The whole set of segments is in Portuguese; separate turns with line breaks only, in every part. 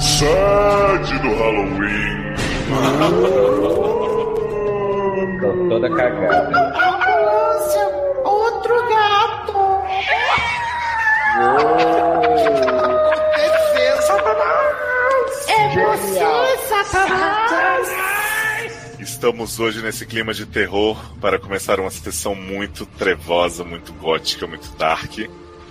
Sede do Halloween.
Tô toda cagada.
Ambulância, outro gato.
Defesa, Satanás!
É você, Satanás.
Estamos hoje nesse clima de terror para começar uma sessão muito trevosa, muito gótica, muito dark.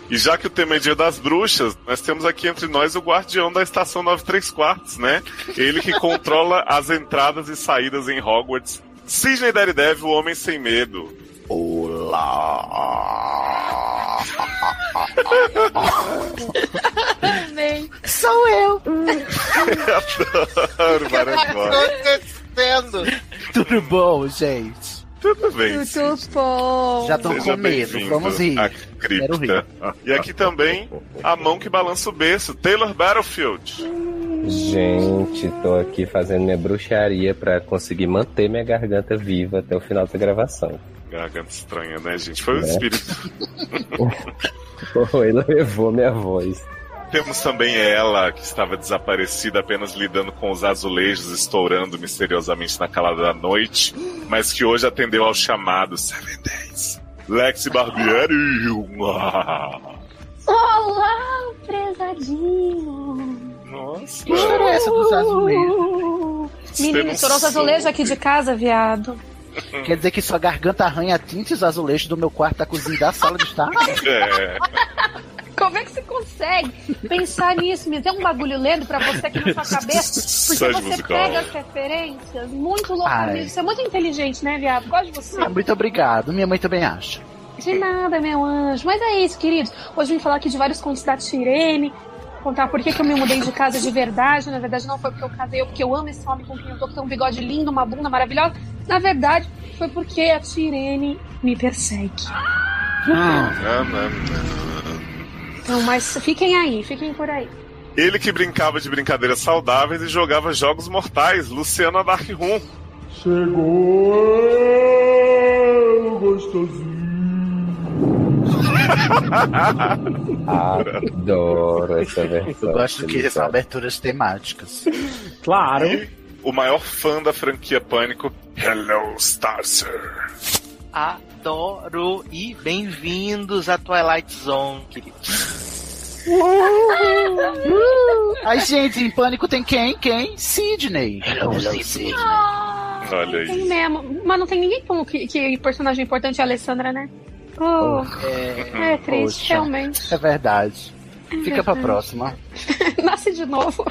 E já que o tema é Dia das Bruxas, nós temos aqui entre nós o guardião da estação 93 quartos, né? Ele que controla as entradas e saídas em Hogwarts. Sidney Daredevil, o homem sem medo. Olá!
Amém.
Sou eu.
Adoro, maravilhoso.
Acontecendo!
Tudo bom, gente?
Tudo bem, Sidney.
Tudo bom.
Já estão
Seja
com medo,
bem-vindo
vamos rir.
à
Quero rir.
cripta. E aqui também a mão que balança o berço, Taylor Battlefield.
Gente, tô aqui fazendo minha bruxaria pra conseguir manter minha garganta viva até o final da gravação.
Garganta estranha, né, gente? Foi o
É.
Né?
espírito.
Ele levou minha voz.
Temos também ela, que estava desaparecida, apenas lidando com os azulejos, estourando misteriosamente na calada da noite, mas que hoje atendeu ao chamado 710. Lexi Barbieri.
Olá, prezadinho.
Nossa.
Que história é essa dos azulejos?
Menino, estourou os azulejos aqui de casa, viado.
Quer dizer que sua garganta arranha tintes azulejos do meu quarto, da cozinha e da sala de estar?
É.
Como é que você consegue pensar nisso? Me tem um bagulho lendo pra você aqui na sua cabeça. Porque
Sede
você
musical.
pega as referências. Muito louco
Ai.
mesmo. Você é muito inteligente, né, viado? Gosto de você.
Ah, Muito obrigado, minha mãe também acha.
De nada, meu anjo. Mas é isso, queridos. Hoje eu vim falar aqui de vários contos da Tirene. Contar por que, que eu me mudei de casa de verdade. Na verdade, não foi porque eu casei, ou porque eu amo esse homem com quem eu tô, que tem um bigode lindo, uma bunda maravilhosa. Na verdade, foi porque a Tirene me persegue.
Ah, Não, não, não.
Então, mas fiquem aí, fiquem por aí.
Ele que brincava de brincadeiras saudáveis e jogava jogos mortais, Luciana Darkroom.
Chegou, gostosinho.
Adoro essa versão.
Eu gosto que é são
sabe.
aberturas temáticas.
Claro.
O maior fã da franquia Pânico. Hello, Starcer.
Adoro e bem-vindos à Twilight Zone, queridos.
Ai, gente, em pânico tem quem? Quem? Sidney.
Olha aí.
Tem mesmo. Mas não tem ninguém bom que, que personagem importante é a Alessandra, né? Oh, é, triste,
poxa.
realmente.
É verdade. Fica pra próxima.
Nasce de novo.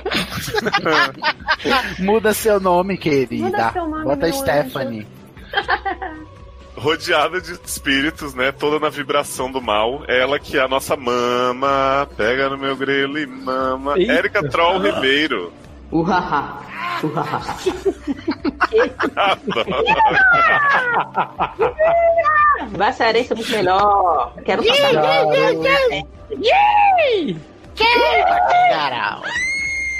Muda seu nome, querida.
Muda seu nome,
Bota
meu
Stephanie.
rodeada de espíritos, né? Toda na vibração do mal. Ela que é a nossa mama. Pega no meu grelo e mama.
Eita.
Érica Troll Ribeiro.
Uhaha. Uhaha.
Bacharei é muito melhor. Quero passar né?
Caralho.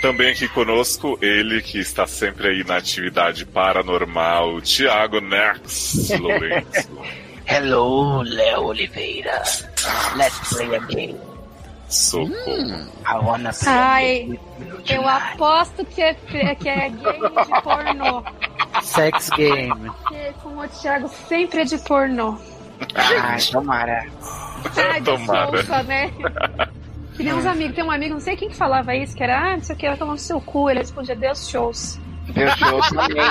Também aqui conosco, ele que está sempre aí na atividade paranormal, Thiago Nex Lourenço.
Hello, Léo Oliveira. Let's play a game.
Socorro.
Hum.
I wanna play
Ai,
tonight.
eu aposto que é, que é game de pornô.
Sex Game.
Porque, como o Thiago sempre é de pornô.
Ai, tomara.
Ah, de
Tomara.
solta, né? Que nem uns amigos. Tem um amigo, não sei quem que falava isso, que era, ah, não sei o que, vai tomar no seu cu. Ele respondia, Deus shows.
Deus te ouça também.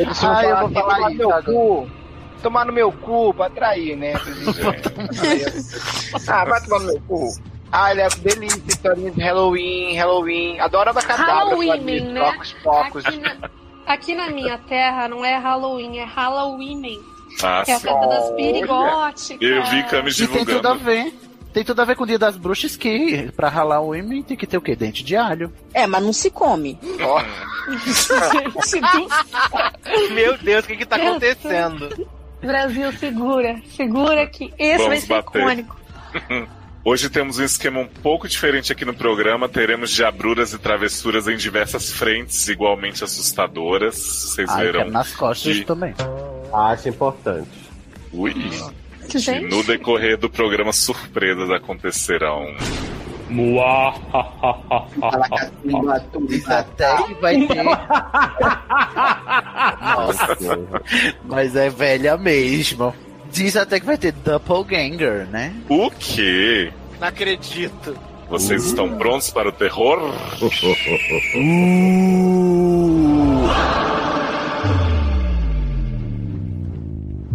Eles vão
Ah, eu
falar,
vou
"Tem que
falar
tomar
isso
meu
agora."
cu. Tomar no meu cu pra atrair, né? ah, vai tomar no meu cu. Ah, ele é delícia, historinha de Halloween, Halloween. Adoro abacadabra,
Halloween,
família,
né?
trocos, focos.
Aqui na, aqui na minha terra não é Halloween, é Halloween.
Ah,
Que é a
sim.
festa das pirigóticas.
Eu vi Camis
E tem tudo a
divulgando.
ver. Tem tudo a ver com o dia das bruxas que pra ralar o M tem que ter o quê? Dente de alho.
É, mas não se come.
Gente do
Meu Deus, o que que tá
Deus.
acontecendo?
Brasil, segura. Segura que esse
Vamos
vai ser
bater.
icônico.
Hoje temos um esquema um pouco diferente aqui no programa. Teremos diabruras e travessuras em diversas frentes, igualmente assustadoras. Vocês
Ah, eu
verão.
quero nas costas
E-
também.
Acho importante.
Ui. E
Gente,
no decorrer do programa, surpresas acontecerão.
Muá, ha, ha, ha, ha,
Fala
ha.
cacimba, tumba,
Até que vai ter.
Nossa, mas é velha mesmo. Diz até que vai ter Doppelganger, né?
O quê?
Não acredito.
Vocês estão prontos para o terror?
Uh.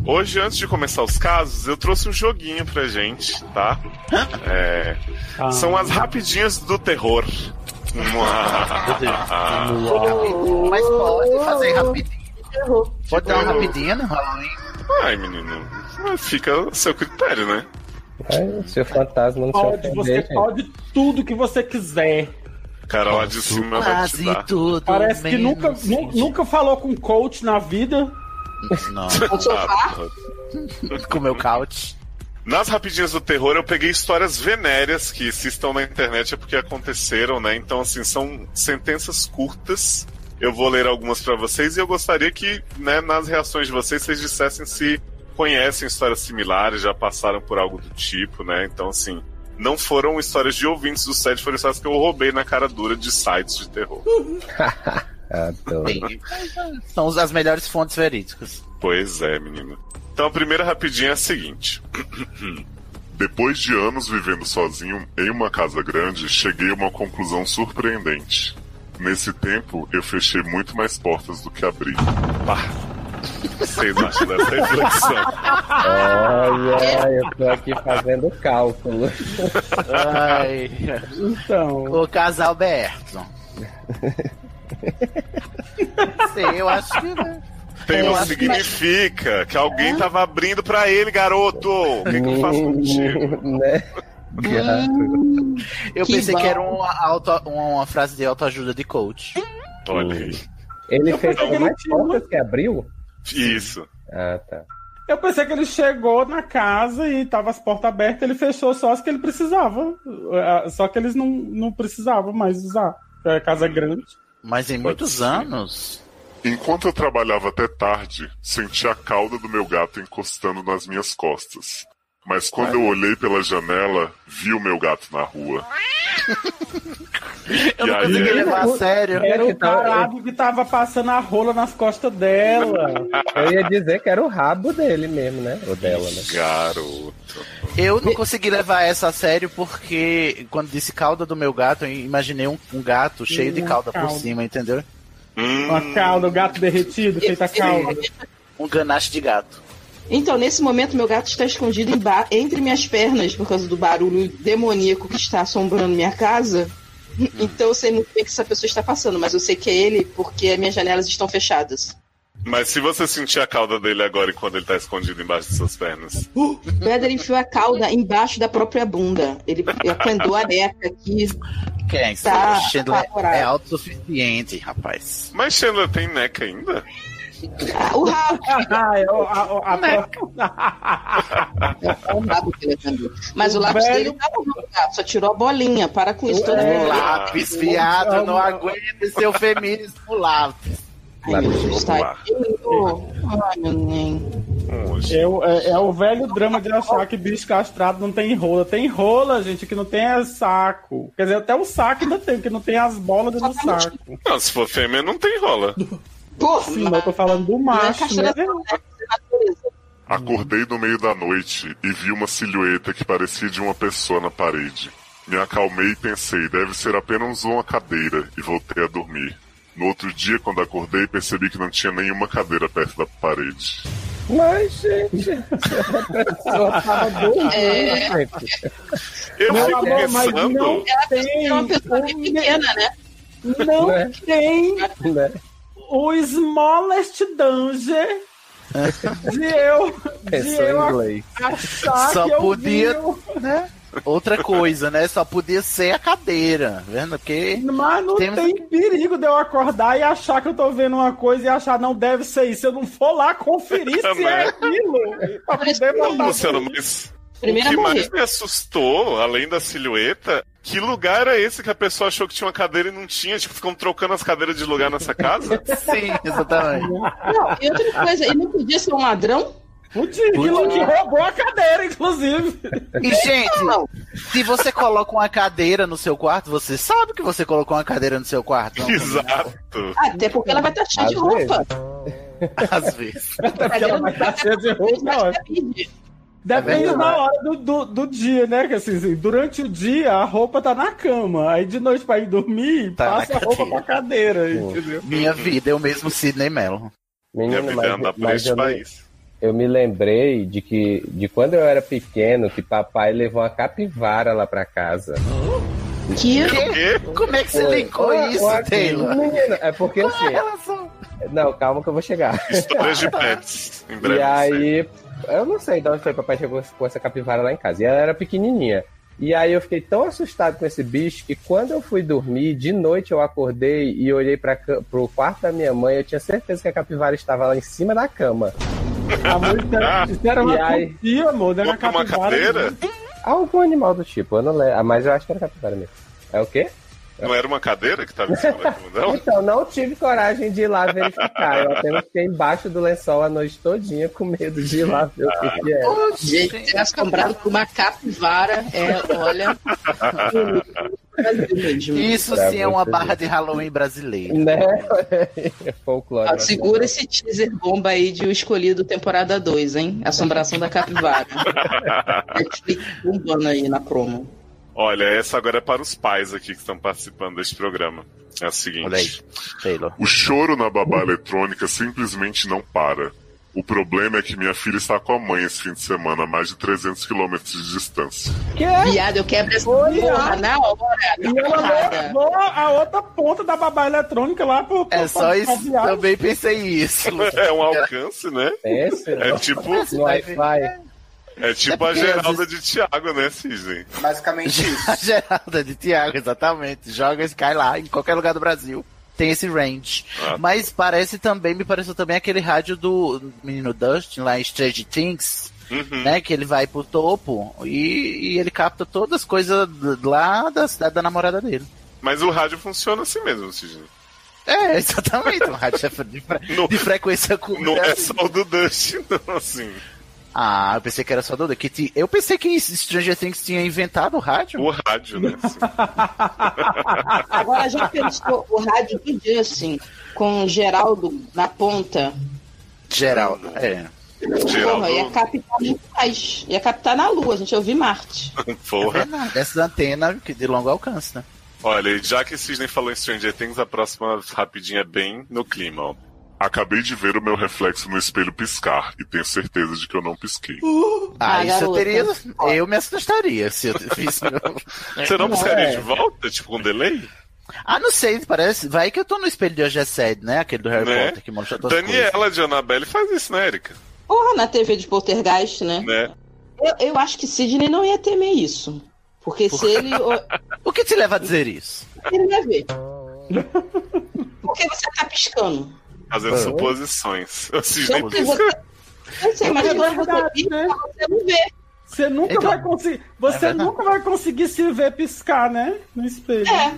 Hoje, antes de começar os casos, eu trouxe um joguinho pra gente, tá? É,
Ah.
São as rapidinhas do terror.
Mas pode fazer rapidinho.
Errou.
Pode dar uma rapidinha no Halloween.
Ai, menino, fica a seu critério, né?
Ai, É, seu fantasma não se
Pode,
ofender,
você
gente.
pode tudo que você quiser.
Cara lá de cima vai te
Quase
dar.
tudo.
Parece que
menos
nunca, nu- nunca falou com coach na vida.
Não,
Ah,
com o meu couch.
Nas rapidinhas do terror eu peguei histórias venéreas que se estão na internet é porque aconteceram, né? Então assim, são sentenças curtas. Eu vou ler algumas pra vocês e eu gostaria que, né, nas reações de vocês vocês dissessem se conhecem histórias similares, já passaram por algo do tipo, né? Então assim, não foram histórias de ouvintes do set, foram histórias que eu roubei na cara dura de sites de terror.
Adoro.
Tem. São as melhores fontes verídicas.
Pois é, menino. Então a primeira rapidinha é a seguinte. Depois de anos vivendo sozinho em uma casa grande, cheguei a uma conclusão surpreendente. Nesse tempo, eu fechei muito mais portas do que abri. Pá. Vocês acham dessa reflexão?
Olha, eu tô aqui fazendo cálculo.
Ai.
Então,
O casal Berto. Sei, eu acho que. né?
Tem
Eu
não
acho que-
significa que alguém tava abrindo pra ele, garoto! O que, que eu faço
um
contigo?
né? Gato.
Eu
Que
pensei
bom.
que era uma, auto, uma frase de autoajuda de coach.
Olha aí.
Ele
Eu
fez
pensei
um
que não
mais
tinha.
portas que abriu?
Isso.
Ah, tá.
eu pensei que ele chegou na casa e tava as portas abertas, ele fechou só as que ele precisava. Ah, Só que eles não, não precisavam mais usar. porque A casa é grande.
Mas em muitos
ser.
anos.
Enquanto eu trabalhava até tarde, senti a cauda do meu gato encostando nas minhas costas. Mas quando eu olhei pela janela, vi o meu gato na rua.
Eu
E
não
aí,
consegui
é?
levar a sério.
Era
que
o
tá-
tarado que tava passando a rola nas costas dela.
Eu ia dizer que era o rabo dele mesmo, né? Ou dela, né?
Garoto.
Eu não consegui levar essa a sério porque quando disse cauda do meu gato, eu imaginei um, um gato cheio de
Uma
cauda por
Hum, cauda.
cima, entendeu?
Uma calda, o gato derretido, feita calda.
Um ganache de gato.
Então, nesse momento, meu gato está escondido emba- entre minhas pernas por causa do barulho demoníaco que está assombrando minha casa. Então, eu sei muito bem que essa pessoa está passando, mas eu sei que é ele porque as minhas janelas estão fechadas.
Mas se você sentir a cauda dele agora enquanto ele tá escondido embaixo de suas pernas.
O Éder enfiou a cauda embaixo da própria bunda. Ele apandou a neca aqui.
Quem?
Tá,
O Chandler
favorável.
é autossuficiente, rapaz.
Mas Chandler tem neca ainda?
Ah, o rabo,
Ah, é o- a- o- a-
o rabo que ele levantou. Mas o lápis
velho-
dele estava no gato, só tirou a bolinha. Para com isso, toda
O
vez.
Um lápis, viado, eu não aguento esse eufemismo, lápis.
Ai, meu Deus,
Vamos
tá.
lá.
Ai, meu nem.
Hoje.
é o- é- é o velho drama de achar que bicho castrado não tem rola. Tem rola, gente, que não tem é saco. Quer dizer, até o saco ainda tem, porque não tem as bolas dentro do saco.
Não, se for fêmea, não tem rola.
Porra,
Sim, mas eu tô falando do
não é
macho, né?
castração, né? Isso é natureza.
Acordei no meio da noite e vi uma silhueta que parecia de uma pessoa na parede. Me acalmei e pensei, deve ser apenas uma cadeira, e voltei a dormir. No outro dia, quando acordei, percebi que não tinha nenhuma cadeira perto da parede.
Mas, gente, a pessoa tava
É.
dormindo. gente.
Eu
Meu
fico
amor, mas
pensando.
não tem.
É uma pessoa bem pequena, né?
Não
Né?
tem
Né?
o smallest danger de eu, de
Pensou em
eu
inglês.
achar
É Só
que eu
podia-
vi o-
né? Outra coisa, né? Só podia ser a cadeira, vendo? Porque
Mas não
Temos-
tem perigo de eu acordar e achar que eu tô vendo uma coisa e achar não deve ser isso. Eu não vou lá conferir se é
Também.
aquilo. Pra poder
Não,
botar.
Luciano, mas
Primeira
o que
é morrer.
mais me assustou, além da silhueta, que lugar era esse que a pessoa achou que tinha uma cadeira e não tinha? Tipo, ficam trocando as cadeiras de lugar nessa casa?
sim, exatamente.
Não, e outra coisa, ele não podia ser um ladrão?
O Diglo que roubou a cadeira, inclusive.
E, gente, se você coloca uma cadeira no seu quarto, você sabe que você colocou uma cadeira no seu quarto. não?
Exato.
Até porque ela vai estar cheia de
Às
roupa.
Às vezes.
Porque ela vai estar cheia de roupa na
é
hora. Depende
verdade.
da hora do, do, do dia, né? Que assim, assim, durante o dia a roupa tá na cama. Aí de noite pra ir dormir,
Tá
passa a
na
roupa
cadeira.
pra cadeira,
Pô.
entendeu?
Minha vida, eu mesmo, Sidney Mello.
Minha
Menino,
vida é andar
mas,
por
mas
este
eu, me,
país.
eu me lembrei de que de quando eu era pequeno que papai levou uma capivara lá pra casa.
Que
Quê?
Como é que você
Foi.
linkou
Uma-
isso,
uma-
Taylor?
Menino, é porque assim. Não, calma que eu vou chegar.
Histórias de pets. Em breve.
E
não sei.
aí, eu não sei de onde foi, papai chegou com essa capivara lá em casa. E ela era pequenininha. E aí eu fiquei tão assustado com esse bicho que quando eu fui dormir, de noite eu acordei e olhei para pro quarto da minha mãe, eu tinha certeza que a capivara estava lá em cima da cama.
A
Ah.
música isso era uma
E aí?
cutia, amor. Era
Colocou uma
capivara.
cadeira?
Algum animal do tipo, eu não lembro, mas eu acho que era capivara mesmo. É o quê?
Não era uma cadeira que tava em cima da cama, não?
Então, não tive coragem de ir lá verificar. Eu apenas fiquei embaixo do lençol a noite todinha com medo de ir lá ver o
Ah.
que, que era.
jeito é assombrado por uma capivara. É, olha. Brasil mesmo.
Isso
Pra
sim é uma
você
barra de Halloween brasileira.
Né? Folclore.
Ó,
né?
Tá, segura esse teaser bomba aí de O Escolhido temporada 2, hein? Assombração da Capivara. Netflix bombando aí na promo.
Olha, essa agora é para os pais aqui que estão participando deste programa. É a seguinte.
Olha aí, Taylor.
O choro na babá eletrônica simplesmente não para. O problema é que minha filha está com a mãe esse fim de semana, a mais de 300 quilômetros de distância.
Viado, eu quebro essa porra na hora.
E ela
Porrada.
levou a outra ponta da babá eletrônica lá pro.
É só isso.
Caviar.
Também pensei isso.
É um alcance, né?
Esse,
É tipo,
no Wi-Fi.
é tipo a
porque às
Geralda de Tiago, né, Cisne?
Basicamente isso.
A Geralda é de Tiago, exatamente. Joga esse cara lá em qualquer lugar do Brasil. Tem esse range.
Ah.
Mas parece também, me pareceu também aquele rádio do menino Dustin lá em Strange Things,
Uhum.
né? Que ele vai pro topo e, e ele capta todas as coisas d- lá da cidade da namorada dele.
Mas o rádio funciona assim mesmo, Cisne.
É, exatamente. Um rádio de, fre-
Não,
de frequência curta.
não é só o do Dust, não, assim.
Ah, eu pensei que era só Duda. Que ti- Eu pensei que Stranger Things tinha inventado o rádio.
O rádio, né? assim.
Agora já pensou o rádio do Justin com o Geraldo na ponta?
Geraldo. É.
Porra, ia
Geraldo,
captar muito mais. Ia captar na Lua, gente. Eu vi Marte. É
porra.
Essa antena que de longo alcance, né?
Olha, e já que Cisne falou em Stranger Things, a próxima rapidinha é bem no clima, ó. Acabei de ver o meu reflexo no espelho piscar e tenho certeza de que eu não pisquei.
Ah,
Ah,
isso eu
garota.
teria. Eu me assustaria se eu fiz.
Você não
Não,
precisaria
é.
de volta? Tipo, com delay?
ah, não sei, parece. Vai que eu tô no espelho de hoje é sede, né? Aquele do Harry
Né?
Potter que mostra todas as coisas.
Daniela de Annabelle faz isso, né, Erika?
Porra, na TV de Poltergeist, né?
Né?
Eu, eu acho que Sidney não ia temer isso. Porque se ele.
O que te leva a dizer isso?
Ele ia ver. Porque você tá piscando.
Fazendo
Uhum.
suposições. Assim, Eu Cisne
Então, se
pisca.
você. Eu sei, mas
É
quando você
verdade,
pisca,
né?
você não vê.
Você nunca
Então-
vai conseguir. Você
verdade.
nunca vai conseguir se ver piscar, né? No espelho.
É.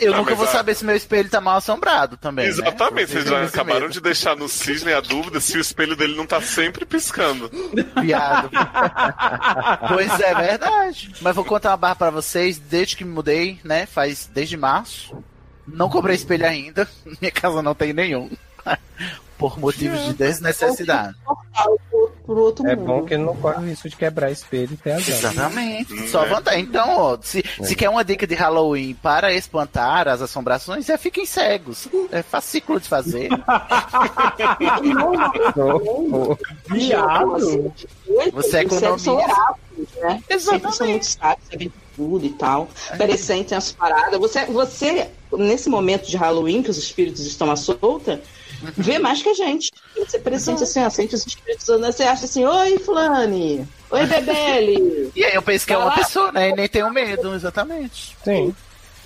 Eu
Ah,
nunca
mas
vou
a-
saber se meu espelho tá mal assombrado também. né?
Exatamente,
Eu
vocês
tenho
já
esse
acabaram
medo.
de deixar no cisne a dúvida se o espelho dele não tá sempre piscando.
Viado. pois é, verdade. Mas vou contar uma barra pra vocês, desde que me mudei, né? Faz desde março. Não comprei espelho ainda. Minha casa não tem nenhum. Por motivos de desnecessidade.
Fala pro, pro outro
É
mundo.
bom que ele não corre o risco de quebrar espelho e ter azar.
Exatamente.
Hum,
Só
é.
vantagem. Então, ó, se, se quer uma dica de Halloween para espantar as assombrações, é fiquem cegos. É fascículo de fazer.
tá
Não,
Viado.
Você é
Os sexos são
economiza.
oráculos, né? Sempre são muito sábios, sabem tudo e tal. Perecem tem as paradas. Você, você, nesse momento de Halloween, que os espíritos estão à solta, vê mais que a gente. Você presente assim, ó, sente os espíritos andando, você acha assim, oi, Flane! Oi, Bebele!
E aí eu penso que é uma
Vai lá.
pessoa, né? E nem tenho medo, exatamente.
sim.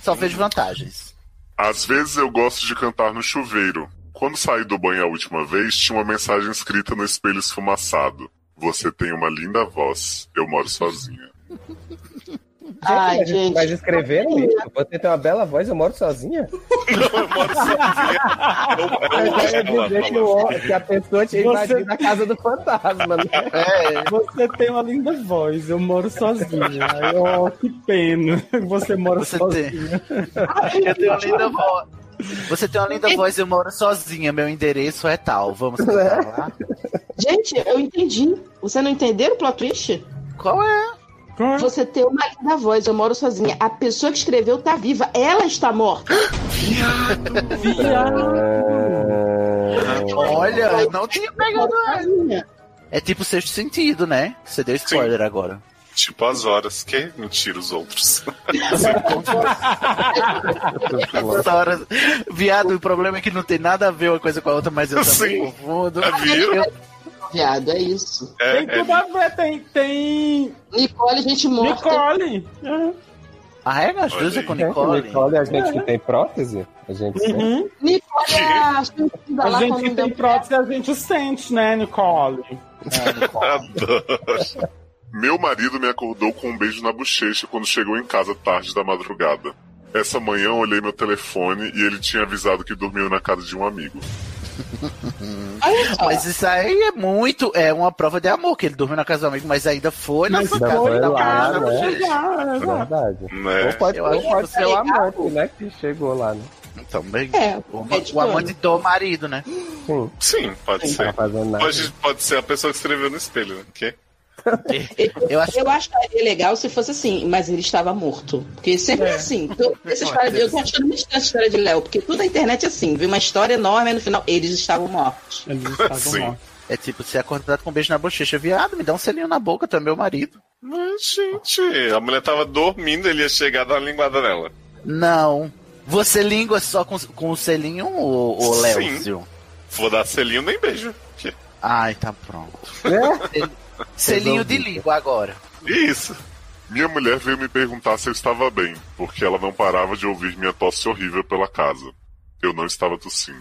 Só vejo vantagens.
Às vezes eu gosto de cantar no chuveiro. Quando saí do banho a última vez, tinha uma mensagem escrita no espelho esfumaçado. Você tem uma linda voz. Eu moro sozinha.
Ai,
mas,
gente.
mas escreveram isso? Você tem uma bela voz, eu moro sozinha? Mas aí eu dizer que, o- que a pessoa tinha
Você-
invadido a casa do fantasma, né?
É.
Você tem uma linda voz, eu moro sozinha. Ai, ó, que pena. Você mora
Você
sozinha.
Eu tenho uma linda voz. Você tem uma linda voz, eu moro sozinha, meu endereço é tal. Vamos cantar lá.
Gente, eu entendi. Você não entendeu o plot twist?
Qual é?
Você tem uma linda voz, eu moro sozinha. A pessoa que escreveu tá viva, ela está morta.
É,
Olha, não tinha pegado ela.
Sozinha.
É tipo sexto sentido, né? Você deu spoiler agora.
Tipo as horas, que não tira os outros.
Essa hora... Viado, o problema é que não tem nada a ver uma coisa com a outra, mas eu também
Sim.
confundo.
Tá viu?
Eu-
Viado, é isso.
É,
Tem
é,
tudo a ver, tem. tem...
Nicole, gente morta.
Nicole! É.
Ah, é? As
Olha
duas é
aí.
com
Nicole,
Nicole.
Nicole, a gente que tem prótese? A gente tem.
Uhum.
Nicole é a suicida
A
lá
gente
quando
que
deu-
tem prótese, a gente sente, né, Nicole?
Adoro.
Meu marido me acordou com um beijo na bochecha quando chegou em casa tarde da madrugada. Essa manhã olhei meu telefone e ele tinha avisado que dormiu na casa de um amigo.
Olha só.
Mas isso aí é muito. É uma prova de amor, que ele dormiu na casa do amigo, mas ainda foi na
Mas
sua
ainda
casa.
foi
ainda
lá,
foi na
né?
bochecha.
Ah, exato.
Verdade.
Né?
Ou pode,
Eu
ou
acho
pode
que
ser
você- é
o amante, né? Que chegou lá, né?
Também.
É,
O,
é tipo
o amante do marido, né?
Sim.
Sim, pode
Não tá
ser.
fazendo nada.
Pode, pode ser a pessoa que escreveu no espelho, né? Que?
Eu acho
Eu acharia legal se fosse assim, mas ele estava morto. Porque sempre é assim. Então, essa história- eu tô achando muito estranha a história de Léo, porque tudo na internet é assim. Viu uma história enorme e no final eles estavam mortos.
Eles estavam
Sim.
mortos.
É tipo, você acordado com um beijo na bochecha, viado, me dá um selinho na boca, tu é meu marido.
Mas, gente, a mulher tava dormindo, ele ia chegar e dar uma linguada nela.
Não. Você língua só com, com o selinho, ou, ou
Sim.
Léozio?
Vou dar selinho nem beijo. Que?
Ai, tá pronto.
É?
Selinho de língua agora.
Isso.
Minha mulher veio me perguntar se eu estava bem, porque ela não parava de ouvir minha tosse horrível pela casa. Eu não estava tossindo.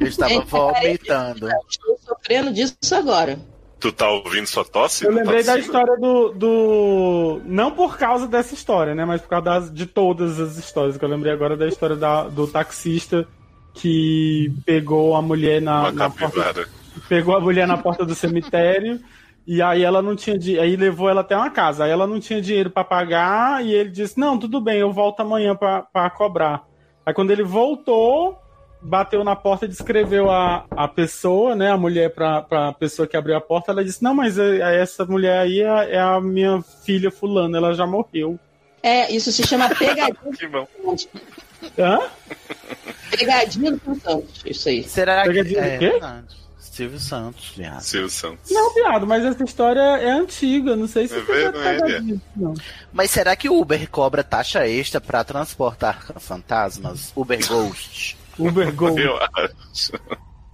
Eu estava
Gente, peraí.
vomitando.
Eu É, estou sofrendo disso agora.
Tu tá ouvindo sua tosse?
Eu
Não tá
lembrei da
tossindo?
história do, do. Não por causa dessa história, né? Mas por causa das- de todas as histórias. Que eu lembrei agora da história da- do taxista que pegou a mulher na,
Uma
na porta,
capivara.
pegou a mulher na porta do cemitério. E aí ela não tinha dinheiro. Aí levou ela até uma casa. Aí ela não tinha dinheiro pra pagar. E ele disse: Não, tudo bem, eu volto amanhã pra, pra cobrar. Aí quando ele voltou, bateu na porta e descreveu a, a pessoa, né? A mulher pra, pra pessoa que abriu a porta. Ela disse: Não, mas é- é essa mulher aí é, é a minha filha fulana, ela já morreu.
É, isso se chama pegadinha,
Que bom.
Hã?
pegadinha do Santos. Isso aí.
Será que.
Pegadinha do
É,
quê?
verdade. Silvio Santos, viado.
Silvio Santos.
Não, viado, mas essa história é antiga. Não sei se
É
você tá
verdade.
não.
Mas será que o Uber cobra taxa extra pra transportar fantasmas? Uber Ghost.
Uber Gold.
Eu acho.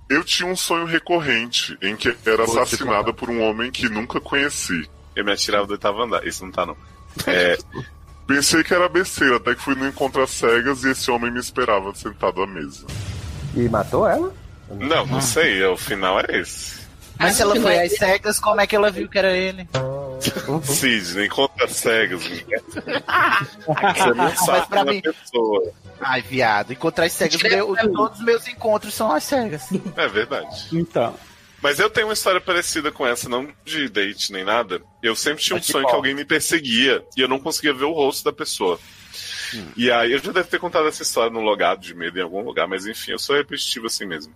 Eu tinha um sonho recorrente em que era
Vou te
assassinada por um homem que nunca conheci.
Eu me atirava do oitavo andar. Isso não tá, não.
Pensei que era besteira, até que fui no encontro às cegas e esse homem me esperava sentado à mesa. Ah,
E matou ela?
Não, não sei. O final é esse.
Mas se ela foi às cegas, como é que ela viu que era ele? Uhum.
Sidney, contra as cegas. menina. Você não
Mas
sabe quem é
pra
a
mim-
pessoa.
né? Ai, viado, encontrar as cegas. meu- todos os meus encontros são as cegas.
É verdade.
Então.
Mas eu tenho uma história parecida com essa, não de date nem nada. Eu sempre tinha um
Mas de
sonho
qual?
que alguém me perseguia e eu não conseguia ver o rosto da pessoa. E aí, eu já devo ter contado essa história no logado de medo em algum lugar, mas enfim, eu sou repetitivo assim mesmo.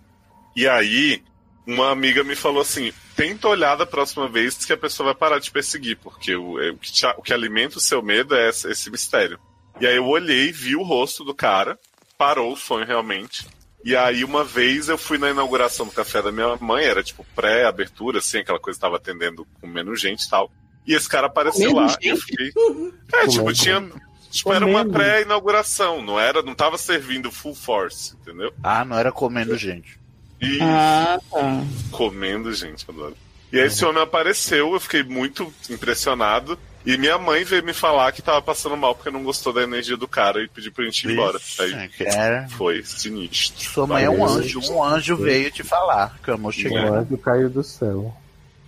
E aí, uma amiga me falou assim: tenta olhar da próxima vez que a pessoa vai parar de te perseguir, porque o, é, o que, te a- o que alimenta o seu medo é essa- esse mistério. E aí eu olhei, vi o rosto do cara, parou o sonho realmente. E aí, uma vez eu fui na inauguração do café da minha mãe, era tipo pré-abertura, assim, aquela coisa tava atendendo com menos gente e tal. E esse cara apareceu
Menos
lá e eu fiquei. É,
Com
tipo,
menos
tinha. Tipo,
Com
era uma
Uhum.
menos.
pré-inauguração, não era, não tava servindo full force, entendeu?
Ah, não era comendo gente.
E
Ah, tá.
comendo, gente, adoro. E aí esse homem apareceu, eu fiquei muito impressionado. E minha mãe veio me falar que tava passando mal porque não gostou da energia do cara e pediu pra gente ir embora. Aí
Ixi, que Era.
foi sinistro.
Sua mãe é um
Valeu.
anjo. Um anjo veio te falar que o amor
O
chegou.
anjo caiu do céu.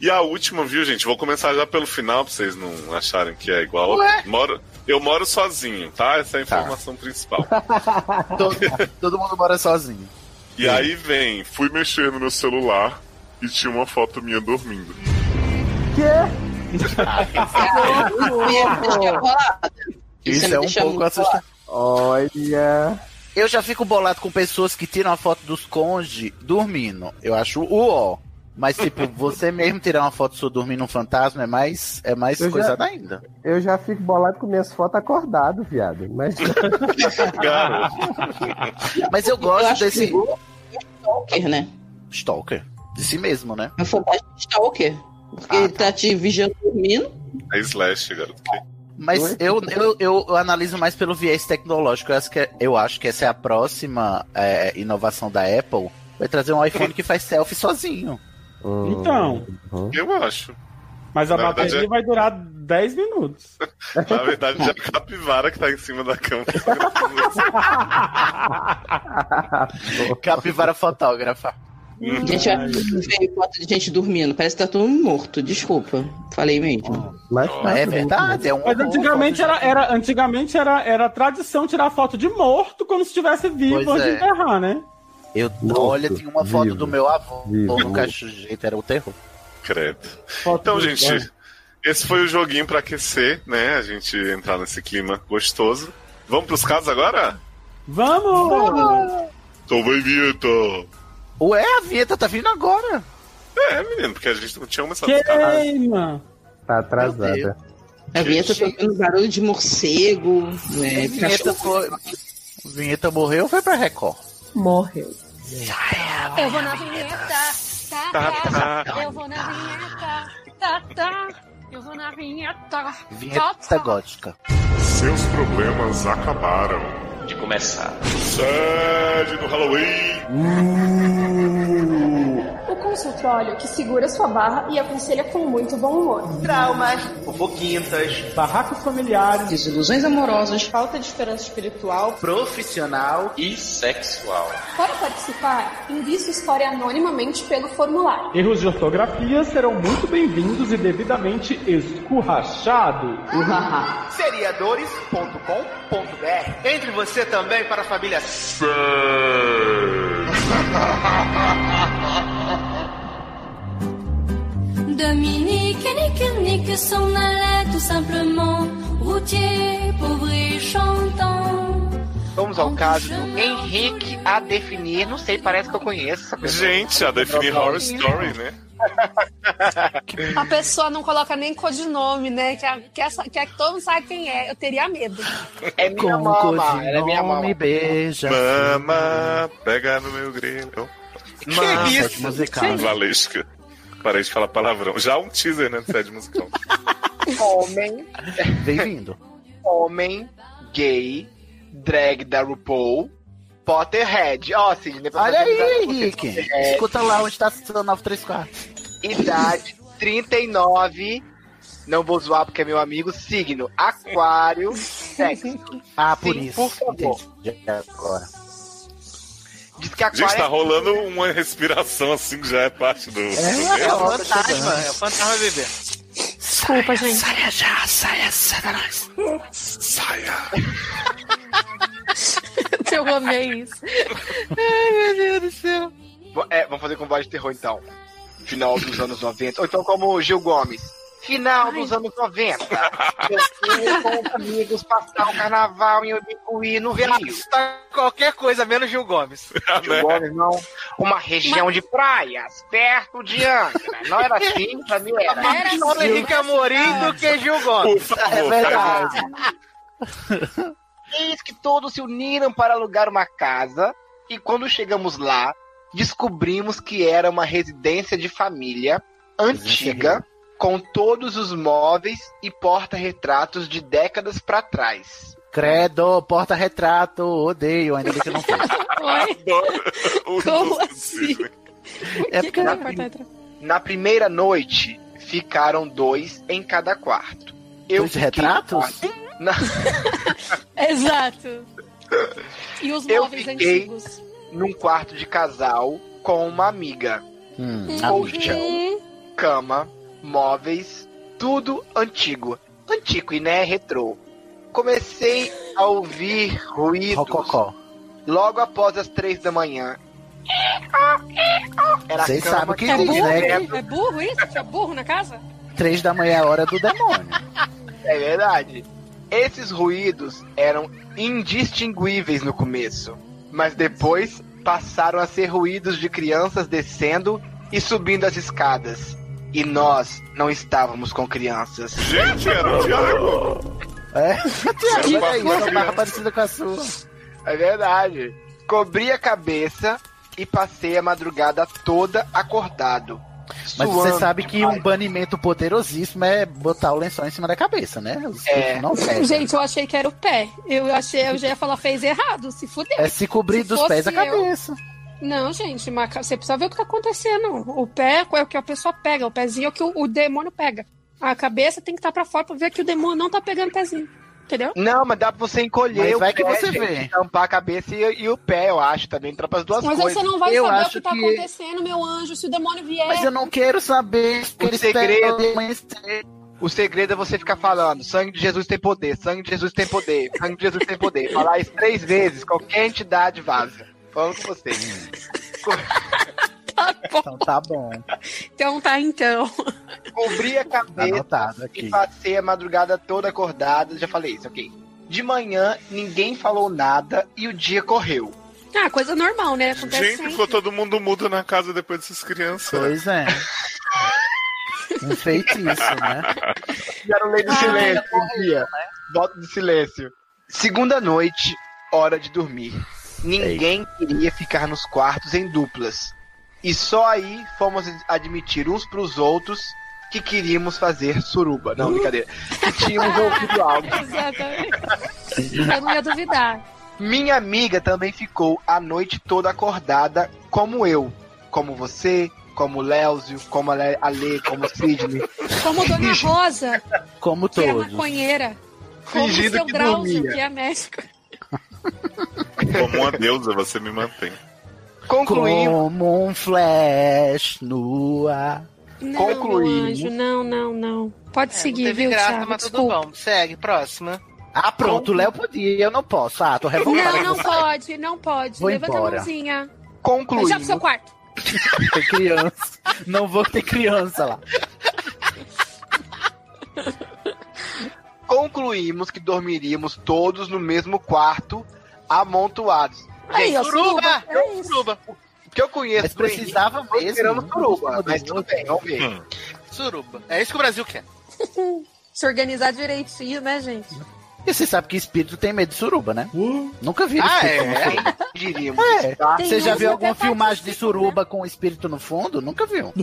E a última, viu, gente? Vou começar já pelo final, pra vocês não acharem que é igual.
Ué?
Moro, eu moro sozinho, tá? Essa é a informação principal.
todo, todo mundo mora sozinho.
E aí vem,
Fui mexer no meu celular e tinha uma foto minha dormindo.
Quê?
Isso, é um pouco assustador.
Olha.
Eu já fico bolado com pessoas que tiram a foto dos conde dormindo. Eu acho o ó. Mas, tipo, você mesmo tirar uma foto sua dormindo um fantasma é mais, é mais
Eu já-
coisada ainda.
Eu já fico bolado com minhas fotos acordado, viado. Mas.
Mas eu
Eu
gosto
acho
desse.
que o Stalker, né?
Stalker. De si mesmo, né? Ah,
É um fantasma de Stalker. Porque ele tá te vigiando dormindo.
É Slash, garoto.
Mas eu, eu, eu analiso mais pelo viés tecnológico. Eu acho que, eu acho que essa é a próxima é, inovação da Apple. Vai trazer um iPhone que faz selfie sozinho.
Hum.
Então.
Eu acho.
Mas a
Na
bateria
verdade, é- Tá
vai durar 10 minutos.
Na verdade, já é a capivara que tá em cima da cama.
Capivara fotógrafa. Hum.
Gente, eu acho que veio foto de gente dormindo. Parece que tá todo mundo morto. Desculpa. Falei mesmo.
Mas
é verdade, é um.
Mas antigamente era, era, antigamente era, era tradição tirar foto de morto como se estivesse vivo
Pois
antes
é.
de enterrar, né?
Eu, olha, tem uma foto do meu avô no cachorro, era o terror.
Credo. Então, gente, esse foi o joguinho pra aquecer, né? A gente entrar nesse clima gostoso. Vamos pros casos agora?
Vamos!
Toma vinheta!
Ué, a vinheta tá vindo agora.
É, menino, porque a gente não tinha
Tá
começado os casos.
Queima!
Tá atrasada.
A vinheta foi pelo barulho de morcego. Né?
vinheta foi. Vinheta morreu ou foi pra Record?
Morreu.
Eu vou na vinheta, tá, tá, Eu vou na vinheta, tá, tá. Eu vou na vinheta, tá,
Vinheta
tá.
gótica.
Seus problemas acabaram. De começar. Sede no Halloween.
Uh. O consultório que segura sua barra e aconselha com muito bom humor.
Traumas,
Um
fofoquintas,
barracos familiares,
desilusões amorosas,
falta de esperança espiritual, profissional e sexual.
Para participar, envie sua história anonimamente pelo
Então-
formulário.
Erros de ortografia serão muito bem-vindos e devidamente escurrachados.
Seriadores.com.br Entre você também para a família
Dominique et Nick, Nick s'en allaient tout simplement, routier, pauvre et chantant.
Vamos ao caso do Henrique a definir. Não sei, parece que eu conheço essa pessoa.
Gente, a definir horror story, né?
A pessoa não coloca nem codinome, né? Quer, quer, quer que todo mundo saiba quem é. Eu teria medo.
É minha
um
mama, ela é minha mama.
Me beija.
Mama, pega no meu grelho.
Que isso? musical.
Valesca. Parei de falar palavrão. Já um teaser, né? de Sede musical.
Homem.
Bem-vindo.
Homem, gay, drag da RuPaul, Potterhead. Ó, Sidney, pra
Olha
você avisar
aí,
que você
Henrique.
é
Escuta lá onde tá 934.
Idade 39. Não vou zoar porque é meu amigo. Signo, aquário, sexo.
Ah,
por isso. Por
Tá
favor.
Agora.
Diz que aquário
Gente, tá
é
rolando uma respiração assim que já é parte do.
É, é o fantasma,
é o fantasma bebê.
Desculpa, gente.
Saia já, saia, satanás.
Saia.
Eu amei isso.
Ai, meu Deus do céu. É, vamos fazer com voz de terror então. Final dos anos 90. Ou então como o Gil Gomes. Final dos anos 90. Eu fui com amigos passar Tá o carnaval em Ubicuí, no Rio.
Qualquer coisa menos Gil Gomes.
Gil Gomes, não. Uma região de praias, perto de Angra. Não era assim, pra mim era.
Mais Paulo Henrique Amorim do que Gil Gomes.
Por favor, É verdade.
Eis que todos se uniram para alugar uma casa e quando chegamos lá, descobrimos que era uma residência de família antiga, com todos os móveis e porta-retratos de décadas para trás.
Credo, porta-retrato, odeio, ainda bem que eu não fiz.
Como
assim?
É porque
na, prim- na primeira noite ficaram dois em cada quarto.
Dois
fiquei no
retratos?
quarto- Na-
Exato. E os
Eu
móveis
fiquei
antigos.
num quarto de casal com uma amiga.
Uhum.
Hum,
Ou, cha- cama, móveis, tudo antigo. Antigo e né, retrô. Comecei a ouvir ruídos logo após as três da manhã. Era a
Vocês
cama
sabem o que
que
É
diz,
burro?
né? Que
É burro isso? Tinha burro na casa?
três da manhã é a hora do demônio.
É verdade. Esses ruídos eram indistinguíveis no começo, mas depois passaram a ser ruídos de crianças descendo e subindo as escadas. E nós não estávamos com crianças.
Gente, era o Thiago!
É,
Que
Tiago, é isso,
coisa.
é mais parecida com a sua.
É verdade. Cobri a cabeça e passei a madrugada toda acordado.
Mas você
suando
sabe que um banimento poderosíssimo é botar o lençol em cima da cabeça, né? Os
É.
bichos não pegam.
Gente, eu achei que era o pé. Eu achei, eu já ia falar, fez errado, se fudeu.
É se cobrir dos pés a
fosse eu-
cabeça.
Não, gente, mas você precisa ver o que tá acontecendo. O pé é o que a pessoa pega, o pezinho é o que o, o demônio pega. A cabeça tem que estar pra fora pra ver que o demônio não tá pegando o pezinho. Entendeu?
Não, mas dá pra você encolher
Mas
o
vai
pé,
que você
gente,
vê.
tampar a cabeça e, e o pé, eu acho, também. Pra as duas
Mas aí
coisas.
você não vai saber o que tá acontecendo, meu anjo, se o demônio vier.
Mas eu não quero saber porque
O
eles pegam
segredo,
de amanhecer.
o segredo é você ficar falando: sangue de Jesus tem poder, sangue de Jesus tem poder, sangue de Jesus tem poder. Falar isso três vezes, qualquer entidade vaza. Falando com você.
Então tá bom. Tá
Então tá, então.
Cobri a cabeça
Anotado aqui.
e passei a madrugada toda acordada. Já falei isso, ok. De manhã, ninguém falou nada e o dia correu.
Ah, coisa normal, né? Acontece
Gente,
sempre.
ficou todo mundo mudo na casa depois dessas crianças.
Pois é. Um feitiço, né?
Fizeram lei do
Ah,
silêncio, dia.
né?
Voto do silêncio. Segunda noite, hora de dormir.
É
Ninguém queria ficar nos quartos em duplas. E só aí fomos admitir uns pros outros que queríamos fazer suruba. Não, brincadeira. Que tínhamos ouvido algo.
Exatamente. Eu não ia duvidar.
Minha amiga também ficou a noite toda acordada, como eu. Como você, como o Léozio, como a Le- a Lê, como o Sidney.
Como Dona Rosa,
Como
que é
todos.
maconheira. Como o
Fingindo
seu
que
Drauzio,
dormia.
que é médico.
Como uma deusa, você me mantém.
Concluímos.
Como um flash no ar.
Não,
Concluímos.
meu anjo, não, não, não.
É,
Pode seguir,
teve
viu,
graça,
Thiago?
mas tudo
Desculpa.
bom. Segue, próxima.
Ah, pronto, o Léo podia, eu não posso. Ah, tô revoltada
Não,
com
não
você.
pode, não pode.
Vou
Levanta
embora.
a mãozinha. Já pro
Concluímos.
seu quarto.
Tem criança. Não vou ter criança lá.
concluímos que dormiríamos todos no mesmo quarto, amontoados.
Aí, ó, suruba. É isso.
Suruba.
Porque eu conheço.
Mas precisava
Tô esperando
mesmo.
suruba, mas tudo bem, vamos ver.
Suruba. É isso que o Brasil quer.
Se organizar direitinho, né, gente?
E você sabe que espírito tem medo de suruba, né? Nunca vi
Ah,
espírito no
é?
fundo.
Diríamos.
É.
tá?
Tem um
Você já
uns que
viu alguma
até
filmagem de
né?
suruba com o espírito no fundo? Nunca viu.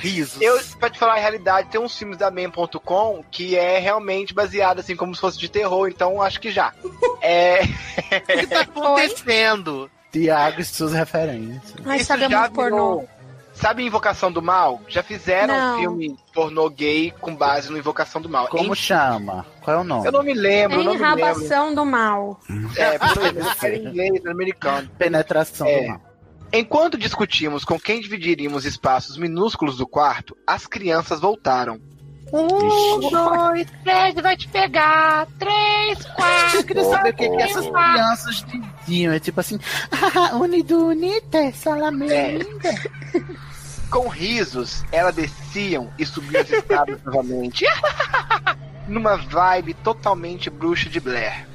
Risos.
Eu, pra te falar a realidade, tem uns filmes da Man.com que é realmente baseado assim como se fosse de terror, então acho que já. É,
O que tá acontecendo?
Tiago e suas referências.
Ai,
isso
sabe, é
já
muito pornô.
virou- Sabe Invocação do Mal? Já fizeram
Não.
um filme pornô gay com base no Invocação do Mal.
Como
Em-
chama? Qual é o nome?
Eu não me
É
lembro, eu não me lembro.
enrabação do mal.
É, por exemplo, era em inglês, era americano.
Penetração
É.
do mal.
Enquanto discutimos com quem dividiríamos espaços minúsculos do quarto, as crianças voltaram.
Ixi.
dois, três, vai te pegar. Três, quatro.
Eu queria saber o que, que essas
Porra.
crianças diziam. É tipo assim, ah, unido, unite,
É.
salamenda.
Com risos, elas desciam e subiam as escadas novamente. Numa vibe totalmente bruxa de Blair.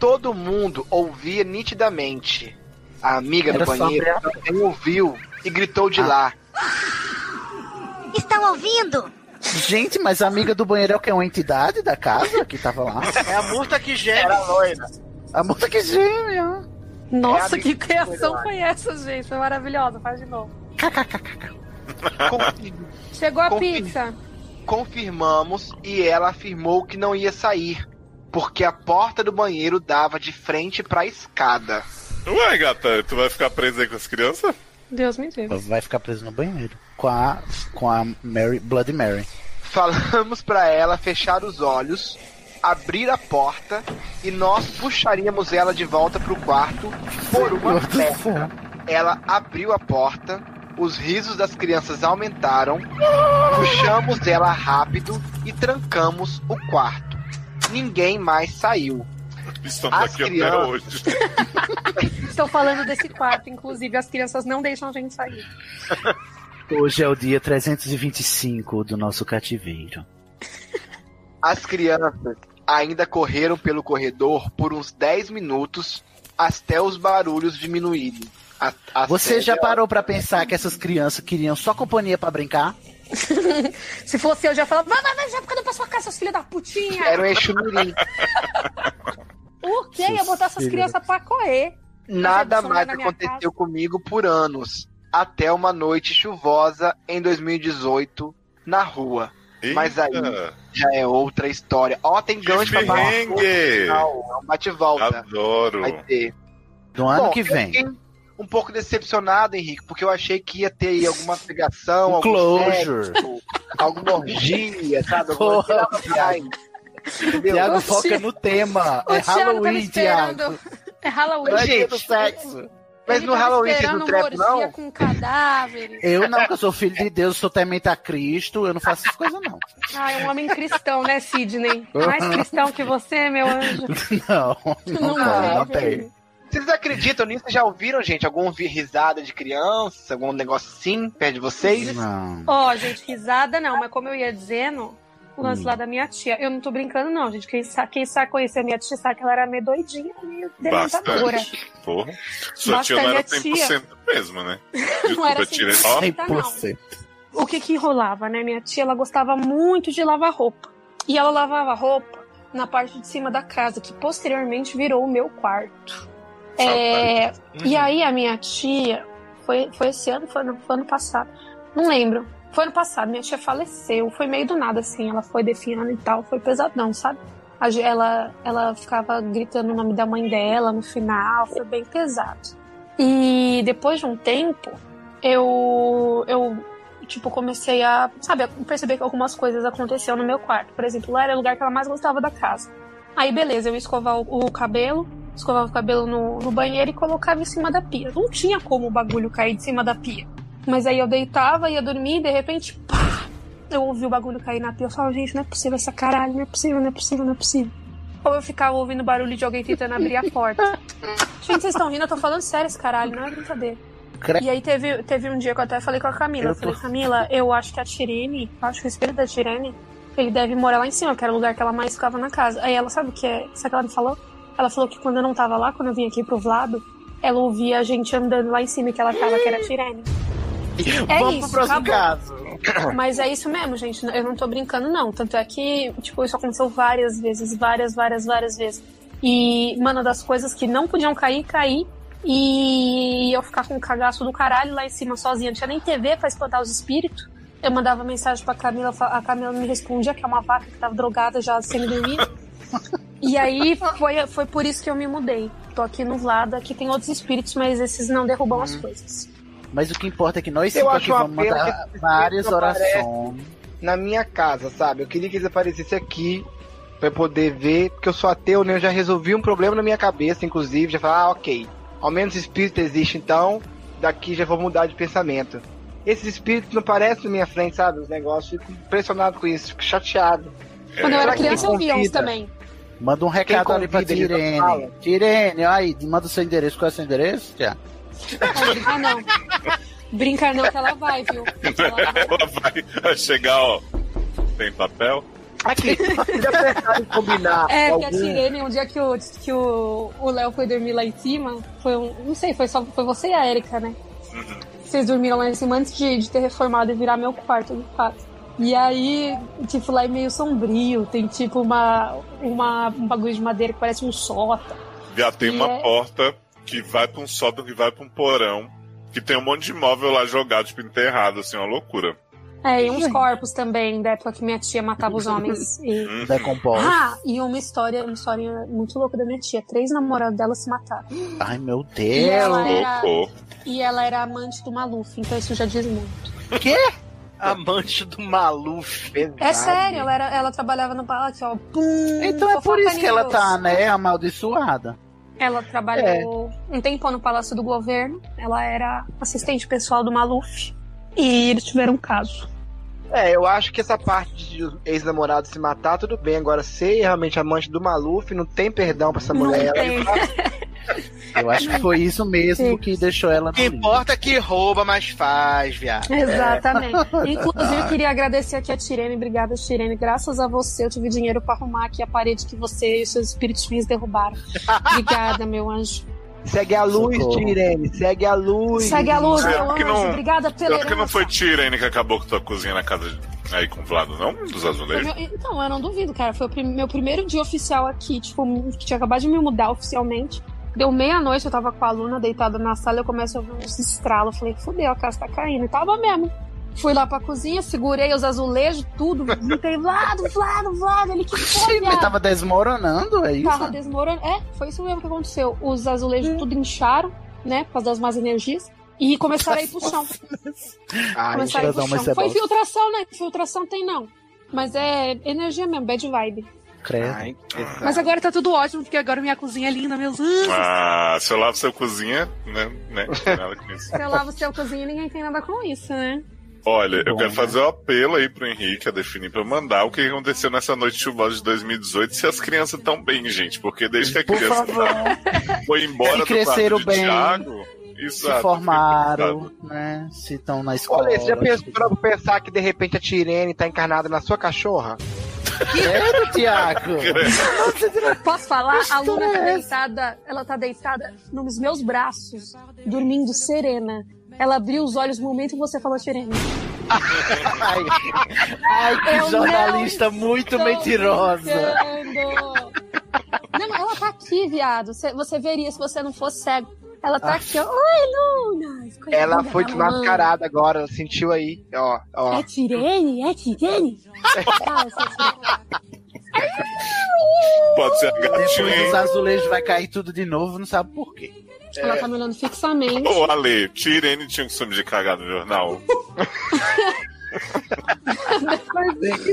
Todo mundo ouvia nitidamente. A amiga do
Era só
banheiro
abrir a
também ouviu e gritou de
Ah.
lá.
Estão ouvindo?
Gente, mas a amiga do banheiro é o que? Uma entidade da casa que tava lá?
É a murta que gera.
Era loira.
A moça que gêmea.
Nossa,
É a
que
bicha
criação
do
foi essa, gente? Foi maravilhosa. Faz de novo.
Com-
Chegou a
Confirma.
pizza.
Confirmamos e ela afirmou que não ia sair, porque a porta do banheiro dava de frente para a escada.
Ué, gata, tu vai ficar presa aí com as crianças?
Deus me livre.
Vai ficar preso no banheiro. Com a, com a Mary, Bloody Mary.
Falamos para ela fechar os olhos, abrir a porta e nós puxaríamos ela de volta pro quarto por uma
Meu Deus do
perna.
céu.
Ela abriu a porta, Os risos das crianças aumentaram, puxamos ela rápido e trancamos o quarto. Ninguém mais saiu.
Estamos
As
aqui até
crianças-
hoje.
Estou falando desse quarto, inclusive. As crianças não deixam a gente sair.
Hoje é o dia 325 do nosso cativeiro.
As crianças ainda correram pelo corredor por uns 10 minutos até os barulhos diminuírem. A- até
Você já
ela-
parou pra pensar que essas crianças queriam só companhia pra brincar?
Se fosse eu, já falava, vai, vai, vai, já ficando pra sua casa, seus filhos da putinha.
Era um enxumirim.
Por que ia botar essas
filhos.
crianças pra correr?
Nada
Fazer
mais
na minha
aconteceu comigo por anos. Até uma noite chuvosa em 2018 na rua. Mas aí já é outra história. Ó, tem gancho pra
perrengue!
bate- Não, é um bate-volta.
Adoro.
Vai ter.
Do ano
Bom,
que
eu
vem.
fiquei um pouco decepcionado, Henrique, porque eu achei que ia ter aí alguma ligação,
Um
algum
closure.
sexo, alguma orgia, sabe? Alguma
Porra,
coisa assim. Entendeu?
Tiago foca no tema. É Halloween, Tiago.
É Halloween.
Não é dia
Gente,
do sexo.
Mas
ele
no
tava
Halloween vocês
esperando
não
uma
trepam, não?
orgia com cadáveres.
Eu não, que eu sou filho de Deus, sou temente a Cristo, eu não faço essas coisas, não.
Ah, é um homem cristão, né, Sidney? Mais cristão que você, meu anjo.
Não, não, é, não, não tem.
Ah, é Vocês acreditam nisso? Já ouviram, gente? Algum ouvir risada de criança? Algum negócio assim perto de vocês?
Não.
Ó, gente, risada não, mas como eu ia dizendo, o lance
Hum.
lá da minha tia. Eu não tô brincando, não, gente. Quem sabe, quem sabe conhecer a minha tia sabe que ela era meio doidinha, meio dementadora.
Bastante. Porra. Sua
Bastante
tia não era
a tia.
100% mesmo, né?
Não era
Desculpa,
assim,
tirei. Ó,
O que que rolava, né? Minha tia, ela gostava muito de lavar roupa. E ela lavava roupa na parte de cima da casa, que posteriormente virou o meu quarto. É, E aí a minha tia, foi, foi esse ano, foi, não, foi ano passado, não lembro. Foi ano passado, minha tia faleceu, foi meio do nada assim, ela foi definhando e tal, foi pesadão, sabe? A ge- Ela, ela ficava gritando o nome da mãe dela no final, foi bem pesado. E depois de um tempo, eu, eu tipo, comecei a, sabe, a perceber que algumas coisas aconteciam no meu quarto. Por exemplo, lá era o lugar que ela mais gostava da casa. Aí, beleza, eu ia escovar o, o cabelo, escovava o cabelo no, no banheiro e colocava em cima da pia. Não tinha como o bagulho cair de cima da pia. Mas aí eu deitava, ia dormir e de repente, pá, eu ouvi o bagulho cair na pia. Eu falava, gente, não é possível essa caralho, não é possível, não é possível, não é possível. Ou eu ficava ouvindo barulho de alguém tentando abrir a porta. Gente, vocês estão rindo, eu tô falando sério esse caralho, não é brincadeira.
Cre-
E aí teve, teve um dia que eu até falei com a Camila.
Eu
Eu,
tô-
falei, Camila, eu acho que a Tirene, acho que o espelho da Tirene, ele deve morar lá em cima, que era o lugar que ela mais ficava na casa. Aí ela sabe o que é. Sabe o que ela me falou? Ela falou que quando eu não tava lá, quando eu vim aqui pro Vlado, ela ouvia a gente andando lá em cima e que ela achava que era a Tirene. É
Vamos
isso,
pro próximo
acabou.
caso.
Mas é isso mesmo, gente. Eu não tô brincando, não. Tanto é que, tipo, isso aconteceu várias vezes, várias, várias, várias vezes. E, mano, das coisas que não podiam cair, cair. E eu ficar com um cagaço do caralho lá em cima sozinha. Não tinha nem TV pra espantar os espíritos. Eu mandava mensagem pra Camila, fa- a Camila me respondia que é uma vaca que tava drogada já sendo dormida. E aí foi, foi por isso que eu me mudei. Tô aqui no lado, aqui tem outros espíritos, mas esses não derrubam as coisas.
Mas o que importa é que nós
Eu
cinco aqui
acho uma
vamos
pena que
mandar
esses
várias
espíritos aparecem
orações.
Ah, na minha casa, sabe? Eu queria que eles aparecessem aqui pra eu poder ver, porque eu sou ateu, né? Eu já resolvi um problema na minha cabeça, inclusive. Já falei, ah, ok. Ao menos espírito existe, então daqui já vou mudar de pensamento. Esses espíritos não aparecem na minha frente, sabe? Os negócios. Fico impressionado com isso, fico chateado.
Quando eu
Será
era
que
criança, eu via uns
convida?
também.
Manda um recado ali pra
convida, eles não
Tirene.
falam.
Tirene, aí, manda o seu endereço. Qual é o seu endereço, Tiago?
Ah, não. Brincar não que ela vai, viu?
ela vai chegar, ó. Tem papel?
Aqui, já pensaram em
Ah,
combinar
É,
com
porque a
algum?
Tirene, um dia que o que o o Léo foi dormir lá em cima, foi um. Não sei, foi só foi você e a Erika, né? Vocês dormiram lá em cima antes de, de ter reformado e virar meu quarto, de fato. E aí, tipo, lá é meio sombrio, tem tipo uma, uma, um bagulho de madeira que parece um sota.
Já tem uma
é-
porta que vai pra um sótão, que vai pra um porão, que tem um monte de imóvel lá jogado, tipo, enterrado, assim, uma loucura.
É, e uns corpos também, da época que minha tia matava os homens. E-
Decomposto.
Ah, e uma história, uma história muito louca da minha tia. Três namorados dela se mataram.
Ai, meu
E ela
Deus.
era- E ela era amante do Maluf, então isso já diz muito.
Quê?
Amante do Maluf.
É sério, ela, era, ela trabalhava no palácio, ó. Pum,
Então é por
fofoca
isso que ela
news.
tá, né, amaldiçoada.
Ela trabalhou
É.
um tempo no Palácio do Governo. Ela era assistente pessoal do Maluf. E eles tiveram um caso.
É, eu acho que essa parte de os ex-namorado se matar, tudo bem. Agora, ser realmente amante do Maluf, não tem perdão pra essa mulher. Ela
tem.
Eu acho que foi isso mesmo que deixou ela.
que importa que rouba, mas faz, viado.
É.
Exatamente. Inclusive, queria agradecer aqui a Tirene. Obrigada, Tirene. Graças a você, eu tive dinheiro pra arrumar aqui a parede que você e seus espíritos ruins derrubaram. Obrigada, meu anjo.
Segue a luz,
Socorro.
Tirene. Segue a luz.
Segue a luz, meu
Pior que
anjo.
não-
Obrigada pela
Pior que não
herança.
foi Tirene que acabou com tua cozinha na casa de- aí com o Vlado, não? Dos
Foi
azulejos.
meu- Então, eu não duvido, cara. Foi o prim- meu primeiro dia oficial aqui, tipo, que tinha acabado de me mudar oficialmente. Deu meia-noite, eu tava com a aluna deitada na sala, eu começo a ouvir uns estralos. Eu Falei, fudeu, a casa tá caindo. E tava mesmo. Fui lá pra cozinha, segurei os azulejos, tudo, gritei, Vlado, Vlado, Vlado, ele que foi,
Mas
viado?"
tava desmoronando, é isso?
Ah. Tava desmoronando. É, foi isso mesmo que aconteceu. Os azulejos tudo incharam, né? Por causa das más energias. E começaram a ir pro chão.
Ai,
começaram a ir pro
tiradão, mas
chão.
isso é
Foi
bom.
infiltração, né? Infiltração tem não. Mas é energia mesmo, bad vibe.
Credo.
Mas agora tá tudo ótimo, porque agora minha cozinha é linda, meus anjos.
Ah, se eu lavo seu cozinha, né? né não tem nada com isso.
Se eu lavo seu cozinha, é ninguém tem nada com isso, né?
Olha, eu
né?
quero fazer um apelo aí pro Henrique a definir pra mandar o que aconteceu nessa noite chuvosa de 2018 se as crianças estão bem, gente, porque desde que a
Por
criança
favor.
foi embora
Se
do quarto
cresceram
de
bem,
Thiago,
se
exato,
formaram, né? Se estão na escola.
Olha, você já pensou pra pensar que de repente a Tirene tá encarnada na sua cachorra?
Credo, Tiago.
Posso falar? A Luna
é
tá deitada, ela tá deitada nos meus braços, dormindo serena. Ela abriu os olhos no momento que você falou serena.
Ai, ai, que
Eu não
jornalista muito
Tô
mentirosa.
brincando. Não, ela tá aqui, viado. Você, você veria se você não fosse cego. Ela
Ah.
tá aqui, ó. Oi, Luna! Coisa
Ela
linda,
foi
tá
desmascarada agora, ela sentiu aí, ó,
rolando.
ó.
É Tirene? É Tirene? Ah, essa
Pode ser a gatinha,
Depois os
hein?
azulejos vai cair tudo de novo, não sabe por quê.
Ela tá me olhando fixamente.
Ô, Ale, Tirene tinha costume de cagar no jornal.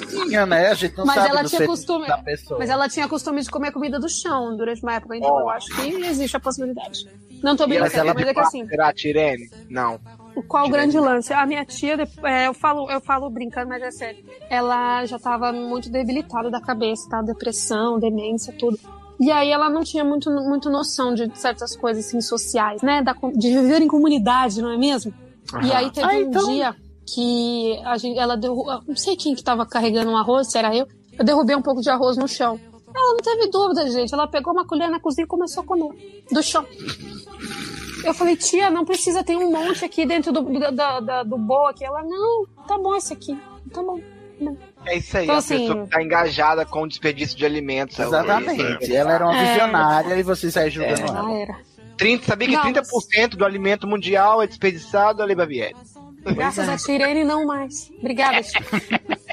Tinha, né? A gente não
Mas
sabe
ela
dos
tinha
feitos
costume.
da pessoa.
Mas ela tinha costume de comer comida do chão durante uma época, então
Ó.
eu acho que existe a possibilidade. Não tô
E ela-
brincando, mas, é que assim,
Será a Tirene? Não.
o qual o grande lance? A minha tia, de- é, eu, falo, eu falo brincando, mas é sério. Ela já tava muito debilitada da cabeça, tá? Depressão, demência, tudo. E aí ela não tinha muito, muito noção de certas coisas assim, sociais, né? Da com- de viver em comunidade, não é mesmo? E
Aham.
aí teve
Ah,
um
então.
dia que a gente, ela derrubou. Não sei quem que tava carregando um arroz, se era eu. Eu derrubei um pouco de arroz no chão. Ela não teve dúvida, gente. Ela pegou uma colher na cozinha e começou a comer do chão. Eu falei, tia, não precisa, tem um monte aqui dentro do, do, da- da- do bowl aqui. Ela, não, tá bom esse aqui. Tá bom.
É isso aí,
Então,
a
assim-
pessoa tá engajada com o desperdício de alimentos. é o-
Exatamente. Ela era uma
É.
visionária e vocês aí julgando ela.
Já era.
30, sabia que
Não,
30% do alimento mundial é desperdiçado, Ale Babieri?
Graças a Tirene, não mais. Obrigada, tia.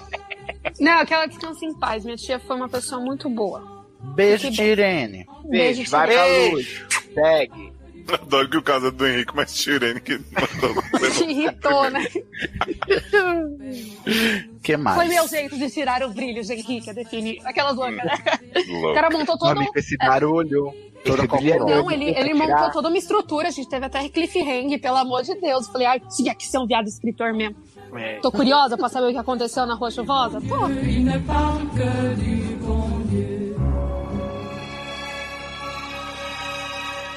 Não, aquela descansa em paz. Minha tia foi uma pessoa muito boa.
Beijo, Tirene.
Beijo,
vai
tia.
pra luz. Segue.
Adoro que o caso é do Henrique, mas Tirene que mandou.
Te irritou, né?
que mais?
Foi meu jeito de tirar o brilho de Henrique, a definir. Aquela louca, né?
é.
Louco.
O cara montou todo
Amigo, esse barulho. é Todo
Não, ele, ele montou toda uma estrutura, a gente teve até cliffhanger, pelo amor de Deus. Eu Falei, ai, tinha que ser um viado escritor mesmo.
É.
Tô curiosa pra saber o que aconteceu na Rua Chuvosa? Pô.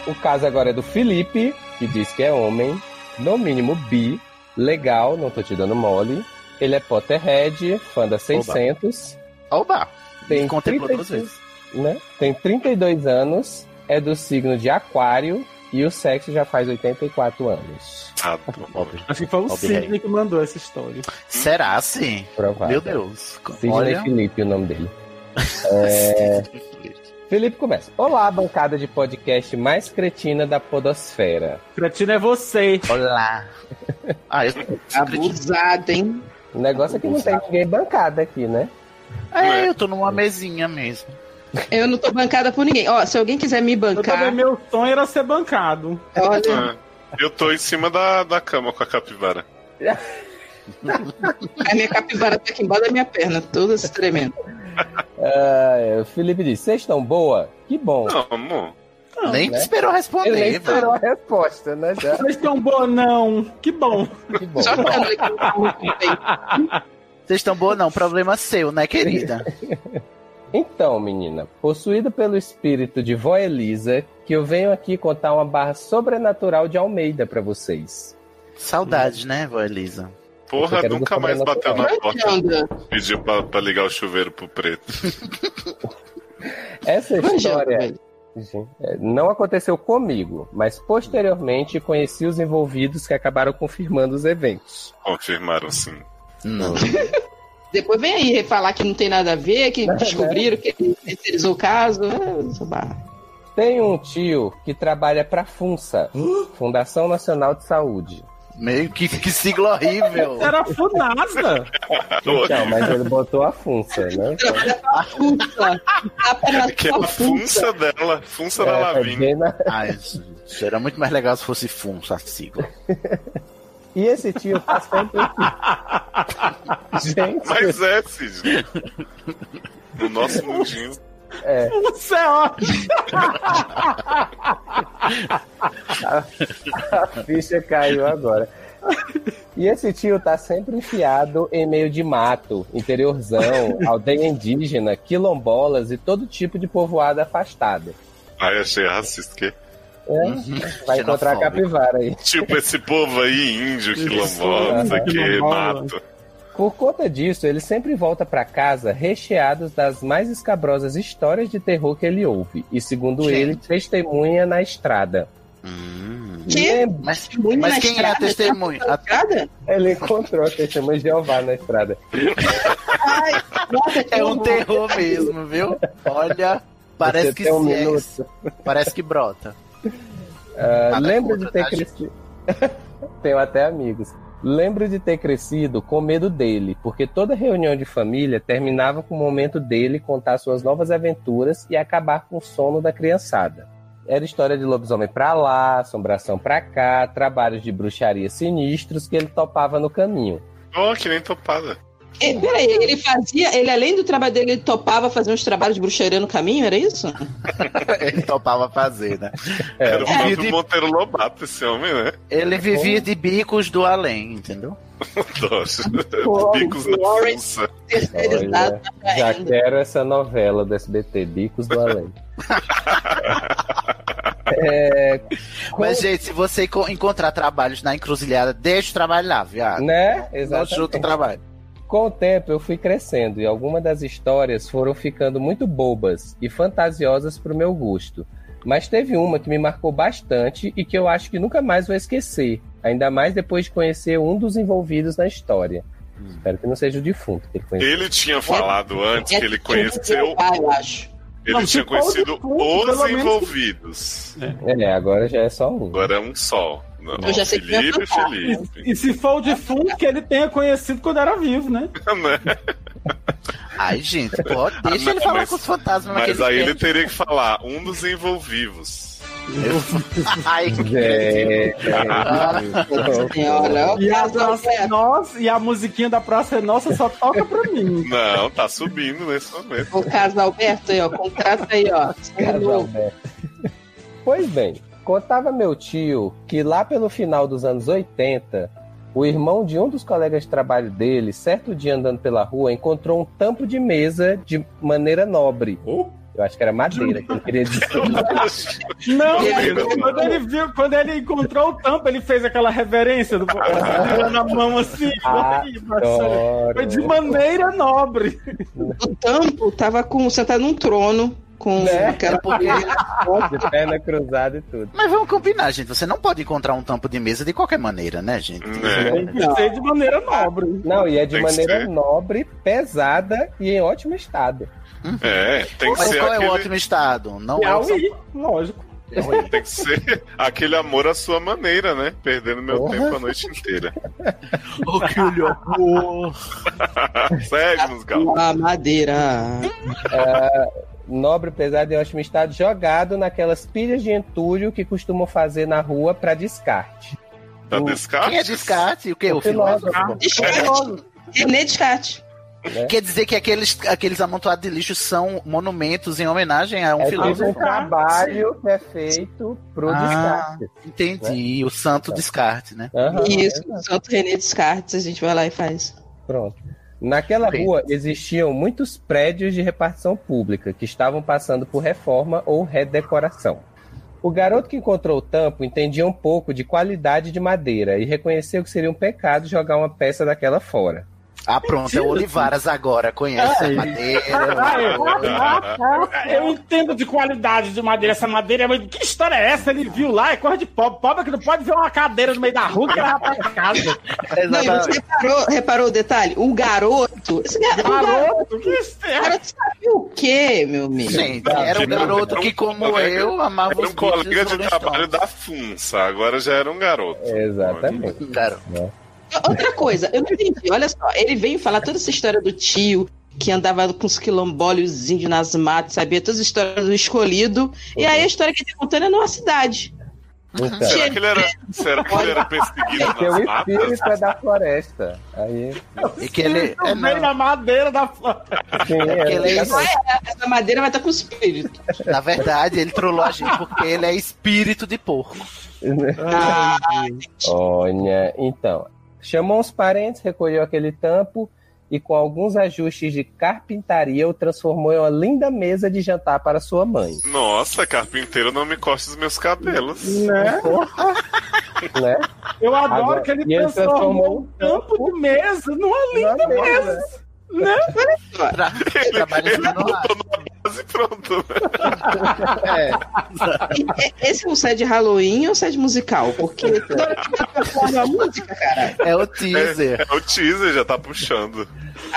O caso agora é do Felipe, que diz que é homem, no mínimo bi, legal, não tô te dando mole. Ele é Potterhead, fã da 600.
Oba!
Tem
Me contemplou
32,
duas vezes.
Né? Tem 32 anos, é do signo de Aquário e o sexo já faz 84 anos.
Ah,
Acho que foi o
Bob
Sidney que mandou essa história.
Será sim?
Provável.
Meu Deus.
Sidney
Olha.
Felipe, o nome dele. É, Felipe começa. Olá, bancada de podcast mais cretina da Podosfera.
Cretina é você.
Olá. Ah, eu...
Abusado, hein?
O negócio é que não tem ninguém bancada aqui, né?
É, eu tô numa mesinha mesmo.
Eu não tô bancada por ninguém. Ó, se alguém quiser me
Eu também,
bancar.
meu sonho era ser bancado.
Olha,
Ah, Eu tô em cima da, da cama com a capivara.
Ah.
a minha capivara tá aqui embaixo da minha perna, toda se tremendo.
é, Ah, o Felipe diz: Vocês estão boa? Que bom.
Não, amor.
Não,
nem
né?
esperou responder.
Ele nem esperou a
mano.
resposta, né? Já.
Vocês estão boa, não. Que bom.
Que bom.
Vocês estão boa, não. Problema seu, né, querida?
Então, menina, possuído pelo espírito de Vó Elisa, que eu venho aqui contar uma barra sobrenatural de Almeida pra vocês.
Saudades, né, vó Elisa?
Eu
Porra,
quero
nunca
gostar
mais
da
bateu
nossa
na
porta.
porta. e Pediu pra, pra ligar o chuveiro pro preto.
Essa história Gente, é, não aconteceu comigo, mas posteriormente conheci os envolvidos que acabaram confirmando os eventos.
Confirmaram sim.
Não.
Depois vem aí falar que não tem nada a ver, que descobriram que ele terceirizou o caso. É, essa barra.
Tem um tio que trabalha pra FUNSA, Fundação Nacional de Saúde.
Meio que, que sigla horrível.
Era FUNASA.
Então, mas ele botou a FUNSA, né?
Que é a funça dela, funça da Lavinha.
Ai, gente, era muito mais legal se fosse Funso, a sigla.
E esse tio tá sempre. Gente.
Mas é, Cid. No nosso mundinho.
É.
Você é ótimo.
A, a ficha caiu agora. E esse tio tá sempre enfiado em meio de mato, interiorzão, aldeia indígena, quilombolas e todo tipo de povoado afastado.
Ai, achei racista que.
É, vai encontrar capivara aí.
Uhum. Tipo, esse povo aí, índio, quilombola,
Isso,
isso aqui,
quilombola.
mato.
Por conta disso, ele sempre volta pra casa recheados das mais escabrosas histórias de terror que ele ouve. E segundo ele, testemunha na estrada.
Hum.
Que?
É, Mas,
Testemunha
mas
na
quem é a
estrada? tá
testemunha? A-
Ele encontrou a testemunha de Jeová na estrada.
É um terror mesmo, viu? Olha, parece
Você
que
tem um
sim, é
minuto?
isso. Parece que brota.
Ah,
Nada
lembro
contra,
de ter
tá,
crescido. Tenho até amigos. Lembro de ter crescido com medo dele, porque toda reunião de família terminava com o momento dele contar suas novas aventuras e acabar com o sono da criançada. Era história de lobisomem pra lá, assombração pra cá, trabalhos de bruxaria sinistros que ele topava no caminho.
Ó, que nem topada.
E, É, peraí, ele fazia, ele além do trabalho dele, ele topava fazer uns trabalhos de bruxaria no caminho, era isso?
Ele topava fazer, né?
Era o
É.
nome
E de-
do Monteiro Lobato, esse homem, né?
É
Ele vivia de bicos do além, entendeu?
Nossa,
Pô,
é um bicos na
Warren.
funça.
Terceirizado.
Olha, já quero essa novela do SBT, Bicos do Além. É,
Mas, gente, se você co- encontrar trabalhos na encruzilhada, deixa o trabalho lá, viado.
né?
Não chuta o trabalho.
Com o tempo eu fui crescendo e algumas das histórias foram ficando muito bobas e fantasiosas pro meu gosto. Mas teve uma que me marcou bastante e que eu acho que nunca mais vou esquecer, ainda mais depois de conhecer um dos envolvidos na história. Espero que não seja o defunto que ele conheceu.
Ele tinha falado antes
É
que ele
tipo
conheceu.
Ah, Eu acho.
Ele
Não,
tinha
se for o
conhecido
defunto, pelo
os
menos-
envolvidos.
É, agora já é só um.
Agora é um só. Não,
Eu já é sei
é
que vai
Felipe,
faltar.
Felipe.
E se for o defunto que ele tenha conhecido quando era vivo, né?
Ai, gente, pode. Deixa
Ah,
ele
não,
falar
mas-
com os fantasmas
Mas
naquele
aí ele
tempo.
teria que falar um dos envolvidos.
Ai,
Senhora,
E a,
olha o caso.
praça é nossa, e a musiquinha da Praça é Nossa só toca pra mim.
Não, tá subindo nesse momento.
O caso Alberto aí, ó. Contrata aí, ó.
Casal Beto. é. Pois bem, contava meu tio que lá pelo final dos anos 80, o irmão de um dos colegas de trabalho dele, certo dia andando pela rua, encontrou um tampo de mesa de maneira nobre.
Oh.
Eu acho que era madeira que ele queria dizer.
Não,
Não,
mas
não,
quando ele viu, quando ele encontrou o tampo, ele fez aquela reverência do
Ah.
ela na mão assim, olha aí, parceiro. foi de maneira nobre.
O tampo tava com, sentado num trono, com
Né?
aquela poeira.
De perna cruzada e tudo.
É Mas vamos combinar, gente. Você não pode encontrar um tampo de mesa de qualquer maneira, né, gente?
Né?
Tem que ser É. de maneira nobre.
Não, e é de
Tem que
maneira
ser.
nobre, pesada e em ótimo estado.
É, tem que
Mas
ser
qual é o
aquele.
ótimo estado? Não é o São
Piauí, lógico.
Paulo.
Tem que ser aquele amor à sua maneira, né? Perdendo meu
Porra.
tempo a noite inteira.
Ô, que horror.
Segue, musical.
A
um
madeira.
É, Nobre, pesado e em ótimo estado, jogado naquelas pilhas de entulho que costumam fazer na rua para descarte.
Tá
O-
descarte?
Quem é descarte? É. O que? O filósofo?
Descarte. René Descarte.
né?
Quer dizer que aqueles, aqueles amontoados de lixo são monumentos em homenagem a um
É
filósofo.
todo um trabalho que é feito pro
Ah,
descarte. né? É.
entendi. O santo descarte, né?
Isso, solta o René Descartes, a gente vai lá e faz.
Pronto. Naquela
Sim.
rua existiam muitos prédios de repartição pública que estavam passando por reforma ou redecoração. O garoto que encontrou o tampo entendia um pouco de qualidade de madeira e reconheceu que seria um pecado jogar uma peça daquela fora.
Ah, pronto, é o Olivaras agora, conhece a madeira.
É. Ah, Eu entendo de qualidade de madeira. Essa madeira, mas que história é essa? Ele viu lá, é coisa de pobre. Pobre que não pode ver uma cadeira no meio da rua que ela vai pra casa.
Não, e você reparou, reparou o detalhe? O garoto. Esse gar...
Garoto,
o
que
O garoto sabe o quê, meu amigo?
Gente, era um garoto que, como eu, amava
Era
os
um colega
bichos
de trabalho da FUNSA, agora já era um garoto.
Exatamente. Né?
Garoto.
Outra coisa, eu não entendi. Olha só, ele veio falar toda essa história do tio que andava com os quilombolos os índios nas matas, sabia todas as histórias do escolhido. E aí a história que ele tá contando é numa cidade.
Então,
Será que ele era, será que ele era perseguido
que o
nas matas?
espírito é da floresta. Aí.
E que ele- é, não.
Meio da madeira da floresta.
Sim,
É que ele é
Não é, Essa madeira vai estar com espírito.
Na verdade, ele trollou a gente porque ele é espírito de porco.
Ah, Olha, então. Chamou os parentes, recolheu aquele tampo e, com alguns ajustes de carpintaria, o transformou em uma linda mesa de jantar para sua mãe.
Nossa, carpinteiro não me corte os meus cabelos.
Né?
Né?
Eu adoro
Agora-
que ele
e ele transformou
transformou um tampo de mesa numa linda
Numa mesa.
mesa. Né?
Tra- Trabalhando no ar.
E- Esse é um set de Halloween ou um set musical? Porque toda hora que eu transformo a música, caralho.
É o
É,
teaser.
é o teaser, já tá puxando.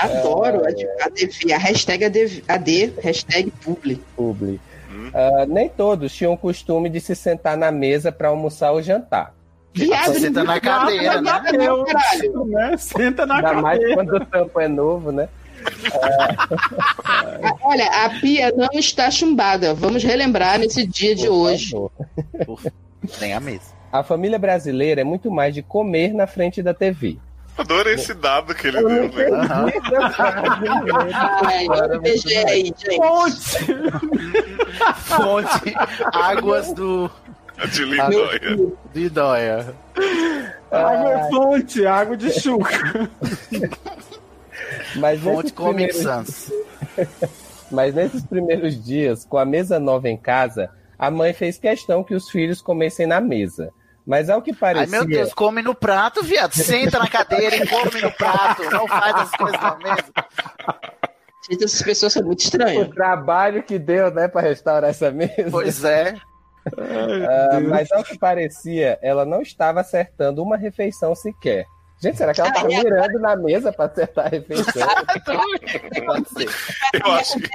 É.
Adoro a de- a, DV, a hashtag ADV, AD, hashtag publi.
Publi.
Hum?
Ah, nem todos tinham o costume de se sentar na mesa para almoçar ou jantar.
Viado,
Você tá na cadeira, né?
nada não, caralho.
Né? Senta na
Ainda mais
cadeira.
quando o tampo é novo, né?
A- Olha, a pia não está chumbada. Vamos relembrar nesse dia de hoje.
Nem a mesa.
A família brasileira é muito mais de comer na frente da TV.
Adorei esse dado que ele deu, né?
Aham.
Ai,
Agora,
BG aí, gente.
Ponte.
Fonte Águas do
É De lindóia.
de Dóia.
Ah.
Água é fonte, água de chuca.
Mas
Fonte
nesses
Comic
primeiros-
Sans.
Mas nesses primeiros dias, com a mesa nova em casa, a mãe fez questão que os filhos comessem na mesa. Mas ao que parecia.
Ai, meu Deus, come no prato, viado. Senta na cadeira e come no prato. Não faz as coisas na mesa.
Gente, é essas pessoas são muito
O
estranhas.
trabalho que deu, né, para restaurar essa mesa.
Pois é.
Ah, mas ao que parecia, ela não estava acertando uma refeição sequer. Gente, será que ela estava
Ah, é.
mirando na mesa para acertar a refeição?
Pode ser.
Eu acho que.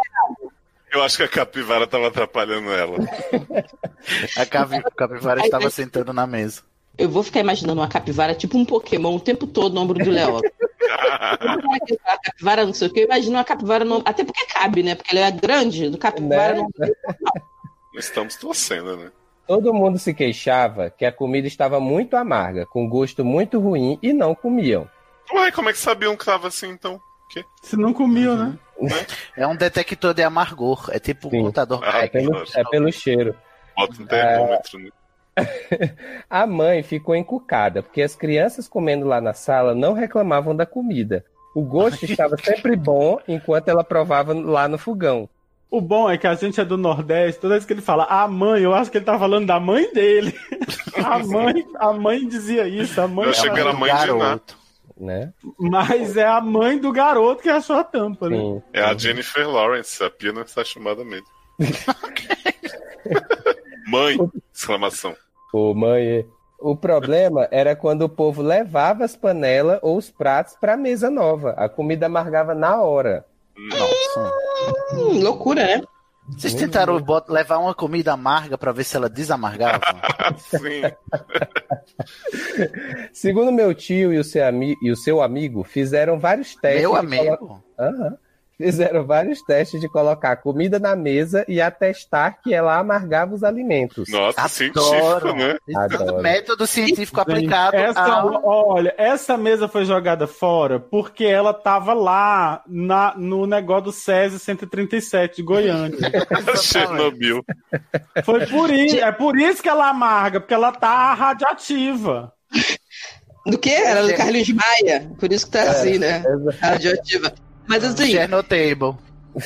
Eu acho que a capivara tava atrapalhando ela.
A capi- capivara estava sentando na mesa.
Eu vou ficar imaginando uma capivara, tipo um Pokémon, o tempo todo no ombro do Leó. A capivara, não sei o que, eu imagino uma capivara no Até porque cabe, né? Porque ela é grande, do capivara
Né?
não.
Estamos torcendo, né?
Todo mundo se queixava que a comida estava muito amarga, com gosto muito ruim e não comiam.
Ué, como é que sabiam que tava assim então?
Se não comiu, né?
É um detector de amargor. É tipo um
Sim.
computador.
Ah,
É pelo, é pelo cheiro.
Bota um termômetro, né?
A mãe ficou encucada, porque as crianças comendo lá na sala não reclamavam da comida. O gosto estava sempre bom enquanto ela provava lá no fogão.
O bom é que a gente é do Nordeste, toda vez que ele fala a mãe, eu acho que ele tá falando da mãe dele. A mãe, a mãe dizia isso, a mãe
Eu achei
ela-
que era
do
mãe de Iná.
garoto.
Né?
Mas é a mãe do garoto que achou a tampa, né?
Sim.
É a Jennifer Lawrence, a pia não está chamada mesmo. mãe! Exclamação.
Ô, mãe. é. O problema era quando o povo levava as panelas ou os pratos para a mesa nova. A comida amargava na hora.
Nossa.
Hum, loucura, né?
Vocês tentaram bot- levar uma comida amarga pra ver se ela desamargava?
Sim.
Segundo meu tio e o seu, ami- e o seu amigo, fizeram vários testes.
Meu
de
amigo.
colo- Aham. fizeram vários testes de colocar comida na mesa e atestar que ela amargava os alimentos.
Nossa, científico, né?
Adoro.
Método científico aplicado
Essa,
ah.
ao...
Olha, essa mesa foi jogada fora porque ela tava lá na, no negócio do SESI 137 de Goiânia.
Chernobyl.
foi por isso, é por isso que ela amarga, porque ela tá radioativa.
Do que? Era do Carlinhos Maia. Por isso que tá assim, né? Radioativa. Mas assim.
Chernobyl.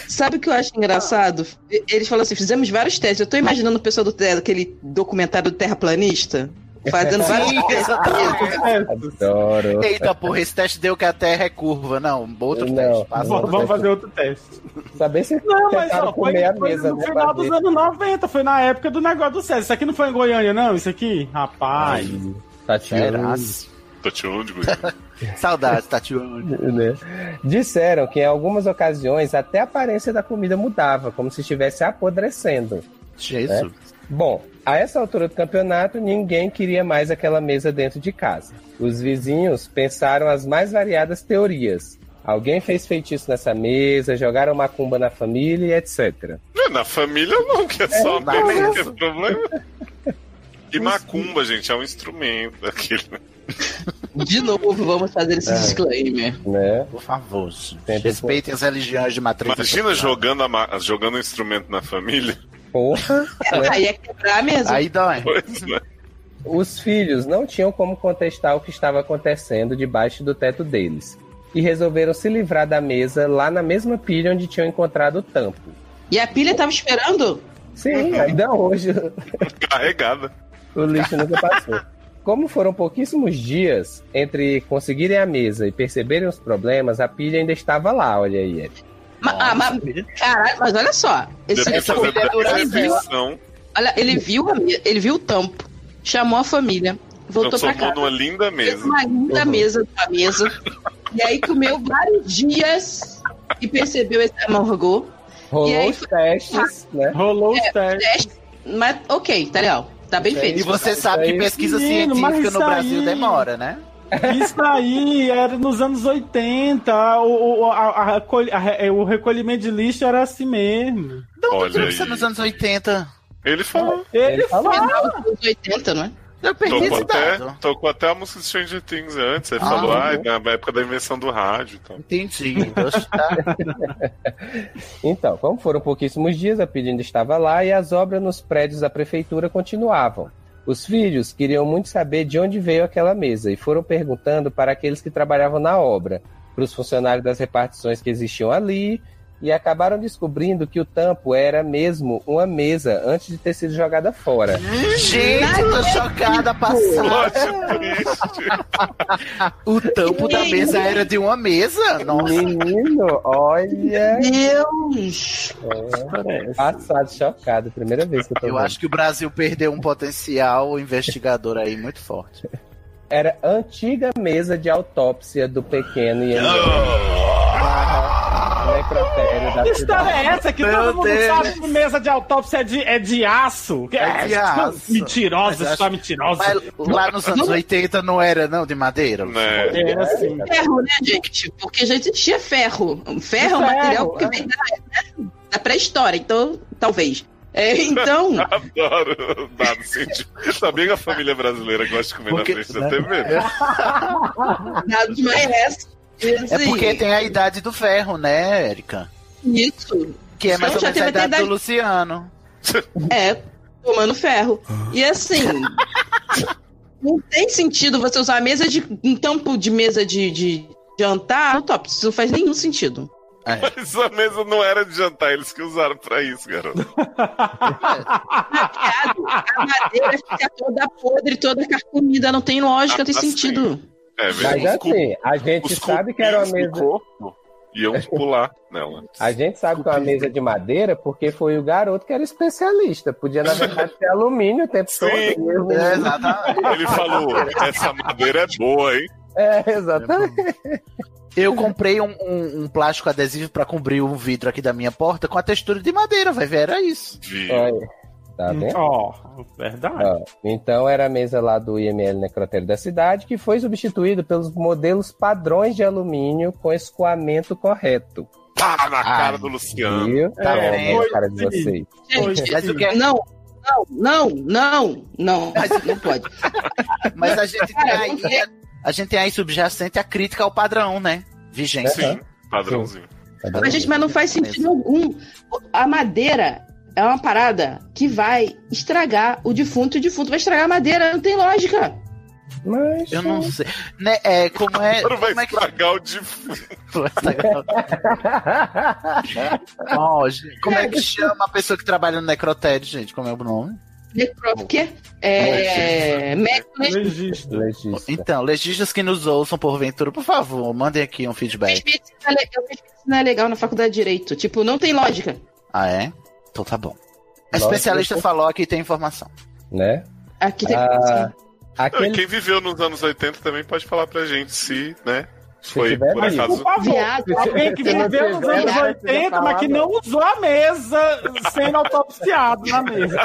Sabe o que eu acho engraçado? E- Eles falam assim: fizemos vários testes. Eu tô imaginando o pessoal do Terra, aquele documentário do Terraplanista, fazendo vários
Sim,
testes.
exatamente.
Adoro.
Eita, porra, esse teste deu que a Terra é curva. Não, outro teste. Passa
Vamos
outro
vamos
teste.
fazer outro teste.
Saber se
Não, mas
tentaram
ó, foi,
comer a
foi
mesa,
no
né,
final
Barbie?
dos anos 90, foi na época do negócio do César. Isso aqui não foi em Goiânia, não? Isso aqui? Rapaz.
Tá Será?
Tô te onde, Goiânia?
Saudades, Tatiana.
Né? Disseram que em algumas ocasiões até a aparência da comida mudava, como se estivesse apodrecendo. Né?
Jesus.
Bom, a essa altura do campeonato, ninguém queria mais aquela mesa dentro de casa. Os vizinhos pensaram as mais variadas teorias. Alguém fez feitiço nessa mesa, jogaram macumba na família, e etc.
Não, na família não, que é só
então,
mesmo,
né?
que é problema. E macumba, gente, é um instrumento. Aquele... né?
De novo, vamos fazer esse
É.
disclaimer.
Né?
Por favor, respeitem as religiões de matriz.
Imagina jogando, a ma- jogando um instrumento na família.
Porra!
Aí é quebrar mesmo.
Aí dói.
Pois, né?
Os filhos não tinham como contestar o que estava acontecendo debaixo do teto deles. E resolveram se livrar da mesa lá na mesma pilha onde tinham encontrado o tampo.
E a pilha tava esperando?
Sim, ainda hoje
Carregada.
o lixo nunca passou. Como foram pouquíssimos dias entre conseguirem a mesa e perceberem os problemas, a pilha ainda estava lá, olha aí. Ed.
Ma- ah, mas, caralho, mas olha só. Esse tipo
Deve
essa
fazer
mulher
dez
ele viu,
Não,
olha, ele viu, a me- ele viu o tampo, chamou a família, voltou pra
transformou
casa.
numa linda mesa.
Uma linda
Uhum.
mesa da mesa. E aí comeu vários dias e percebeu esse amargor.
Rolou
e aí, É,
os testes, né?
Rolou os testes.
Mas ok, tá legal. Tá
É
bem feito.
E você sabe que pesquisa
Menino, mas
científica
isso
no Brasil
aí-
demora, né?
Isso aí era nos anos 80. O, o, a- a recolhe- a re- o recolhimento de lixo era assim mesmo.
tá
Olha aí.
Isso nos anos 80.
Ele falou.
Ele,
falou.
Final dos anos 80, não é?
Eu perdi
Tocou
esse
até,
dado.
tocou até a música de Stranger Things antes. Ele
Ah,
falou,
uhum.
ai, na época da invenção do rádio. Então.
Entendi. Oxe, tá.
Então, como foram pouquíssimos dias, a pedida estava lá e as obras nos prédios da prefeitura continuavam. Os filhos queriam muito saber de onde veio aquela mesa e foram perguntando para aqueles que trabalhavam na obra, para os funcionários das repartições que existiam ali, e acabaram descobrindo que o tampo era mesmo uma mesa antes de ter sido jogada fora.
Gente, eu tô chocada, passada. O tampo da mesa era de uma mesa? Nossa.
Menino, olha.
Deus!
É, passado, chocado, primeira vez que eu tô
Eu
vendo.
acho que o Brasil perdeu um potencial investigador aí muito forte.
Era a antiga mesa de autópsia do pequeno e necrotério da
Que história
cidade.
é essa que
Meu
todo mundo
Deus.
sabe que mesa de autópsia é de, é de aço? Que
É de
essa?
aço. Mas
Mentirosa,
acho-
só mentirosa.
Mas lá nos anos 80 não era, não, de madeira?
Né?
É assim.
Ferro, né, gente? Porque já existia ferro. Ferro é um material que vem da, né, da pré-história, então, talvez. É, então,
Adoro dado científico. Sabia que a família brasileira gosta de comer
Porque-
na frente da TV, né?
dados mais essa.
É porque tem a idade do ferro, né, Érica?
Isso.
Que é mais
Então
ou menos
já
a
teve até
idade do
idade-
Luciano.
É, tomando ferro. E assim. não tem sentido você usar a mesa de. um tampo de mesa de, de jantar no top. Isso não faz nenhum sentido.
Mas a mesa não era de jantar, eles que usaram pra isso, garoto.
A madeira fica toda podre, toda carcomida, não tem lógica, não tem
Ah, sim.
sentido.
É,
Mas
mesmo os cu-
assim, a gente
os
sabe que era uma
cupins do
mesa.
um corpo iam pular nela.
A gente sabe que é uma mesa de madeira porque foi o garoto que era especialista. Podia, na verdade, ser alumínio o tempo
Sim.
todo.
É, exatamente.
Ele falou, essa madeira é boa, hein?
É, exatamente.
Eu comprei um, um- um plástico adesivo pra cobrir um vidro aqui da minha porta com a textura de madeira, vai ver, era isso.
Vi.
Olha, Tá vendo?
Hum, Ó, verdade.
Ó, então era a mesa lá do IML Necrotério da cidade, que foi substituído pelos modelos padrões de alumínio com escoamento correto.
Pá, na cara do Luciano.
Tá
É,
vendo
foi
a cara de
sim.
vocês.
Gente,
é.
é
não, não, não, não, não, não pode. É,
Mas a gente tem aí, a gente tem aí subjacente a crítica ao padrão, né? Vigência.
Sim, padrãozinho.
Mas, gente, mas não faz sentido algum. A madeira é uma parada que vai estragar o defunto e o defunto vai estragar a madeira. Não tem lógica.
Mas.
Eu não sei. Né, é, como é.
Agora vai estragar o defunto.
Vai estragar Ó, gente, como é que chama a pessoa que trabalha no necrotério, gente? Como é o nome?
Necrópio, quê? É. Médico, né?
Então, legistas que nos ouçam porventura, por favor, mandem aqui um feedback.
Medicina le- Eu fiz medicina legal na faculdade de direito. Tipo, não tem lógica.
Ah, é? Então tá bom. A
Lógico.
especialista falou que tem informação.
Né?
Aqui
tem
ah,
Não, e
aquele
Quem viveu nos anos 80 também pode falar pra gente se, né? Foi
tiver
por
vivo.
acaso.
Por favor,
Viado.
alguém que viveu nos anos 80, mas que não usou a mesa sendo autopsiado na mesa.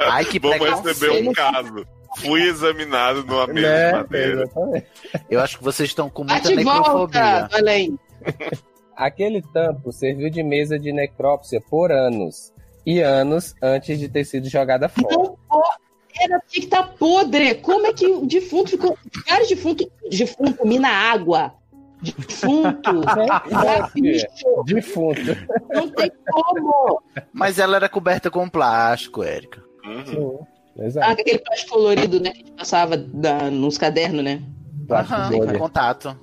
Ai, que
Vamos
preconceito.
receber um caso. Fui examinado numa
Né,
mesa de madeira.
Eu acho que vocês estão com muita
Bate e
necrofobia.
Tá volta, além.
Aquele tampo serviu de mesa de necrópsia por anos. E anos antes de ter sido jogada fora.
Era tinha que tá podre. Como é que o defunto ficou. Cara, defunto, defunto, mina água. Defunto. Tá,
é.
Gente, Defunto.
Não tem como.
Mas ela era coberta com plástico, Érica.
Ah, aquele plástico colorido, né? Que a gente passava da- nos cadernos, né?
Aham,
bolha.
com contato.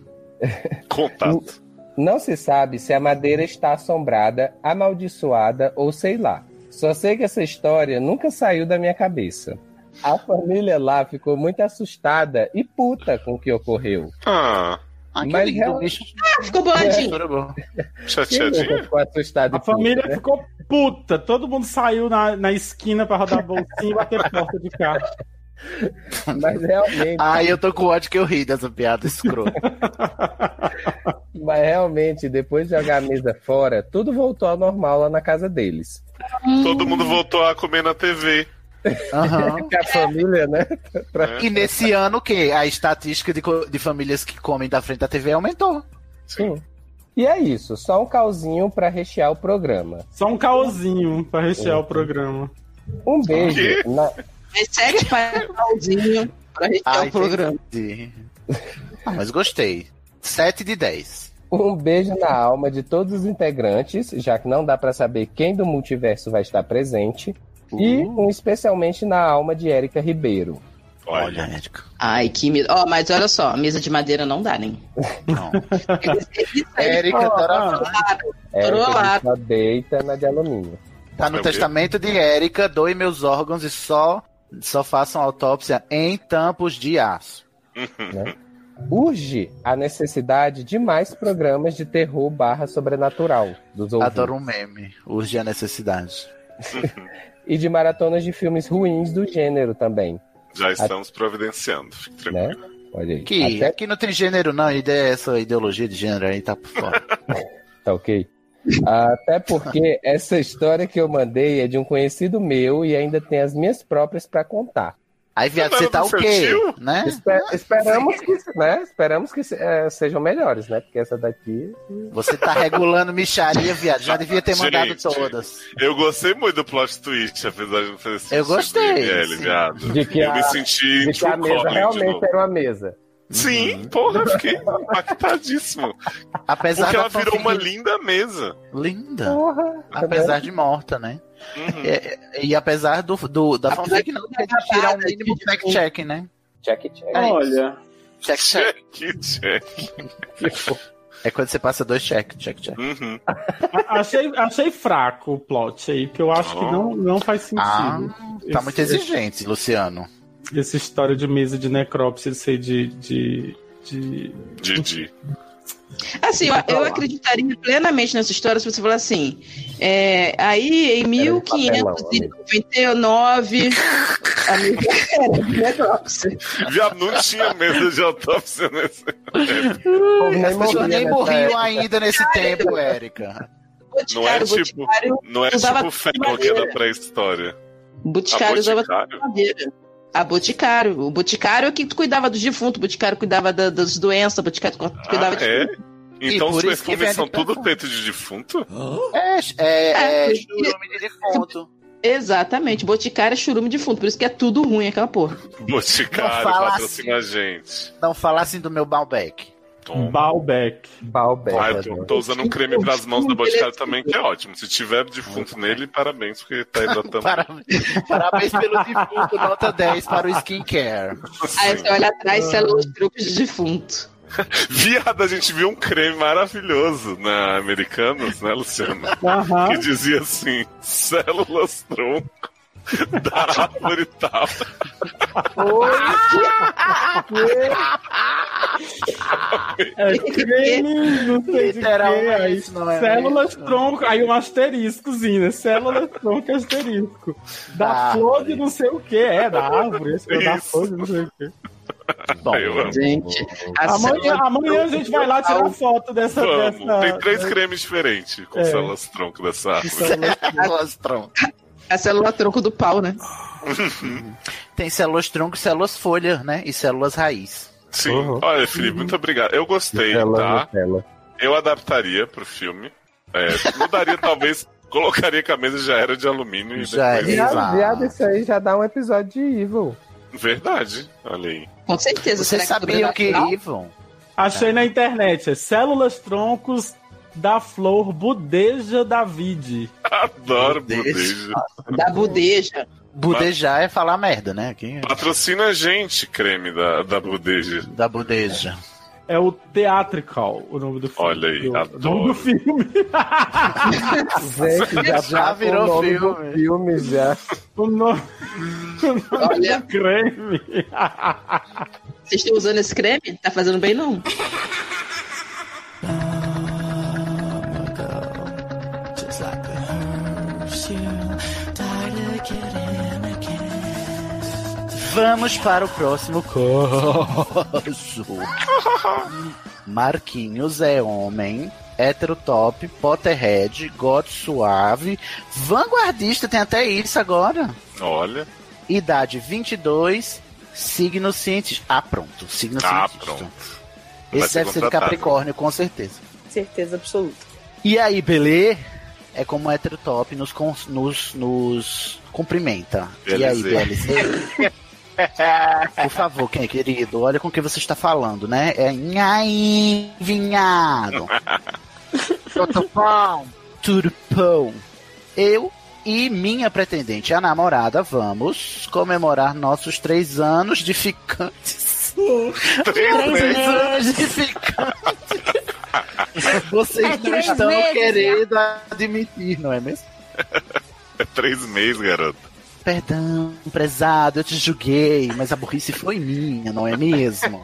Contato.
Não se sabe se a madeira está assombrada, amaldiçoada ou sei lá. Só sei que essa história nunca saiu da minha cabeça. A família lá ficou muito assustada e puta com o que ocorreu.
Ah,
Ah, que
Mas
lindo,
realmente-
bicho.
Ah, ficou
É,
boladinho.
Era bom.
Quem nunca
chateadinho.
ficou
Tá
assustado
A
e puto,
família
né?
ficou puta. Todo mundo saiu na, na esquina pra rodar bolsinha e bater porta de carro.
Mas realmente.
Ai, eu tô com ódio que eu ri dessa piada escrota.
Mas realmente, depois de jogar a mesa fora, tudo voltou ao normal lá na casa deles.
Todo mundo voltou a comer na TV.
Aham.
Porque a família, né?
E
é.
nesse ano o quê? A estatística de, co- de famílias que comem da frente da é TV aumentou.
Sim. E é isso, só um calzinho pra rechear o programa.
Só um caosinho pra rechear o programa.
Um beijo. na-
Mas segue para o Claudinho pra gente
Ah,
ter o programa.
entendi. Ah, mas gostei. 7 de 10.
Um beijo na alma de todos os integrantes, já que não dá pra saber quem do multiverso vai estar presente. E um especialmente na alma de Érica Ribeiro.
Olha, Érica.
Ai, que medo. Ó, mas olha só, mesa de madeira não dá, nem.
Não.
Érica
Érica só deita na de alumínio.
Tá no testamento de Érica, doe meus órgãos e só, só façam autópsia em tampos de aço.
né? Urge a necessidade de mais programas de terror barra sobrenatural dos ouvintes.
Adoro um meme. Urge a necessidade.
E de maratonas de filmes ruins do gênero também.
Já estamos providenciando. Fique tranquilo.
Né? Olha aí.
É Que
Até
aqui não tem gênero, não. Ideia, é essa ideologia de gênero aí tá por fora.
Tá ok. Até porque essa história que eu mandei é de um conhecido meu e ainda tem as minhas próprias pra contar.
Aí, viado, você tá o quê? Né?
Espe- esperamos que, né? Esperamos que se- eh, sejam melhores, né? Porque essa daqui.
Você tá regulando micharia, viado. Já devia ter mandado
Gente,
todas.
Eu gostei muito do plot twist, apesar de não fazer sentido.
Eu gostei,
BL,
sim.
viado.
De que
eu
a-
me senti
De
em
que a
True Calling
mesa
de
realmente é-
novo.
era uma mesa.
Sim, porra, eu fiquei impactadíssimo.
Uhum. Apesar
Porque
da
ela virou
fanfic-
uma linda mesa.
Linda.
Porra!
Apesar de morta, né?
Uhum.
É, E, e apesar do, do- da fanfic não ter
tá
tirar o um mínimo
tipo,
fact-check, né?
Check, check.
É isso.
Olha.
Check-check.
Que check.
É quando você passa dois check, check-check.
Uhum.
A- Achei, achei fraco o plot aí, porque eu acho que não, não faz sentido.
Ah, tá
Esse-
muito exigente, Luciano.
esse- Essa história de mesa de necrópsia ser de. de, de...
Didi.
Assim, eu, eu acreditaria plenamente nessa história se você falar assim. é, aí, em 1599. amigo, era necrópsia.
Viado, não tinha mesa de autópsia nesse.
As pessoas nem né, morriam ainda nesse tempo, Érica.
Não é
Boticário,
tipo,
Boticário
não é
usava
tipo ferro que é da pré-história.
Boticário
A
usava
Ah, Boticário?
tudo de madeira. A Boticário. O Boticário é que cuidava dos defuntos, o Boticário cuidava da- das doenças, o Boticário cuidava
Ah,
de
é?
tudo.
Então
E
os
por isso que
perfumes
vende
são tudo
perfume.
peito de defunto?
É, é, é
É, porque-
churume de defunto.
Exatamente, boticário é churume de fundo, por isso que é tudo ruim aquela porra.
Boticário,
Não fala
patrocina
assim.
a gente.
Não falar assim do meu Balbec.
Balbec.
Balbec.
Ah,
né?
eu tô, tô usando um creme pras mãos da Boticário também, que é ótimo. Se tiver defunto nele, parabéns, porque tá hidratando.
Parabéns. Parabéns pelo defunto, nota 10 para o skincare.
Aí você olha atrás,
Ah.
você é os grupos de defunto.
Viado, a gente viu um creme maravilhoso na Americanas, né, Luciano?
Aham.
Que dizia assim: células tronco da árvore tal.
É creme, não sei de quê,
Literalmente,
aí
não é
células
mesmo?
tronco, aí um asteriscozinho, né? Células tronco asterisco. Da
Da
flor de não sei o que, é, da árvore, esse é da
Isso.
flor de não sei o que.
Bom,
Eu amo.
Gente, a
Assim,
Amanhã,
célula-
amanhã a gente vai lá tirar foto dessa. dessa
Vamos, tem três
dessa-
cremes diferentes com
É.
células tronco dessa árvore.
células tronco.
Células tronco.
É a célula tronco do pau, né?
Hum.
Tem células tronco, células folha, né? E células raiz.
Sim,
Uhum.
olha, Felipe, muito obrigado. Eu gostei,
Nutella,
tá?
Nutella.
Eu adaptaria pro filme. É, mudaria, talvez. Colocaria a camisa já era de alumínio e
Já é,
depois.
era.
Viado,
Exato.
viado, isso aí já dá um episódio de Evil.
Verdade. Olha aí.
Com certeza.
Vocês
será que
sabiam que Tá.
sobrenatural?
Ivan?
Achei na internet, é células troncos da flor budeja Davide.
Adoro
Meu Deus.
bodeja.
Da budeja.
Budejar é falar merda, né? Aqui,
Patrocina a gente, creme da, da bodeja.
da budeja.
É o Theatrical, o nome do filme.
Olha aí,
do,
adoro.
nome do filme.
Gente, já,
Já
tá com
virou
o nome do
filme.
filme já.
O nome, o nome
Olha.
do creme.
Vocês estão usando esse creme? Tá fazendo bem, não?
Vamos para o próximo caso. Marquinhos é homem, hétero top, Potterhead, gote suave, vanguardista, tem até isso agora.
Olha.
Idade 22, signo cientista. Ah, pronto, signo
Ah,
cientista.
pronto. Vai
Esse
ser
deve ser do
contratado.
Capricórnio, com certeza.
Certeza absoluta.
E aí, Belê? É como hétero top nos, cons- nos, nos cumprimenta. E aí,
Beleza.
BLZ? Por favor, quem é querido, olha com quem você está falando, né? É nhaim, vinhado. Totopão. Turpão. Eu e minha pretendente, a namorada, vamos comemorar nossos três anos de ficantes.
Três
Três
vezes.
anos de ficante. Vocês
É
não
três
estão
né?
meses,
querendo admitir, não é mesmo?
É três meses, garoto.
Perdão, prezado, eu te julguei, mas a burrice foi minha, não é mesmo?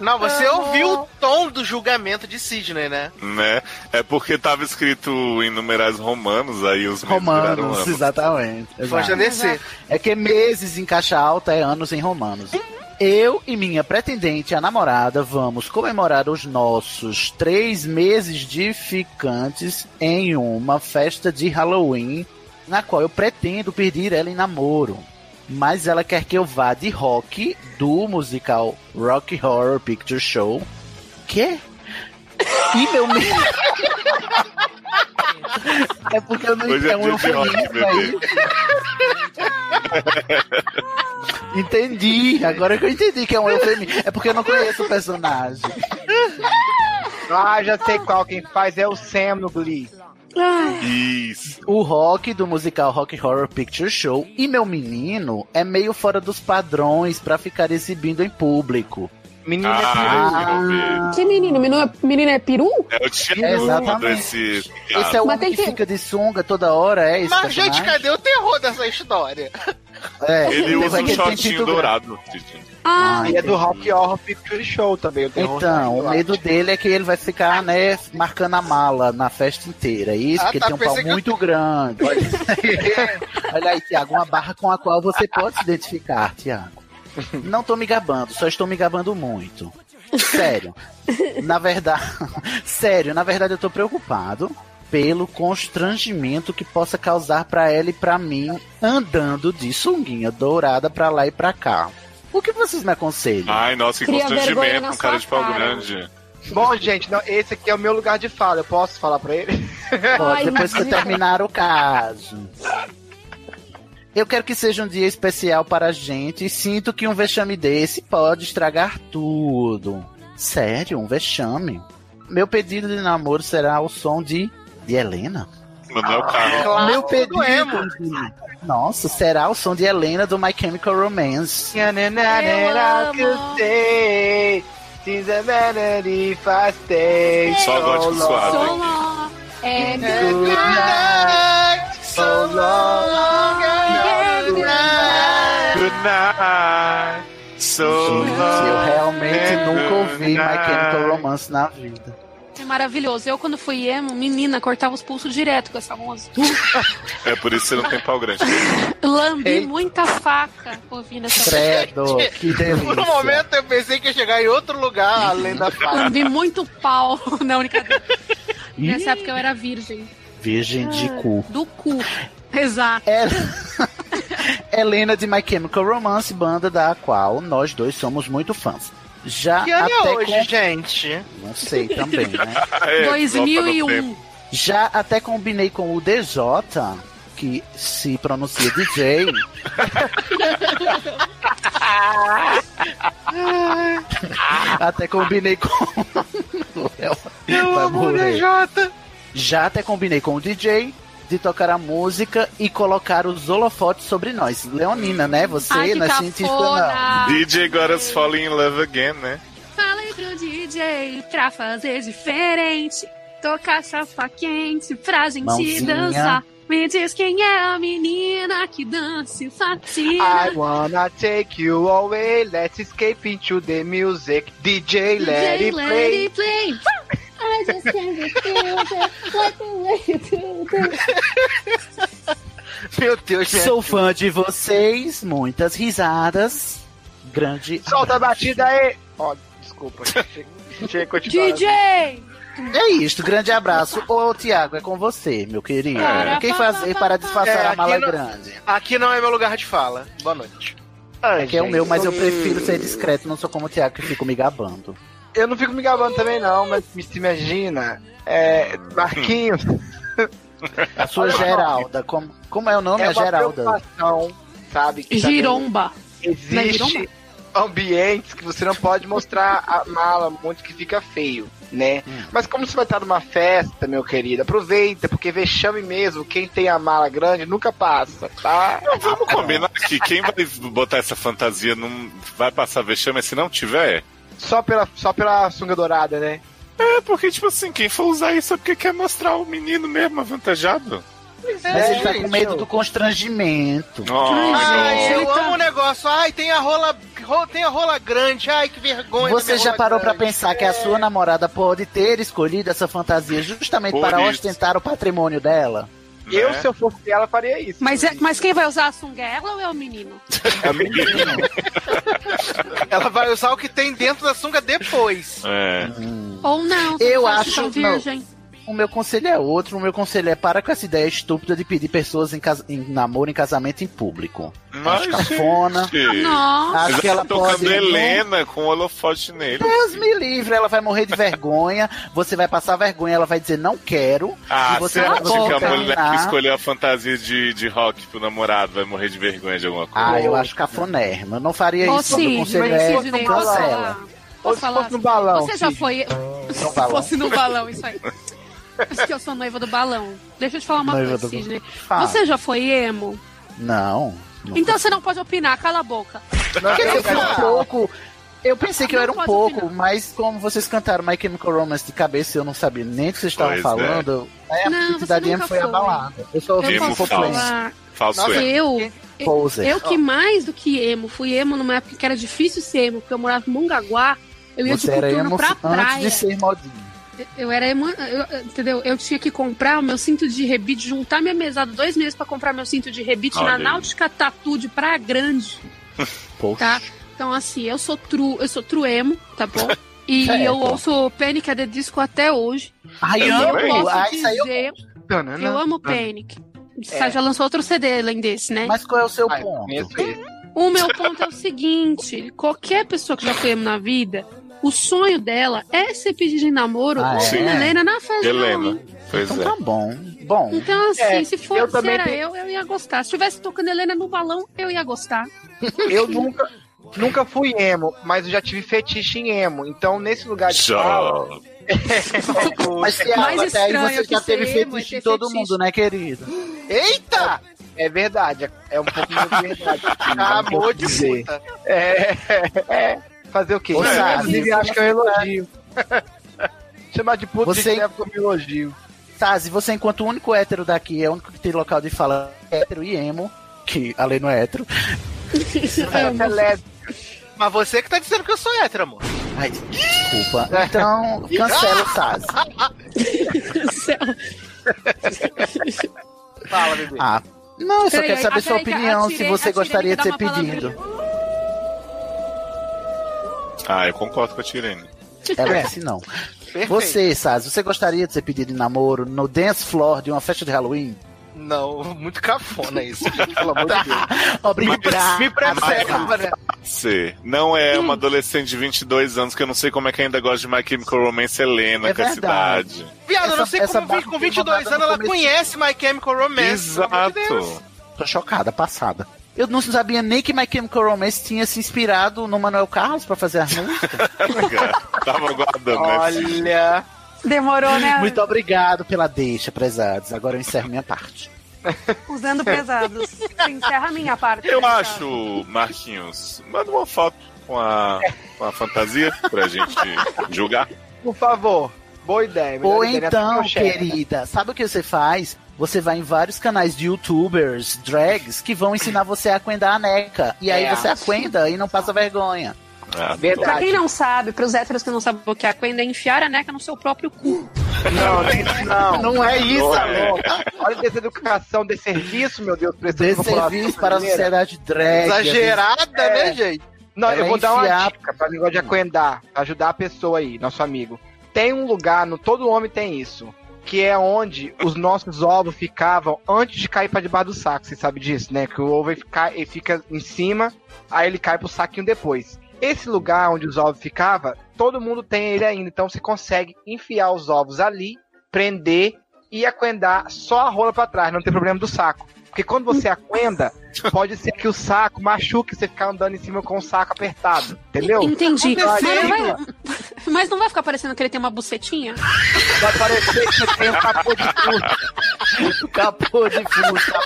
Não, você ouviu o tom do julgamento de Sidney, né?
Né? É porque tava escrito em numerais romanos, aí os meses viraram
Romanos,
anos.
exatamente.
Pode
exato.
descer.
É que meses em caixa alta é anos em romanos. Eu e minha pretendente, a namorada, vamos comemorar os nossos três meses de ficantes em uma festa de Halloween, na qual eu pretendo pedir ela em namoro. Mas ela quer que eu vá de rock do musical Rock Horror Picture Show. Quê? E meu medo. é porque eu não
Hoje é
é um
dia de rock,
eufemismo aí.
bebê.
Entendi, agora que eu entendi que é um eufemismo. É porque eu não conheço o personagem.
Ah, já sei qual. Quem faz é o Sam no Glee.
Isso.
O rock do musical Rock Horror Picture Show e meu menino é meio fora dos padrões pra ficar exibindo em público.
Menina
é
Ah,
Que menino? Menino é, menino é peru?
é, é o título
Exatamente.
desse.
Esse é o
Mas
homem
tem
que,
que-
fica de sunga toda hora, é isso?
Mas, gente, cadê o terror dessa história?
É,
Ele
tem
usa um
aquele
shortinho
sentido
dourado. Titi.
Ah,
E é do Rock Horror Picture Show também. Eu
é um
tenho
Então, o
vontade de
medo
lá.
dele é que ele vai ficar, né, marcando a mala na festa inteira. Isso,
Ah,
porque
tá,
ele tem um pau
pensei que eu-
muito grande. Olha aí, Tiago, uma barra com a qual você pode se identificar, Tiago. Não tô me gabando, só estou me gabando muito. Sério. Na verdade, sério, na verdade eu tô preocupado pelo constrangimento que possa causar pra ela e pra mim andando de sunguinha dourada pra lá e pra cá. O que vocês me aconselham?
Ai, nossa, que
Cria vergonha
constrangimento.
na
Um cara
sua
de pau
cara.
grande.
Bom, gente, não, esse aqui é o meu lugar de fala. Eu posso falar pra ele?
Ó, depois que terminar o caso. Eu quero que seja um dia especial para a gente e sinto que um vexame desse pode estragar tudo. Sério, um vexame? Meu pedido de namoro será o som de, de Helena.
Manuel Carlos.
Meu pedido.
é,
de- Nossa, será o som de Helena do My Chemical Romance.
Só gótico suave. hein?
É,
So long,
good
então, Good night. So
Gente, eu
long.
realmente
and
nunca ouvi My
good
Chemical
night.
Romance na vida.
É maravilhoso. Eu, quando fui emo, menina, cortava os pulsos direto com essa música.
É por isso que você não tem pau grande.
Lambi muita faca ouvindo essa
Credo, que
Por um
delícia.
momento eu pensei que ia chegar em outro
Uhum.
lugar além da fala.
Lambi muito pau na única
Ih.
Nessa época eu era virgem.
Virgem de
Ah,
cu. É.
Do cu. Exato.
Helena de My Chemical Romance, banda da qual nós dois somos muito fãs. Já
Que ano é
até
hoje,
com-
gente?
Não sei também, né?
É, volta no
2001.
tempo.
Já até combinei com o DJ, que se pronuncia DJ, até combinei com. o Léo vai morrer. Já até combinei com o DJ de tocar a música e colocar os holofotes sobre nós. Leonina, né? Você
Ai, que
não é cientista, não.
cafona.
DJ got us falling in love again, né?
Falei pro DJ pra fazer diferente. Tocar chapa quente pra gente
Mãozinha.
dançar. Me diz quem é a menina que dança e
I
fatina.
wanna take you away. Let's escape into the music. DJ, let
DJ,
it play.
it play.
I just can't refuse it. What the way you do this?
Meu Deus, gente.
Sou fã de vocês, muitas risadas. Grande.
Solta a batida aí. Ó, desculpa. gente. Deixa eu continuar.
DJ!
É isto, grande abraço. Ô, Tiago, é com você, meu querido.
É.
O que fazer para disfarçar
É,
a mala
aqui não-
grande?
Aqui não é meu lugar de fala. Boa noite.
É que é o meu, mas eu prefiro ser discreto, não sou como o Tiago que fico me gabando.
Eu não fico me gabando também, não, mas me se imagina. É, Marquinhos.
A sua Geralda, como, como é o nome?
é
a
uma
Geralda.
preocupação, sabe? Que também
Giromba. Não é giromba?
Existe ambientes que você não pode mostrar a mala muito que fica feio, né?
Hum.
Mas como você vai estar numa festa, meu querido, aproveita, porque vexame mesmo, quem tem a mala grande nunca passa, tá?
Não, vamos combinar que quem vai botar essa fantasia não vai passar vexame se não tiver.
Só pela, só pela sunga dourada, né?
É, porque, tipo assim, quem for usar isso é porque quer mostrar o menino mesmo avantajado.
Mas ele tá
É,
com medo
gente,
do constrangimento.
Nossa,
Ai,
Ele
eu
tá-
amo o negócio. Ai, tem a rola, ro- tem a rola grande. Ai, que vergonha. da
Você
minha
já
rola
parou pra
grande.
pensar que a sua namorada pode ter escolhido essa fantasia justamente
Por
para
isso.
ostentar o patrimônio dela?
Eu,
né?
se eu fosse ela, faria isso.
Mas, é- mas quem vai usar a sunga é ela ou é o menino?
Ela vai usar o que tem dentro da sunga depois.
É.
Uhum.
Ou não? se
Eu
você
acho-
tão virgem.
O meu conselho é outro, o meu conselho é para com essa ideia estúpida de pedir pessoas em, cas- em namoro, em casamento em público.
Mas,
Acho cafona.
gente,
Nossa.
Acho
mas
que ela
ela tocando
pode. É,
Helena com o holofote nele.
Deus me livre, ela vai morrer de vergonha, você vai passar vergonha, ela vai dizer não quero.
Ah,
e você
você
vai
acha que a
voltar.
mulher que escolheu a fantasia de, de rock pro namorado vai morrer de vergonha de alguma coisa?
Ah, eu acho cafonerma. Eu não faria
Ô,
isso. meu
Sidney,
conselho
mas
é
Sidney, posso
cancela.
falar?
Ou
Posso
se
falar?
fosse no balão.
Você já foi.
No
Se
balão.
fosse no balão, isso aí. Acho que eu sou noiva do balão. Deixa eu te falar uma
Noiva
coisa,
do-
Sidney.
Fala.
Você já foi emo?
Não. não.
Então você não pode opinar, cala a boca.
é
Não,
Quer dizer,
não,
eu fui um
não.
pouco. Eu pensei que eu
Não
era um
pode
pouco,
opinar.
mas como vocês cantaram My Chemical Romance de cabeça, eu não sabia nem o que vocês estavam
Pois é.
falando. né,
Não,
a
você
identidade
nunca
emo foi
foi.
abalada. Eu só ouvi
Eu
Emo
um
posso
pouco
falso.
mais.
falar.
Falso é.
Eu,
Poser. Oh.
eu que mais do que emo, fui emo numa época que era difícil ser emo, porque eu morava em Mungaguá, eu ia
Você
de
era
coturno
emo
pra
antes
praia.
de ser modinho.
Eu era emo, eu- eu- entendeu? Eu tinha que comprar o meu cinto de rebite, juntar minha mesada dois meses pra comprar meu cinto de rebite
Olha
na
aí.
Náutica Tatu de Praia Grande.
Poxa.
Tá. Então, assim, eu sou true, eu sou truemo, tá bom? E
Certo.
eu ouço Panic at the Disco até hoje.
É, Ai,
Eu
E
também.
eu
amo.
posso
Ai, isso aí eu-
dizer que eu
Tanana.
amo Panic. Sa- Já lançou outro CD além desse, né?
É. Mas qual é o seu
Ai,
ponto?
conheço esse.
O meu ponto é o seguinte: qualquer pessoa que já foi emo na vida O sonho dela é ser pedido em namoro
Ah,
com
é?
Helena na festa da
Helena.
Halloween.
Pois
então
é.
tá bom. Bom.
Então, assim,
É,
se
eu
fosse
também
era
tenho-
eu, eu ia gostar. Se tivesse tocando Helena no balão, eu ia gostar.
Eu nunca, nunca fui emo, mas eu já tive fetiche em emo. Então, nesse lugar de fala...
Então,
Mas,
é
é Ciara, até aí você já teve fetiche em todo mundo, né, querido?
Eita! É verdade, é um pouco mais de verdade. Acabou de
dizer.
puta. É, é, fazer o quê?
Ô, Sara,
Inclusive,
você
acho que é um elogio. Chamar de é puta
né? Você-
de leva como um elogio.
Tazi, você enquanto o único hétero daqui, é o único que tem local de fala é hétero e emo, que além não é hétero.
Você é lésbica. Mas você que tá dizendo que eu sou hétero, amor.
Ai, desculpa.
É.
Então, cancela o Tazi.
Fala, bebê.
Ah, não, eu só
Peraí,
quero saber
a
sua
direita-
opinião,
a
se
direita-
você
a direita
gostaria de
dá
ser
uma
pedido.
Ah, eu concordo com a Tirene.
É.
Ela disse não. Você, Saz, você gostaria de ser pedido em namoro no dance floor de uma festa de Halloween?
Não, muito cafona isso, gente, pelo amor de Deus.
Obrigado. Ah, tá.
Me preserva, né?
Você não é
Hum.
uma adolescente de 22 anos que eu não sei como é que ainda gosta de My Chemical Romance Helena
É
com a
verdade.
cidade.
Viado, eu não
Essa-
sei
essa
como vi- com 22
rodada
anos
no
ela
começo.
conhece My Chemical Romance. pelo amor de Deus.
Exato.
Tô chocada, passada. Eu não sabia nem que My Chemical Romance tinha se inspirado no Manuel Carlos pra fazer as músicas.
Tava aguardando, né?
Olha.
Demorou, né?
Muito obrigado pela deixa, prezados. Agora eu encerro minha parte.
Usando pesados. Você encerra a minha parte.
Eu acho, Marquinhos, manda uma foto com a, com a fantasia pra gente julgar.
Por favor, boa ideia. melhor
Ou
ideia, né?
então,
Porque eu chego.
querida, sabe o que você faz? Você vai em vários canais de youtubers, drags, que vão ensinar você a aquendar a neca. E aí
É.
você aquenda e não passa vergonha.
Pra quem não sabe, pros héteros que não sabem o que é quenda, é enfiar a neca no seu próprio cu.
Não, nem- não.
Não é isso,
Não
amor.
Olha dessa educação, desse serviço, meu Deus, pra essa população
Desserviço para a
brasileira.
sociedade drag.
Exagerada,
É.
né, gente? Não,
Ela é
eu vou dar uma
enfiar-
dica pra negócio de aquendar, pra ajudar a pessoa aí, nosso amigo. Tem um lugar, no todo homem tem isso, que é onde os nossos ovos ficavam antes de cair pra debaixo do saco, você sabe disso, né? Que o ovo ele fica, ele fica em cima, aí ele cai pro saquinho depois. Esse lugar onde os ovos ficavam, todo mundo tem ele ainda, então você consegue enfiar os ovos ali, prender e aquendar só a rola pra trás, não tem problema do saco. Porque quando você aquenda, pode ser que o saco machuque você ficar andando em cima com o saco apertado, entendeu? Então, assim,
Entendi. Mas
Pode
não,
ser,
vai, mas não vai ficar parecendo que ele tem uma bucetinha?
Vai parecer que você tem um capô de fusca.
Capô de fusca.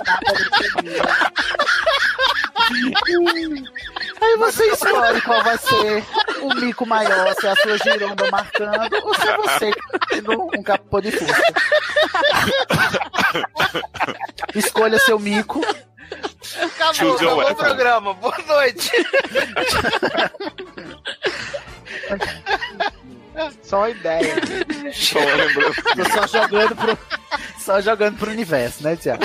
Aí você escolhe qual vai ser o mico maior, se é a sua giromba marcando, ou se é você tendo um capô de fusca. Escolha seu mico.
Acabou,
Choose your
acabou o
weapon.
programa. Boa noite.
Só uma ideia.
Só uma lembrança.
Tô só jogando pro, só jogando pro universo, né, Tiago?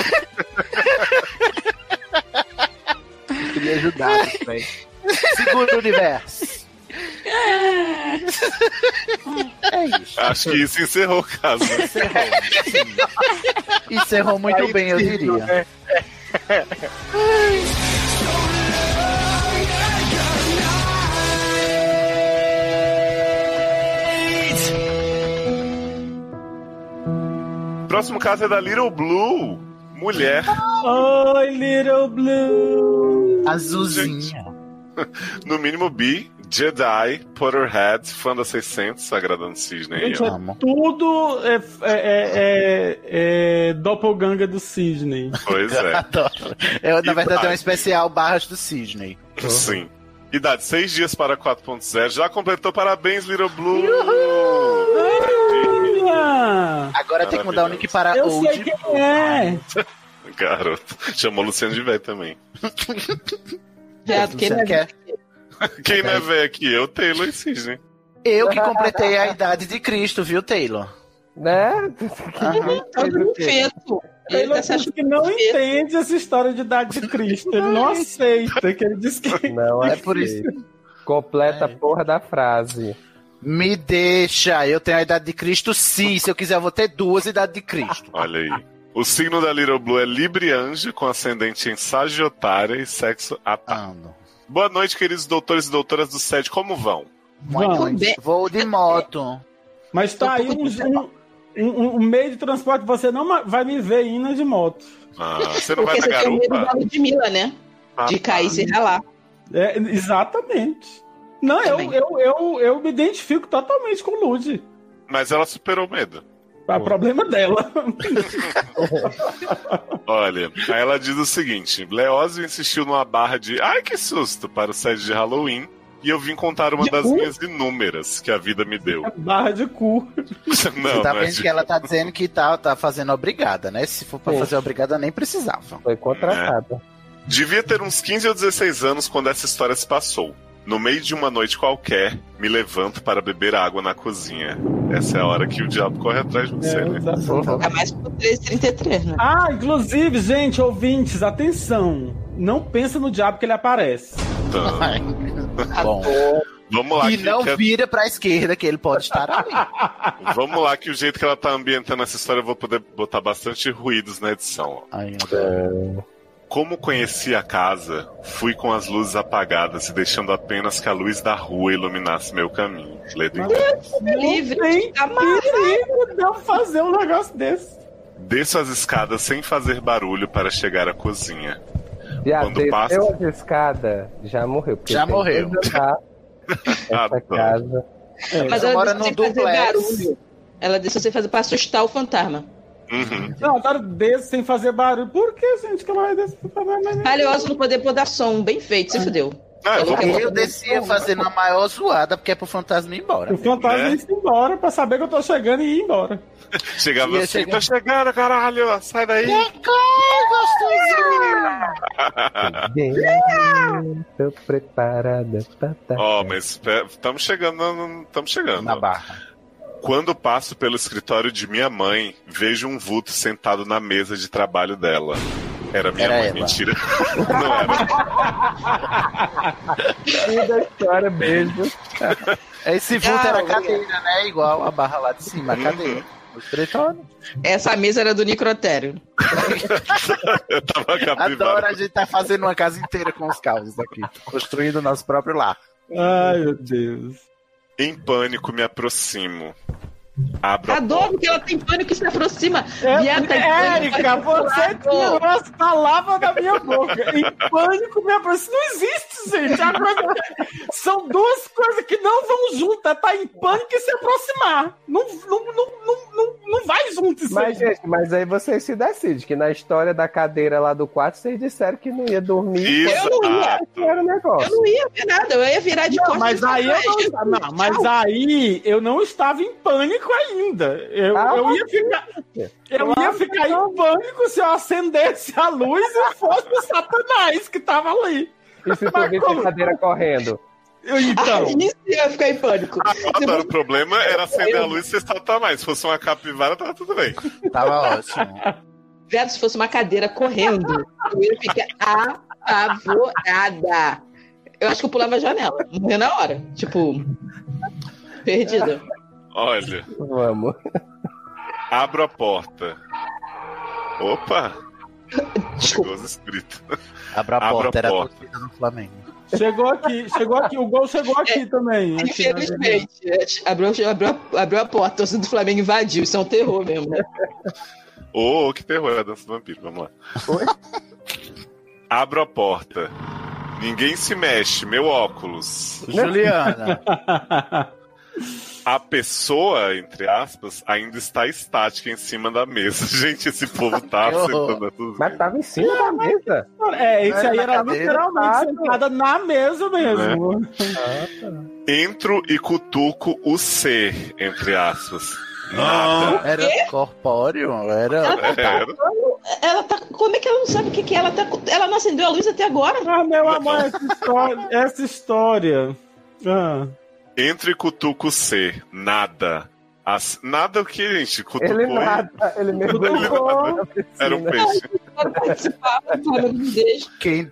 Queria ajudar, velho.
Segura o universo. É isso.
Acho que isso encerrou o caso.
Encerrou muito
Aí
bem, eu
sim,
diria.
né? Próximo caso é da Little Blue, mulher.
Oi, Little Blue.
Azulzinha.
No mínimo bi, Jedi, Potterhead, fã da 600, agradando Cisne aí.
Gente,
ó.
é tudo é, é, é, é, é doppelganger do Sidney.
Pois é.
Adoro. É, na
E
verdade, é um
vai.
especial barras do
É.
Sidney.
Sim. Idade, seis dias para 4.0. Já completou, parabéns, Little Blue!
Agora tem que mudar o nick para
Eu
Old.
sei quem
é.
Garoto. Chamou Luciano de velho também.
Viado, quem não
É, quer?
Quem não é velho aqui? Eu, Taylor e Cisne.
Eu que completei a idade de Cristo, viu, Taylor?
Né?
Ele
tá
acho que não entende essa história de idade de Cristo. Ele não aceita que ele diz que.
Não é por isso. Completa a
É.
porra da frase.
Me deixa, eu tenho a idade de Cristo, sim. Se eu quiser, eu vou ter duas idades de Cristo.
Olha aí. O signo da Little Blue é Libriange, com ascendente em Sagitária e sexo atado.
Boa
noite, queridos doutores e doutoras do SED. Como vão?
Vamos.
Vou de moto.
Mas tá aí um, um, um- um meio de transporte. Você não ma- vai me ver indo de moto.
Ah,
você não vai
Porque
na
você tem o medo da
garupa? Ah, tá.
Ludmilla, né? De cair e se ralar. Tá
É, exatamente. Não, eu, eu, eu, eu me identifico totalmente com o Lud.
Mas ela superou o medo.
O problema dela.
Olha, aí ela diz o seguinte: Leózio insistiu numa barra de ai que susto para o set de Halloween. E eu vim contar uma das minhas inúmeras que a vida me deu.
Barra de cu.
Não,
Você tá
não é
vendo
de-
que ela tá dizendo que tá, tá fazendo obrigada, né? Se for pra
Sim.
fazer obrigada, nem precisava.
Foi contratada.
É. Devia ter uns 15 ou 16 anos quando essa história se passou. No meio de uma noite qualquer, me levanto para beber água na cozinha. Essa é a hora que o diabo corre atrás de você, né?
É mais pro 333, né?
Ah, inclusive, gente, ouvintes, atenção. Não pensa no diabo que ele aparece.
Então,
Bom.
Vamos lá,
e
que-
não
que-
vira pra esquerda, que ele pode estar ali.
Vamos lá, que o jeito que ela tá ambientando essa história, eu vou poder botar bastante ruídos na edição. ó.
É.
Como conheci a casa, fui com as luzes apagadas e deixando apenas que a luz da rua iluminasse meu caminho. Ledo em
livre.
Perigo não fazer um negócio desse.
Desço as escadas sem fazer barulho para chegar à cozinha.
Já
Quando passa-
desceu a escada, já morreu. porque
Já
tem
morreu.
dois andar
Essa
casa.
É,
Mas ela desceu sem fazer barulho. Ela desceu sem fazer pra assustar o fantasma.
Uhum.
Não, tá desse sem fazer barulho. Por que, gente, que ela vai descer?
Valioso não poder dar som. Bem feito, se fudeu.
Ah, eu descia fazendo a maior zoada, porque é pro fantasma ir embora. né?
O
É.
fantasma ia embora pra saber que eu tô chegando e ir embora.
Chegava
Ia
assim,
chegar-
tô chegando, caralho, sai daí.
Tô preparada. Tá, tá.
Ó, mas estamos chegando, estamos chegando. Na
barra.
Quando passo pelo escritório de minha mãe, vejo um vulto sentado na mesa de trabalho dela. Era minha
Era
mãe,
ela.
mentira. Não era.
Fim da história, beijo. Esse vulto era cadeira, né? Igual a barra lá de cima, a cadeira. O escritório.
Essa mesa era do Nicrotério.
Eu tava
Adoro, a gente tá fazendo uma casa inteira com os causos aqui. Construindo o nosso próprio lar.
Ai, meu Deus.
Em pânico, me aproximo. Abro a
Adoro que ela tem pânico e se aproxima.
É,
Viado, tá em pânico,
Érica,
vai pro
você
lado.
tirou as palavras da minha boca. Em pânico, me aproxima. Não existe, gente. É uma coisa- São duas coisas que não vão juntas. Tá em pânico e se aproximar. Não, não, não, não, não, não vai junto isso
Mas,
aí.
gente, mas aí vocês se decidem, que na história da cadeira lá do quarto, vocês disseram que não ia dormir.
Exato.
Eu não ia, que era o negócio.
Eu não ia ver nada, eu ia virar de
Não,
costas.
mas aí eu não, estava- não, mas aí eu não estava em pânico ainda. Eu,
Ah,
eu ia ficar, eu ia ficar em pânico se eu acendesse a luz e fosse o Satanás que estava ali.
E se tu visse a cadeira correndo?
Eu, então.
Isso ia ficar em pânico.
Adoro, o problema era acender a luz e você está mais. Se fosse uma capivara, tava tudo bem.
Tava ótimo.
Viado, se fosse uma cadeira correndo, eu ia ficar apavorada. Eu acho que eu pulava a janela, morria na hora. Tipo, perdida.
Olha,
Vamos.
abro a porta. Opa! Chegou os espíritos.
Abra a
Abra
porta,
a
era a
porta.
torcida do Flamengo.
Chegou aqui, chegou aqui, o gol chegou aqui também. né? Aqui na
É, Infelizmente, é, abriu, abriu, a- abriu a porta, a torcida do Flamengo invadiu. Isso é um terror mesmo, né?
Ô, oh, que terror, é a dança do vampiro, vamos lá. Abro a porta. Ninguém se mexe, meu óculos.
Juliana.
A pessoa, entre aspas, ainda está estática em cima da mesa. Gente, esse povo tá
Que horror.
sentando a tudo.
Mas tava em cima da mesa.
É, isso
Não era
aí
na
era
cadeira, tá,
literalmente
claro.
sentada na mesa mesmo.
Entro e cutuco o C, entre aspas. Nada. É,
Era corpóreo, era.
Era.
tá Ela tá. Como é que ela não sabe o que, que é? Ela, tá, ela não acendeu a luz até agora.
Ah, meu amor, essa história.
É.
Essa história. Ah.
Entro e cutuco o C, nada. As- Nada o que, gente? Cutucou.
Ele
e-
É,
nada, ele mergulhou.
Era
né?
um peixe.
Quem,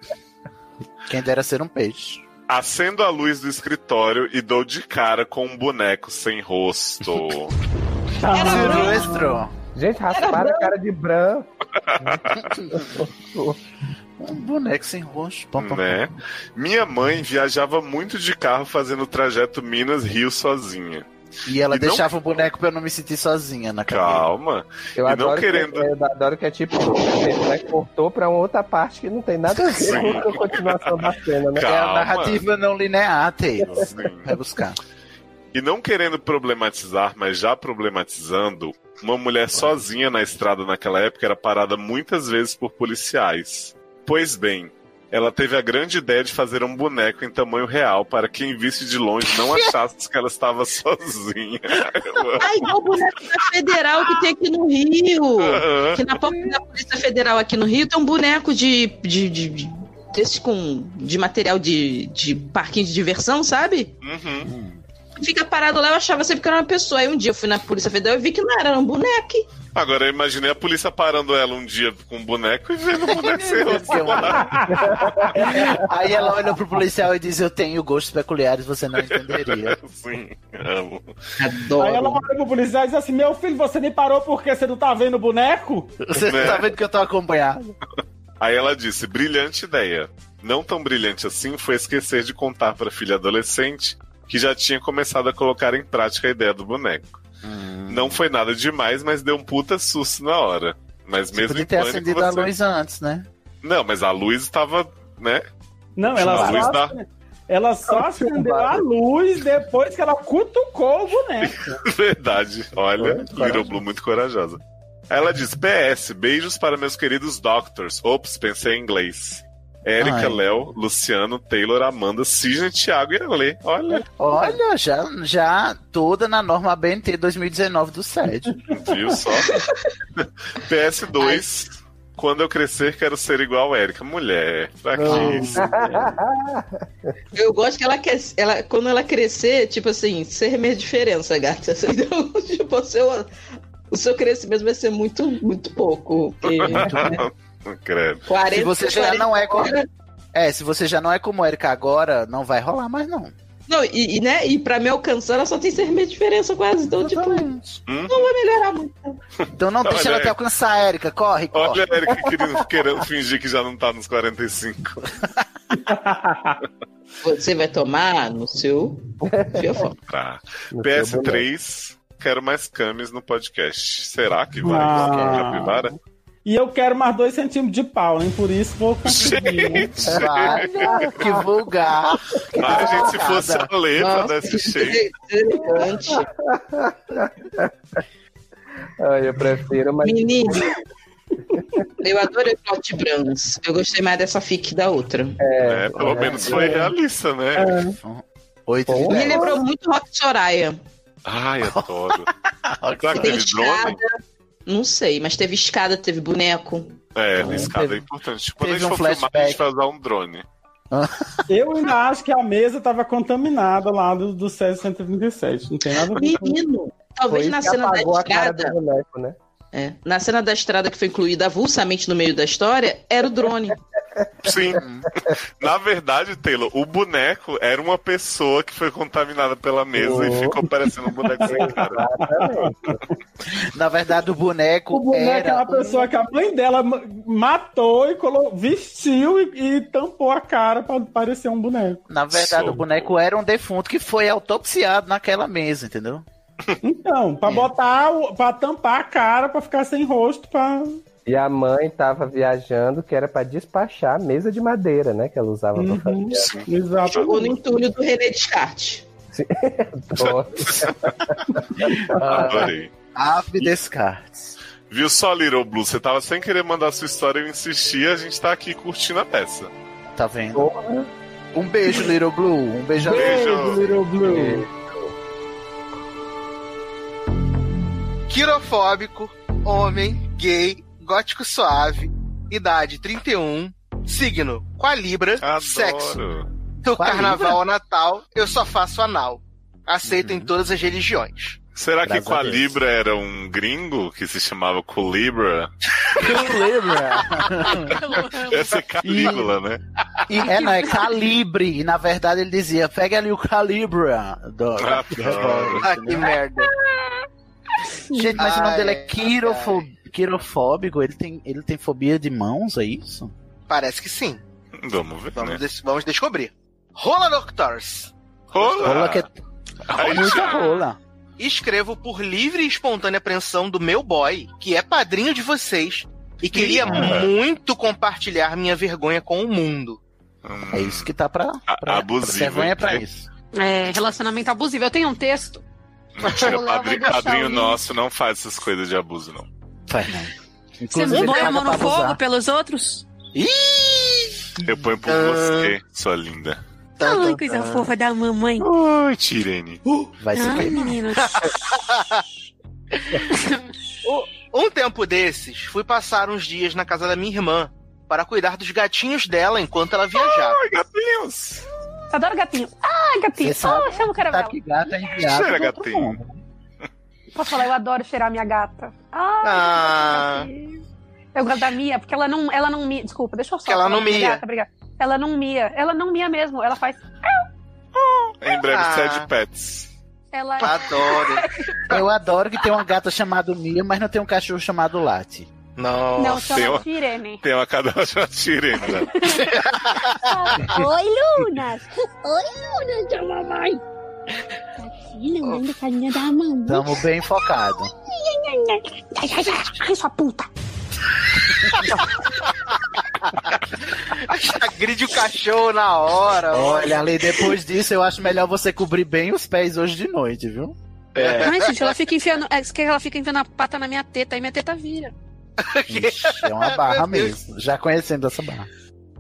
quem dera ser um peixe.
Acendo a luz do escritório e dou de cara com um boneco sem rosto.
Silvestro.
Gente, rasparam a cara de branco.
um boneco sem rosto. Pom, pom,
Né? Minha mãe viajava muito de carro fazendo o trajeto Minas-Rio sozinha.
E ela
E não-
deixava o boneco pra eu não me sentir sozinha na cadeira.
Calma.
Eu
e não
adoro,
querendo.
que, eu adoro que é tipo, né, cortou pra outra parte que não tem nada a ver com a continuação da cena, né?
Calma.
É a narrativa não linear, Taylor.
Sim.
Vai buscar.
E não querendo problematizar, mas já problematizando, uma mulher sozinha na estrada naquela época era parada muitas vezes por policiais. Pois bem, ela teve a grande ideia de fazer um boneco em tamanho real para quem visse de longe não achasse que ela estava sozinha.
Ah, igual o boneco da Federal que tem aqui no Rio.
Aham.
Que na porta da Polícia Federal aqui no Rio tem um boneco de. de, de, de desse com. de material de, de parquinho de diversão, sabe?
Uhum.
Fica parado lá, eu achava sempre que era uma pessoa. Aí um dia eu fui na Polícia Federal e vi que não era, era um boneco.
Agora eu imaginei a polícia parando ela um dia com um boneco e vendo o boneco ser
Aí ela olha pro policial e diz: Eu tenho gostos peculiares, você não entenderia.
Sim, amo.
Aí ela olha pro policial e diz assim: Meu filho, você nem parou porque você não tá vendo o boneco?
Você não tá
vendo que eu tô acompanhado?
Aí ela disse: brilhante ideia. Não tão brilhante assim foi esquecer de contar para a filha adolescente que já tinha começado a colocar em prática a ideia do boneco.
Hum.
Não foi nada demais, mas deu um puta susto na hora. Mas mesmo em
Podia ter
pânico,
acendido
você-
a luz antes, né?
Não, mas a luz estava, né?
Não,
A
ela
luz
só,
da-
acende- ela só
Tá
acendeu a luz depois que ela cutucou o boneco.
Verdade. Olha, Little Blue muito corajosa. Ela diz: PS, beijos para meus queridos doctors. Ops, pensei em inglês.
Ai.
Érica, Léo, Luciano, Taylor, Amanda, Cisne, Thiago e Alê. Olha.
Olha, já, já toda na norma BNT 2019 do SED.
Viu só? PS2. Quando eu crescer, quero ser igual a Érica. Mulher, pra que isso?
É. Eu gosto que ela quer. Ela, quando ela crescer, tipo assim, ser minha diferença, gata. Então, tipo, o seu, o seu crescimento vai ser muito, muito pouco. porque, né,
Credo.
40,
Se você já
40
não é como.
agora-
É, se você já não é como Erika agora, não vai rolar mais, não.
Não, e, e, né, e pra me alcançar, ela só tem ser minha diferença quase. Então, tipo,
Hum?
não vai melhorar muito.
Então
Não,
não,
mas
deixa ela
é-
te alcançar, Erika. Corre, corre.
Olha a Erika querendo, querendo fingir que já não tá nos 45.
Você vai tomar no seu.
Tá. PS3, quero mais camis no podcast. Será que vai
Ah.
ah. capivara?
E eu quero mais dois centímetros de pau, hein? Por isso vou conseguir. né?
Olha, que vulgar.
Ah, gente, se fosse a né? Lê pra dar esse cheiro.
Ai, eu prefiro, mas.
Menino. Eu adorei o plot de Brans. Eu gostei mais dessa fic da outra.
É, É. pelo menos foi realista, né?
Oito de
Me
dez.
lembrou muito Rock Soraya.
Ai, adoro. Será que
Teve
teve
escada.
drone?
Não sei, mas teve escada, teve boneco.
É, na escada é importante. Quando a
teve
gente for
um
filmar, a
flashback.
gente vai usar um drone.
Eu ainda acho que a mesa tava contaminada lá do, do César 137. Não tem nada a ver. com isso.
Menino, talvez
Foi
na
que
cena da
apagou a cara
estrada.
do né?
É, na cena da estrada que foi incluída avulsamente no meio da história, era o drone.
Sim.
Uhum,
Na verdade, Taylor, o boneco era uma pessoa que foi contaminada pela mesa e ficou parecendo um boneco sem cara.
Na verdade, o boneco,
O boneco é
era.
uma pessoa que a mãe dela ma- matou e colou, vestiu e, e tampou a cara pra parecer um boneco.
Na verdade, o boneco era um defunto que foi autopsiado naquela mesa, entendeu?
Então, pra botar, o, pra tampar a cara, pra ficar sem rosto, pra.
E a mãe tava viajando que era pra despachar a mesa de madeira, né? Que ela usava pra
Uhum,
fazer.
Uhum. Exato.
Jogou no entulho do René Descartes.
Adorei.
Ave Descartes.
Viu só, Little Blue? Você tava sem querer mandar sua história, eu insisti, a gente tá aqui curtindo a peça.
Tá vendo? Um beijo, Little Blue. Um beijo, É.
Beijo,
Little Blue.
Quirofóbico, homem, gay, gótico suave, idade 31, signo Qualibra, sexo. Do
Qualibra?
carnaval ao Natal, eu só faço anal. Aceito
Uhum.
em todas as religiões.
Será que
Graças a Deus.
Qualibra era um gringo que se chamava Colibra? Essa é Calígula, né?
E, é, não, é calibre. E na verdade ele dizia: pega ali o calibra. Do...
Ah, tá.
Ah, que merda. Gente, mas o nome
Ai,
dele é quirofo... quirofóbico. Ele tem, ele tem fobia de mãos, é isso?
Parece que sim.
Vamos ver.
Vamos, des- vamos descobrir. Rola Doctors.
Rola.
Rola que- é
Aí,
Muita
tchau.
rola.
Escrevo por livre e espontânea apreensão do meu boy, que é padrinho de vocês, e queria
Ih.
muito compartilhar minha vergonha com o mundo.
É isso que tá pra. pra
Hum. abusivo,
Vergonha é pra
né?
isso.
É, relacionamento abusivo. Eu tenho um texto.
Mentira,
Olá,
padrinho,
vai deixar
padrinho
o link.
nosso não faz essas coisas de abuso, não.
Faz não.
Você não põe a mão no fogo pelos outros?
Eu ponho por
Ah.
você, sua linda.
Tá,
Ai, coisa fofa da mamãe.
Oi, Tirene.
Vai
Ai, meninas.
O- Um tempo desses, fui passar uns dias na casa da minha irmã para cuidar dos gatinhos dela enquanto ela viajava.
Ai, gatinhos!
Adoro gatinho. Ah, gatinho.
Você sabe-
Ah, chama o caramelo.
Gata
enviada
Cheira,
do outro
gatinho.
Posso falar, eu adoro cheirar minha gata. Ah,
Ah,
eu gosto da Mia, porque ela não, ela não mia. Desculpa, deixa eu só.
Que ela
falar
não
da minha
mia.
Gata, obrigada. Ela não mia. Ela não mia mesmo. Ela faz.
Em breve,
Ah.
Sad Pets.
Ela.
Eu adoro que tem uma gata chamada Mia, mas não tem um cachorro chamado Latte.
Não,
Não, chama
tem uma-
Tirene.
Tem uma cadela chamada Tirene. né?
Oi, Lunas! Oi, Lunas da mamãe! Aqui, Lunas, da carinha da mamãe.
Tamo bem focado.
Ai, sua puta!
agride o cachorro na hora.
Olha, Ale, depois disso eu acho melhor você cobrir bem os pés hoje de noite, viu?
É.
Ai, gente, ela fica enfiando. É isso que ela fica enfiando a pata na minha teta, aí minha teta vira.
É uma barra mesmo. Já conhecendo essa barra.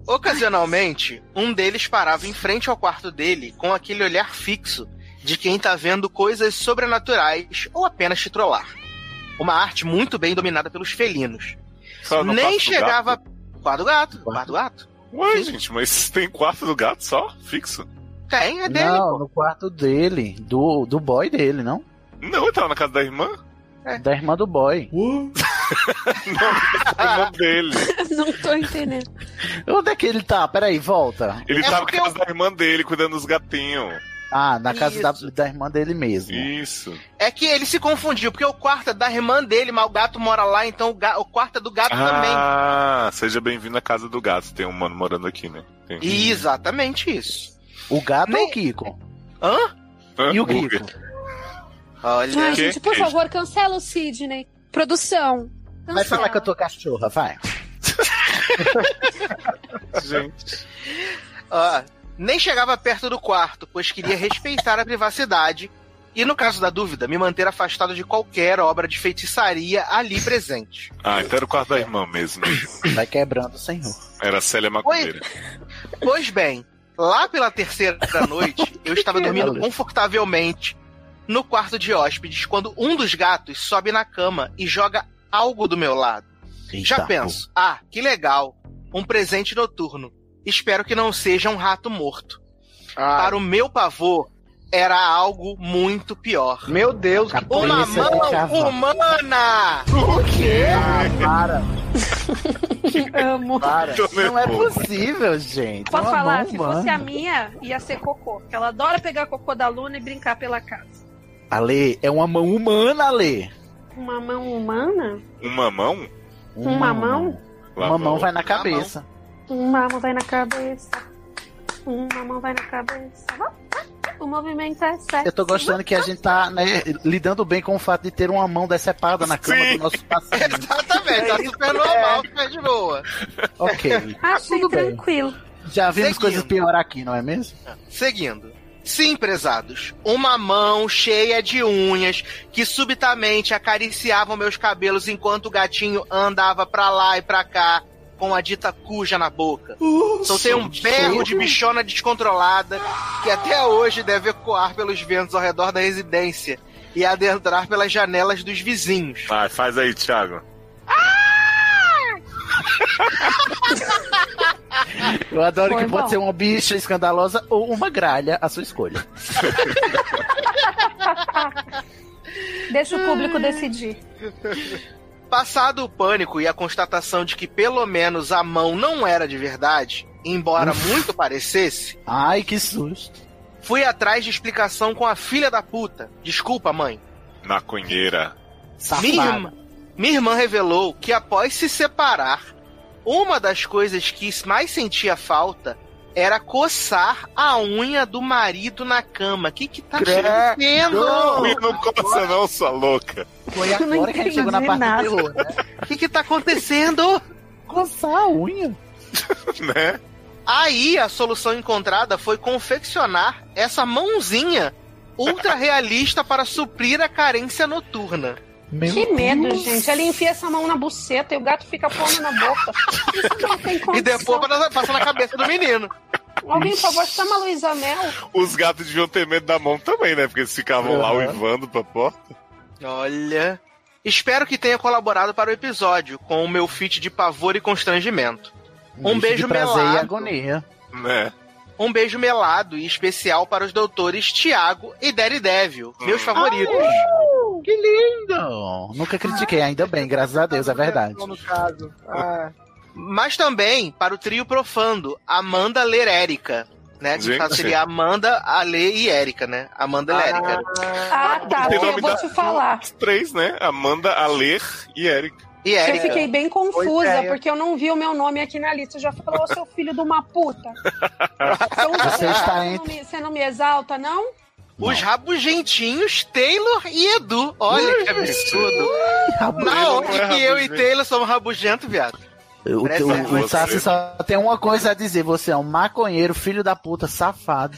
Ocasionalmente, um deles parava em frente ao quarto dele com aquele olhar fixo de quem tá vendo coisas sobrenaturais ou apenas te trollar. Uma arte muito bem dominada pelos felinos.
Só no quarto
Nem
do
chegava.
gato?
Quarto do gato, quarto do gato.
Ué,
Sim.
gente, mas tem quarto do gato só? Fixo?
Tem, é dele.
Não, no quarto dele, do, do boy dele, não?
Não, eu tava na casa da irmã?
É.
Da irmã do boy.
Da irmã dele.
não tô entendendo.
Onde é que ele tá? Peraí, volta.
É
Ele tava na casa da irmã dele, cuidando dos gatinhos.
Ah, na casa da, da irmã dele mesmo.
Isso.
É que ele se confundiu, porque o quarto é da irmã dele, mas o gato mora lá, então o, ga- o quarto é do gato também.
Ah, seja bem-vindo à casa do gato. Tem um mano morando aqui, né? Tem...
Exatamente isso.
O gato ou o Kiko?
Hã?
E o Kiko?
Olha,
Ai, gente, por favor, cancela o Sidney. Produção.
Vai falar
Cancela.
que eu tô cachorra, vai.
Gente.
Ó, nem chegava perto do quarto, pois queria respeitar a privacidade e, no caso da dúvida, me manter afastado de qualquer obra de feitiçaria ali presente.
Ah, então era o quarto da irmã mesmo.
Vai quebrando o senhor.
Era a Célia Macudeira.
Pois bem, lá pela terceira da noite, eu estava dormindo
Olha.
confortavelmente no quarto de hóspedes quando um dos gatos sobe na cama e joga algo do meu lado. Já penso, ah, que legal, um presente noturno. Espero que não seja um rato morto.
Ah.
Para o meu pavor, era algo muito pior.
Meu Deus, que
Uma
é
polícia
mão um
de cavalo.
humana!
O quê? Ah,
Para.
Amo.
Para.
Tô
Não é
nervoso.
possível, gente. É
Posso
Uma
falar?
mão
Se fosse
humana.
a minha, ia ser cocô. Porque ela adora pegar cocô da Luna e brincar pela casa.
Ale, é uma mão humana, Ale.
Uma mão humana?
Um mamão?
Um mamão?
Uma mão vai na cabeça.
Uma mão vai na cabeça. Uma mão vai na cabeça. O movimento é certo.
Eu tô gostando que a gente tá né, lidando bem com o fato de ter uma mão decepada na cama do nosso paciente.
Exatamente, tá super normal, fica de boa.
ok.
Achei
Ah, Tudo bem.
tranquilo.
Já vimos
Seguindo.
coisas piorar aqui, não é mesmo?
Seguindo. Sim, prezados, uma mão cheia de unhas que subitamente acariciavam meus cabelos enquanto o gatinho andava pra lá e pra cá com a dita cuja na boca. Soltei um
gente.
berro de bichona descontrolada que até hoje deve ecoar pelos ventos ao redor da residência e adentrar pelas janelas dos vizinhos.
Vai, faz aí, Thiago.
Eu adoro
Foi
que pode
bom.
ser uma bicha escandalosa ou uma gralha, a sua escolha.
Deixa o público decidir.
Passado o pânico e a constatação de que pelo menos a mão não era de verdade, embora muito parecesse,
Ai, que susto.
fui atrás de explicação com a filha da puta. Desculpa, mãe.
Maconheira.
Minha irmã, minha irmã revelou que após se separar, Uma das coisas que mais sentia falta era coçar a unha do marido na cama. O que que tá
Credo!
acontecendo?
Não, não coça não, sua louca.
Foi
Eu não
agora que a gente chegou na
entendi
parte
nada.
do terror, né?
O que que tá acontecendo?
Coçar a unha?
né?
Aí a solução encontrada foi confeccionar essa mãozinha ultra realista para suprir a carência noturna.
que medo, gente. Ela enfia essa mão na buceta e o gato fica pondo na boca. Isso não tem
E
condição.
depois passa na cabeça do menino.
Alguém, por favor, chama a Luísa Mel.
Os gatos deviam ter medo da mão também, né? Porque eles ficavam lá
Uhum.
uivando pra porta.
Olha. Espero que tenha colaborado para o episódio com o meu feat de pavor e constrangimento. Um
Bicho
beijo
de prazer e
melado.
agonia. É.
Né?
Um beijo melado e especial para os doutores Tiago e Daredevil, meus
Hum.
favoritos.
que lindo! Nunca critiquei, ainda bem, graças a Deus, é verdade.
no caso. Mas também para o trio profando, Amanda Ler Érica. Né? Que no
Gente.
caso seria Amanda, Ale e Érica, né? Amanda Ler Érica.
Ah, tá.
Tem
porque
nome
Eu vou
da-
te falar.
Os três, né? Amanda, Aler e Eric.
E
Eu fiquei bem confusa,
é.
porque eu não vi o meu nome aqui na lista. Eu já falei, ô seu filho de uma puta. Ah. Você,
está
não me, você não me exalta, não?
Os rabugentinhos Taylor e Edu. Olha que absurdo. Na
Não
onde
é
que eu e
rabugento.
Taylor somos rabugento, viado?
O,
Parece
o,
um você.
o Sassi só tem uma coisa a dizer: você é um maconheiro, filho da puta, safado.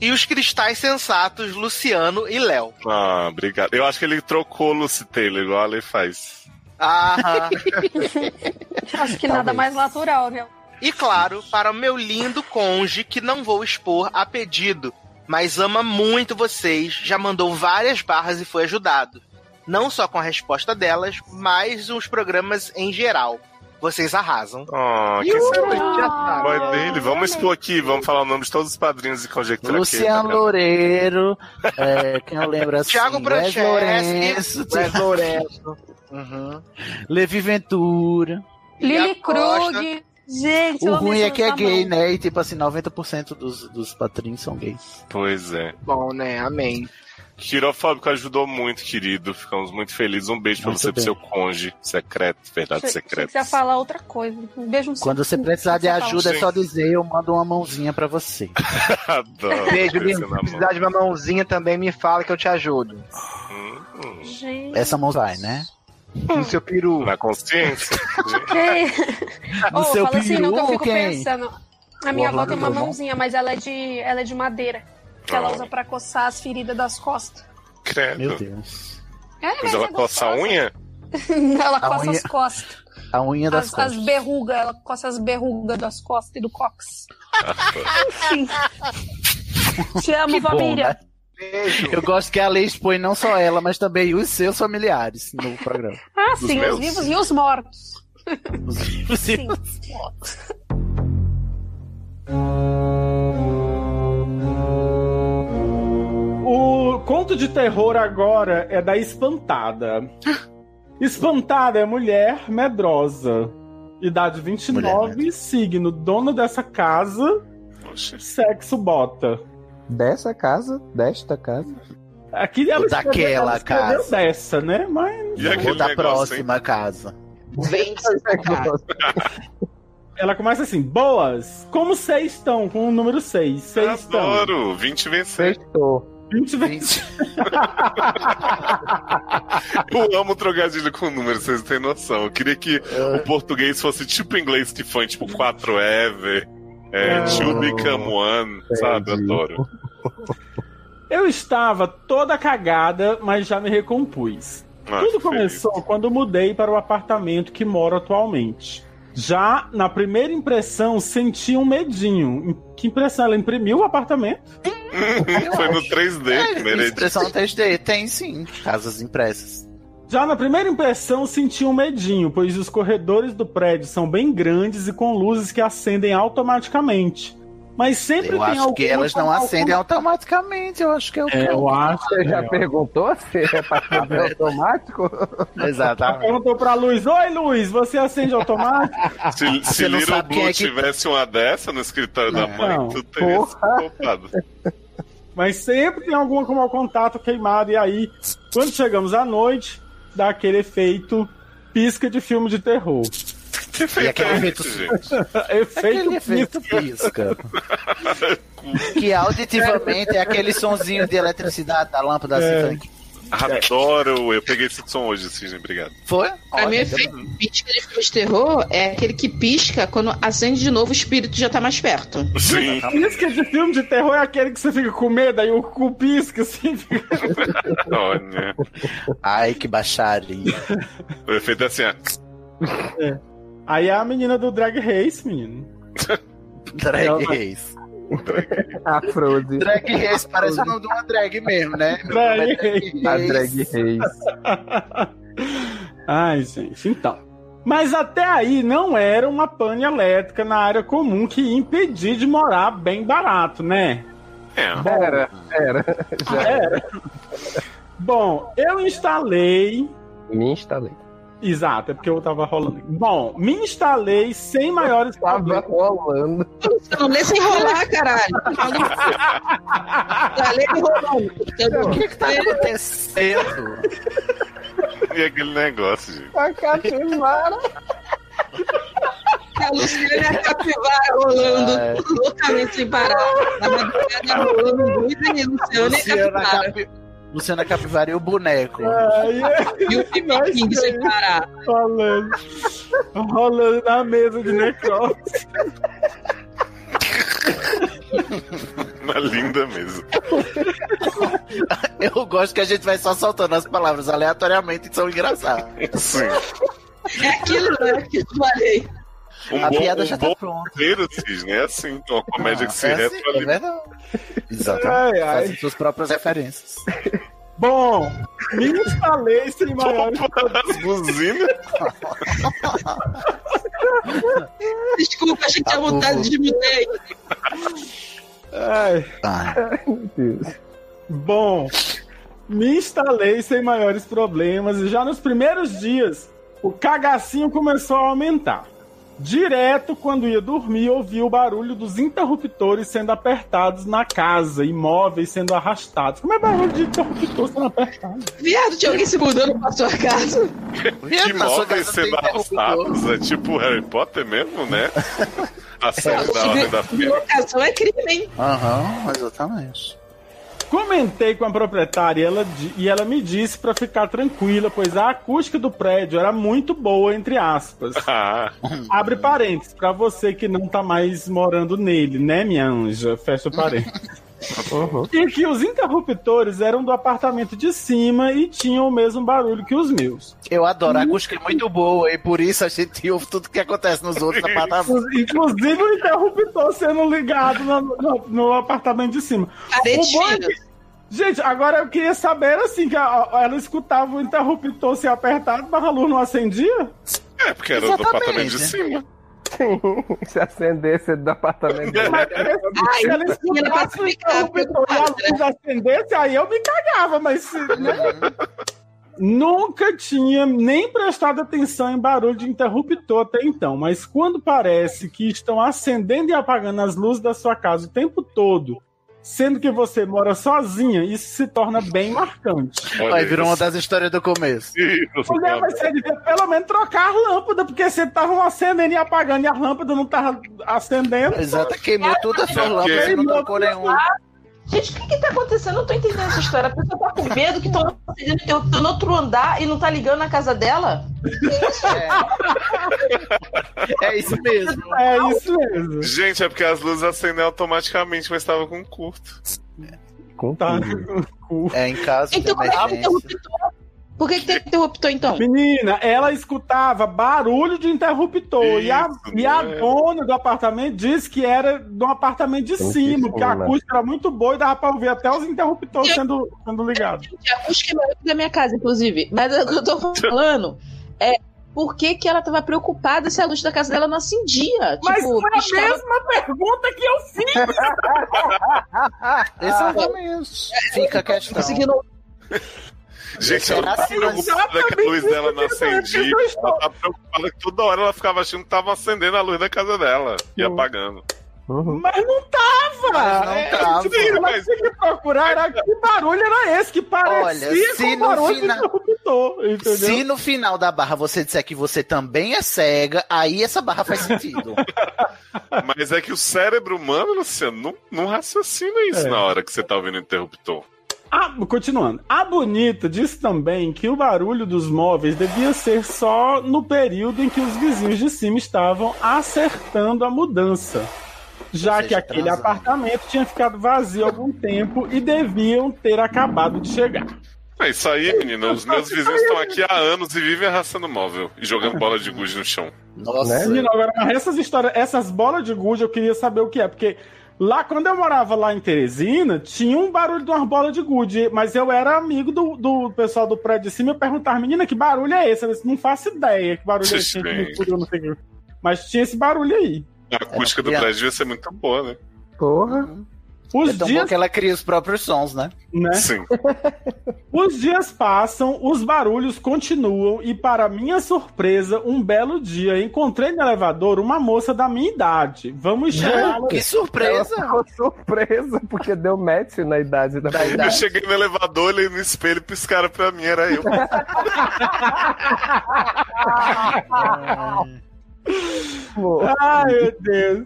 E os cristais sensatos Luciano e Léo.
Ah, obrigado. Eu acho que ele trocou Lucy Taylor, igual a Ale faz.
Ah.
Acho que nada mais natural, né?
E claro, para o meu lindo conge, que não vou expor a pedido, mas ama muito vocês, já mandou várias barras e foi ajudado. Não só com a resposta delas, mas os programas em geral. Vocês arrasam.
Ah, que
Ih,
excelente.
ah,
Boy dele. Vamos expor aqui, vamos falar o nome de todos os padrinhos e conjectura
Luciano
aqui.
Loureiro, é, quem eu lembro assim?
Thiago
Wes
Brancheschi,
Lourenço,
Wes
É.
Lourenço.
Uhum.
Levi Ventura.
Lily
Costa.
Krug. Gente,
O
eu amei
ruim é que é
essa
gay,
mão.
né? E tipo assim, 90% dos, dos patrinhos são gays.
Pois é.
Bom, né? Amém.
Quirofóbico ajudou muito, querido. Ficamos muito felizes. Um beijo pra
Muito
você e pro
bem.
seu conge secreto, verdade
Achei- achei que
secreta.
Você ia falar outra coisa. Um beijo no seu
Quando você
cu.
precisar de
Você tá fala.
ajuda, é só dizer, eu mando uma mãozinha pra você.
Adoro.
é
Beijo,
esse
Bim. Se
namoro.
precisar de uma mãozinha também, me fala que eu te ajudo.
Hum.
Gente.
Essa mão vai, né?
No seu peru.
Na consciência.
Ô,
seu
fala assim, não, que eu
peru,
fico
quem?
pensando. A minha
O
avó tem uma
Orlando Drummond?
mãozinha, mas ela é de, ela é de madeira. Que ela
Ah.
usa pra coçar as feridas das costas.
Credo.
Meu Deus.
É,
Mas ela coça a unha?
Não, ela
A
coça as
unha-
costas.
A unha das
As, as
costas.
berrugas, ela coça as berrugas das costas e do cox. Enfim. Te amo,
Que bom,
família.
né? Eu gosto que a lei expõe não só ela, mas também os seus familiares no programa.
Ah,
Dos
sim,
meus?
os vivos e os mortos.
Sim.
O conto de terror agora é da Espantada. Espantada é mulher medrosa. Idade 29, signo, dona dessa casa, sexo bota.
Dessa casa, desta casa.
Aqui ela escreveu-
daquela
ela escreveu
casa.
dessa, né? Mas.
Ou da próxima casa.
Ela começa assim: boas! Como vocês estão com o número 6? Vocês estão.
Adoro. 20 vencer.
20 vezes.
Eu amo trocadilho com números, vocês não têm noção. Eu queria que
É.
o português fosse tipo o inglês que foi, tipo 4 ever, é, to become one, sabe? Adoro.
Eu estava toda cagada, mas já me recompus.
Ah,
Tudo
que
começou quando mudei para o apartamento que moro atualmente. Já na primeira impressão senti um medinho. Que impressão? Ela imprimiu o apartamento?
Foi no 3D, primeiro
É, Expressão 3D, tem sim. Casas impressas.
Já na primeira impressão senti um medinho, pois os corredores do prédio são bem grandes e com luzes que acendem automaticamente. Mas sempre
Eu
tem
acho que
alguma
elas não
com
acendem
alguma-
automaticamente, eu acho que é o
É, eu acho.
Você já
é.
perguntou se é pra saber automático?
Ela Perguntou pra luz: Oi, luz, você acende automático?
Se, se
Ah, Você não
Little
sabe quem
Blue
é que-
tivesse uma dessa no escritório da mãe, tu teria se
É.
poupado.
Mas sempre tem alguma com mau contato queimado. E aí, quando chegamos à noite, dá aquele efeito pisca de filme de terror.
Que
E aquele
efeito
efeito-
efeito,
Aquele efeito pisca. Que auditivamente é aquele sonzinho de eletricidade da lâmpada
É.
assim. que-
Adoro, eu peguei esse som hoje, Cisne, obrigado.
Foi?
É
A minha efeito pisca de filme de terror é aquele que pisca quando acende de novo o espírito já tá mais perto.
Sim.
Pisca de filme de terror é aquele que você fica com medo, aí o cu pisca, assim, fica...
Olha.
Ai, que baixaria.
O efeito é assim, ó.
É. Aí é a menina do Drag Race, menino.
Drag Race.
A Frozen.
Drag Race parece o nome de uma drag mesmo, né?
Drag
A drag race.
Ai, gente, então. Mas até aí não era uma pane elétrica na área comum que ia impedir de morar bem barato, né?
Ah.
Ah,
Era, era. Já
era. Bom, eu instalei.
Me instalei.
Exato, é porque eu tava rolando. Bom, me instalei sem maiores problemas. Tava
rolando.
Não, nem sem rolar, caralho. Falei rolando.
O que, que tá acontecendo?
E aquele negócio, gente.
A capivara.
A Luciana é a capivara rolando
É.
loucamente sem parar. Na madrugada rolando doida e a Luciana é a
Luciana,
capivara.
Capi... Luciana Capivara e o boneco.
é
E o Pipi King tá- sem parar.
Rolando. Rolando na mesa de necrópolis.
Uma linda mesmo.
Eu gosto que a gente vai só soltando as palavras aleatoriamente e são engraçadas.
Sim.
É aquilo, né? Que eu falei.
Um
A
bom,
piada
um
já tá
bom roteiro, Cisne, é assim. Uma comédia que se
é assim, é
retroalimenta.
verdade. Exatamente.
Ai, ai.
Fazem suas
É.
próprias referências.
Bom, me instalei sem maiores
Buzina.
Desculpa, a gente tinha vontade de mudar.
Ai.
meu Deus.
Bom, me instalei sem maiores problemas e já nos primeiros dias o cagacinho começou a aumentar. Direto quando ia dormir, ouvi o barulho dos interruptores sendo apertados na casa, imóveis sendo arrastados. Como é barulho de interruptor sendo apertado?
Viado, tinha alguém se mudando pra sua casa.
Que móveis sendo arrastados. É tipo Harry Potter mesmo, né? A série da Ordem da Fênix.
Locação é crime, hein?
Aham, exatamente.
Comentei com a proprietária e ela, di- e ela me disse pra ficar tranquila, pois a acústica do prédio era muito boa, entre aspas.
Ah,
Abre parênteses, pra você que não tá mais morando nele, né, minha anja? Fecha parênteses. E que os interruptores eram do apartamento de cima e tinham o mesmo barulho que os meus.
Eu adoro, a
Uhum.
acústica é muito boa e por isso a gente ouve tudo que acontece nos outros apartamentos.
Inclu- Inclusive o interruptor sendo ligado no, no- no apartamento de cima.
Parede
O bom é que- Gente, agora eu queria saber assim, que a- a- ela escutava o interruptor ser apertado, mas a luz não acendia?
É, porque era
tá
do apartamento
né?
de cima.
Sim, se acendesse do apartamento dele.
Mas se ela tá escutasse o interruptor e a luz acendesse, aí eu me cagava, mas se- né? Nunca tinha nem prestado atenção em barulho de interruptor até então, mas quando parece que estão acendendo e apagando as luzes da sua casa o tempo todo, sendo que você mora sozinha, isso se torna bem marcante.
Aí virou uma das histórias do começo.
Mulher, mas é, você devia pelo menos trocar a lâmpada, porque você tava um acendendo e apagando e a lâmpada não tava acendendo.
Exato, queimou toda a sua lâmpada, você não trocou nenhuma.
Ah, Gente, o que que tá acontecendo? Eu não tô entendendo essa história. A pessoa tá com medo que estão no outro andar e não tá ligando na casa dela?
É isso mesmo.
É isso mesmo.
Gente, é porque as luzes acendem automaticamente, mas tava com curto.
Tá.
É em casa.
Então, como é que tem interruptor? Por que, que tem interruptor, então?
Menina, ela escutava barulho de interruptor. e a, e a
né?
dona do apartamento disse que era de um apartamento de
Tem que
cima, porque a
cima.
acústica era muito boa e dava pra ouvir até os interruptores sendo, sendo ligados.
Os que maior que um da minha casa, inclusive. Mas é o que eu tô falando é por que que ela tava preocupada se a luz da casa dela não acendia? Tipo,
Mas
Tipo,
é
foi a
mesma
pergunta que eu
fiz!
é um
Ah,
Exatamente. Fica a questão.
Conseguindo...
Gente, ela tá
Exatamente.
preocupada que a luz dela não acendia.
eu estou-
Ela tá preocupada que toda hora ela ficava achando que
Hum.
tava acendendo a luz da casa dela e apagando.
Mas não tava!
Mas não tava. final.
Sim, mas tinha que procurar era que barulho era esse, que parecia
Olha,
com
se
o
no,
barulho de
final,
interruptor, entendeu?
se no final da barra você disser que você também é cega, aí essa barra faz sentido.
Mas é que o cérebro humano, Luciano, não, não raciocina isso
É.
na hora que você tá ouvindo o interruptor.
Ah, continuando. A Bonita disse também que o barulho dos móveis devia ser só no período em que os vizinhos de cima estavam acertando a mudança. Já que aquele apartamento tinha ficado vazio há algum tempo e deviam ter acabado de chegar.
É isso aí, menino. Os meus vizinhos estão aqui há anos e vivem arrastando móvel e jogando bola de gude no chão.
Né? Menino, agora, mas essas histórias, essas bolas de gude, eu queria saber o que é, porque lá, quando eu morava lá em Teresina, tinha um barulho de umas bolas de gude, mas eu era amigo do, do pessoal do prédio de cima, eu perguntava, menina, que barulho é esse? Eu disse, não faço ideia que barulho é esse, que
Gente.
mistura, não sei o que. mas tinha esse barulho aí.
A
É.
acústica do prédio ia ser muito boa, né?
Porra.
Os
é tão
dias-
bom que ela cria os próprios sons, né?
Né?
Sim.
Os dias passam, os barulhos continuam e, para minha surpresa, um belo dia encontrei no elevador uma moça da minha idade. Vamos chamá-la.
Ela ficou surpresa, porque deu match né? na idade da
Eu cheguei no elevador, olhei no espelho e piscaram pra mim, era eu.
Ai, meu Deus.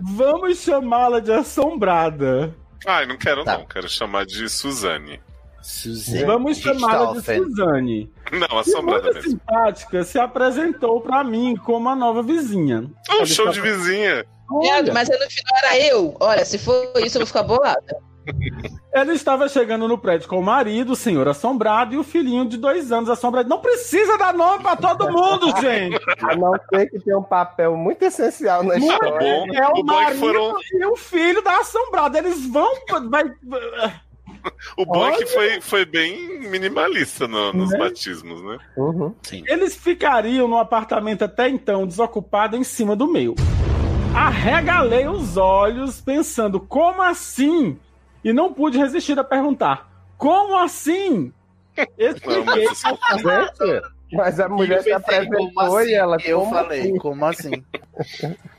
Vamos chamá-la de assombrada.
Ai, não quero não, quero chamar de Suzane.
Suzane.
Vamos
tá
chamá-la de Suzane.
Não,
E
assombrada
muito
mesmo.
simpática, se apresentou pra mim como a nova vizinha.
Um show de vizinha.
Olha.
Mas no final era eu. Olha, se for isso, eu vou ficar bolada.
Ela estava chegando no prédio com o marido, o senhor assombrado, e o filhinho de dois anos assombrado. Não precisa dar nome pra todo mundo, gente!
A não ser que tem um papel muito essencial na
Muito
história.
bem, é o marido e o filho da assombrada. Eles vão. Vai...
O bom é
Olha.
que foi, foi bem minimalista no- nos
Né?
batismos, né?
Eles ficariam no apartamento até então desocupado em cima do meu. Arregalei os olhos pensando, como assim? E não pude resistir a perguntar, como assim? Expliquei.
assim,
Gente, mas a mulher se apresentou e ela. como assim?
como assim?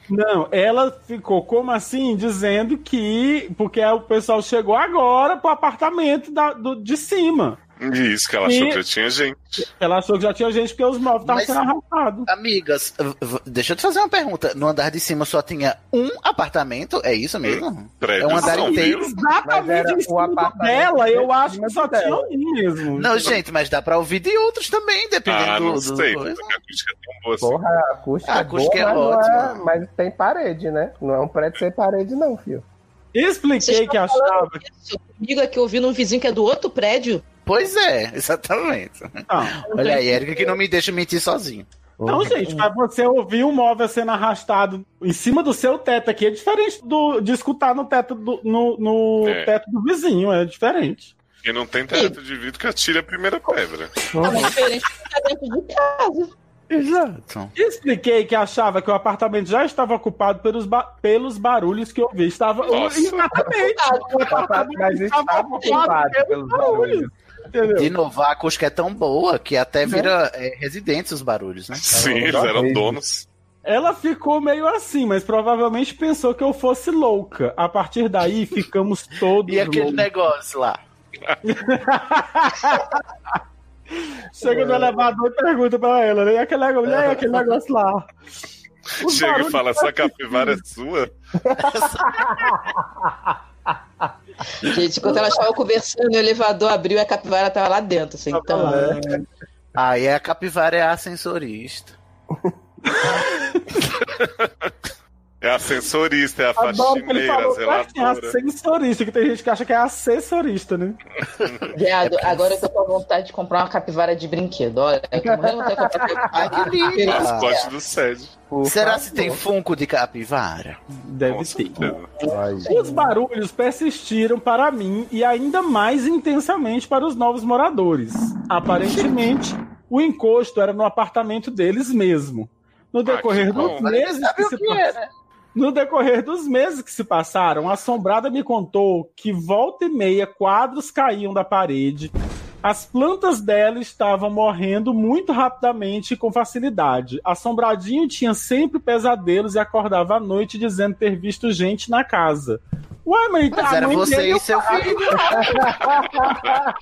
Não, ela ficou como assim? Dizendo que. Porque o pessoal chegou agora pro apartamento da- do- de cima.
E isso que ela achou que já tinha gente.
Ela achou que já tinha gente porque os móveis tá- estavam
Mas-
sendo arrastados.
Amigas, v- v- deixa eu te fazer uma pergunta. No andar de cima só tinha um apartamento? É isso mesmo?
Prédio
é um andar
sombrio.
inteiro.
Mas era
Exatamente em
o
cima
apartamento
dela, eu
dentro
acho que só
dela.
tinha um mesmo.
Não, gente, mas dá pra ouvir de outros também, dependendo
Ah, não
do.
sei,
do...
porque a acústica é tão boa assim.
Porra, a acústica,
A acústica
é boa,
é
mas não
ótima.
mas tem parede, né? Não é um prédio sem parede, não, filho.
Expliquei que achava.
Comigo aqui ouvindo um vizinho que é do outro prédio.
Pois é, exatamente. Olha aí, Érica que não me deixa mentir sozinho.
Ah,
Uhum.
Então, gente, mas você ouvir um móvel sendo arrastado em cima do seu teto aqui é diferente do, de escutar no teto do, no, no
É.
teto do vizinho, é diferente.
E não tem teto de vidro que atire a primeira pedra.
Diferente do que tá dentro de casa.
Exato.
Expliquei que achava que o apartamento já estava ocupado pelos, ba- pelos barulhos que eu ouvi. Estava.
Nossa.
Exatamente. O apartamento
Mas
estava
estava ocupado pelos barulhos.
De novo, a acústica é tão boa que até vira é, residentes os barulhos, né?
Sim, eles eram donos.
Ela ficou meio assim, mas provavelmente pensou que eu fosse louca. A partir daí, ficamos todos
E aquele
loucos.
negócio lá.
Chega no elevador e pergunta pra ela, né? E aquele negócio, e aí, aquele negócio lá. Os
Chega e
barulhos
fala,
são
essa capivara é sua?
Gente, enquanto ela estava conversando, o elevador abriu e a capivara tava lá dentro, assim, então.
Aí a capivara é a sensorista.
É a sensorista, é a
Adoro que ele
faxineira,
falou
a
certinho,
zeladora.
ascensorista, que tem gente que acha que é assessorista, né?
Viado,
É
agora eu tô com vontade de comprar uma capivara de brinquedo. Olha, eu tô morrendo de vontade de comprar uma capivara
Ah,
de brinquedo.
Mascote do SED.
Será se tem funko de capivara?
Deve ter. Os barulhos persistiram para mim e ainda mais intensamente para os novos moradores. Aparentemente, o encosto era no apartamento deles mesmo. No
Ah,
decorrer dos meses que se
é?
é,
passaram.
né?
No decorrer dos meses que se passaram, a assombrada me contou que volta e meia quadros caíam da parede. As plantas dela estavam morrendo muito rapidamente e com facilidade. Assombradinho tinha sempre pesadelos e acordava à noite dizendo ter visto gente na casa. Ué, mas,
Mas
a
era
mãe
você
dele
e
o
seu
pai.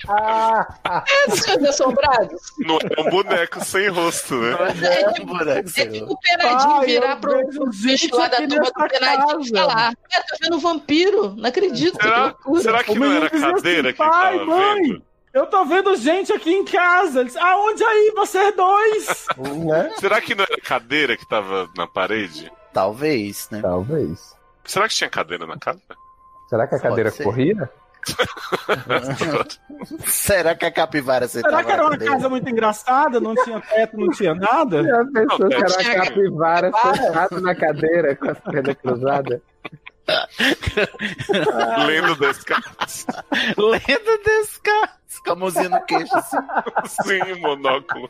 É dos seus assombrados.
Não é um boneco sem rosto, né?
É
um
tipo, é tipo o Penadinho
Pai,
virar
eu
pro
vejo
pro bicho lá
gente
da turma
aqui
do
nessa
Penadinho e
casa.
falar: Cara, tô vendo um vampiro, não acredito.
Será, será que não era cadeira que ele
assim, Pai,
tava vendo?
mãe, eu tô vendo gente aqui em casa. Eles, Aonde aí, vocês dois?
Será que não era cadeira que tava na parede?
Talvez, né?
Talvez.
Será que tinha cadeira na casa?
Será que a
Pode
cadeira
ser.
corria?
Será que a capivara você
Será
tava
que era
na
uma
cadeira?
casa muito engraçada? Não tinha teto, não tinha nada?
Já pensou que era a capivara
Para.
sentado na cadeira com as pernas cruzadas?
Lendo descalço.
Lenda descalço. Com a mãozinha no queixo, assim.
Sim, monóculo.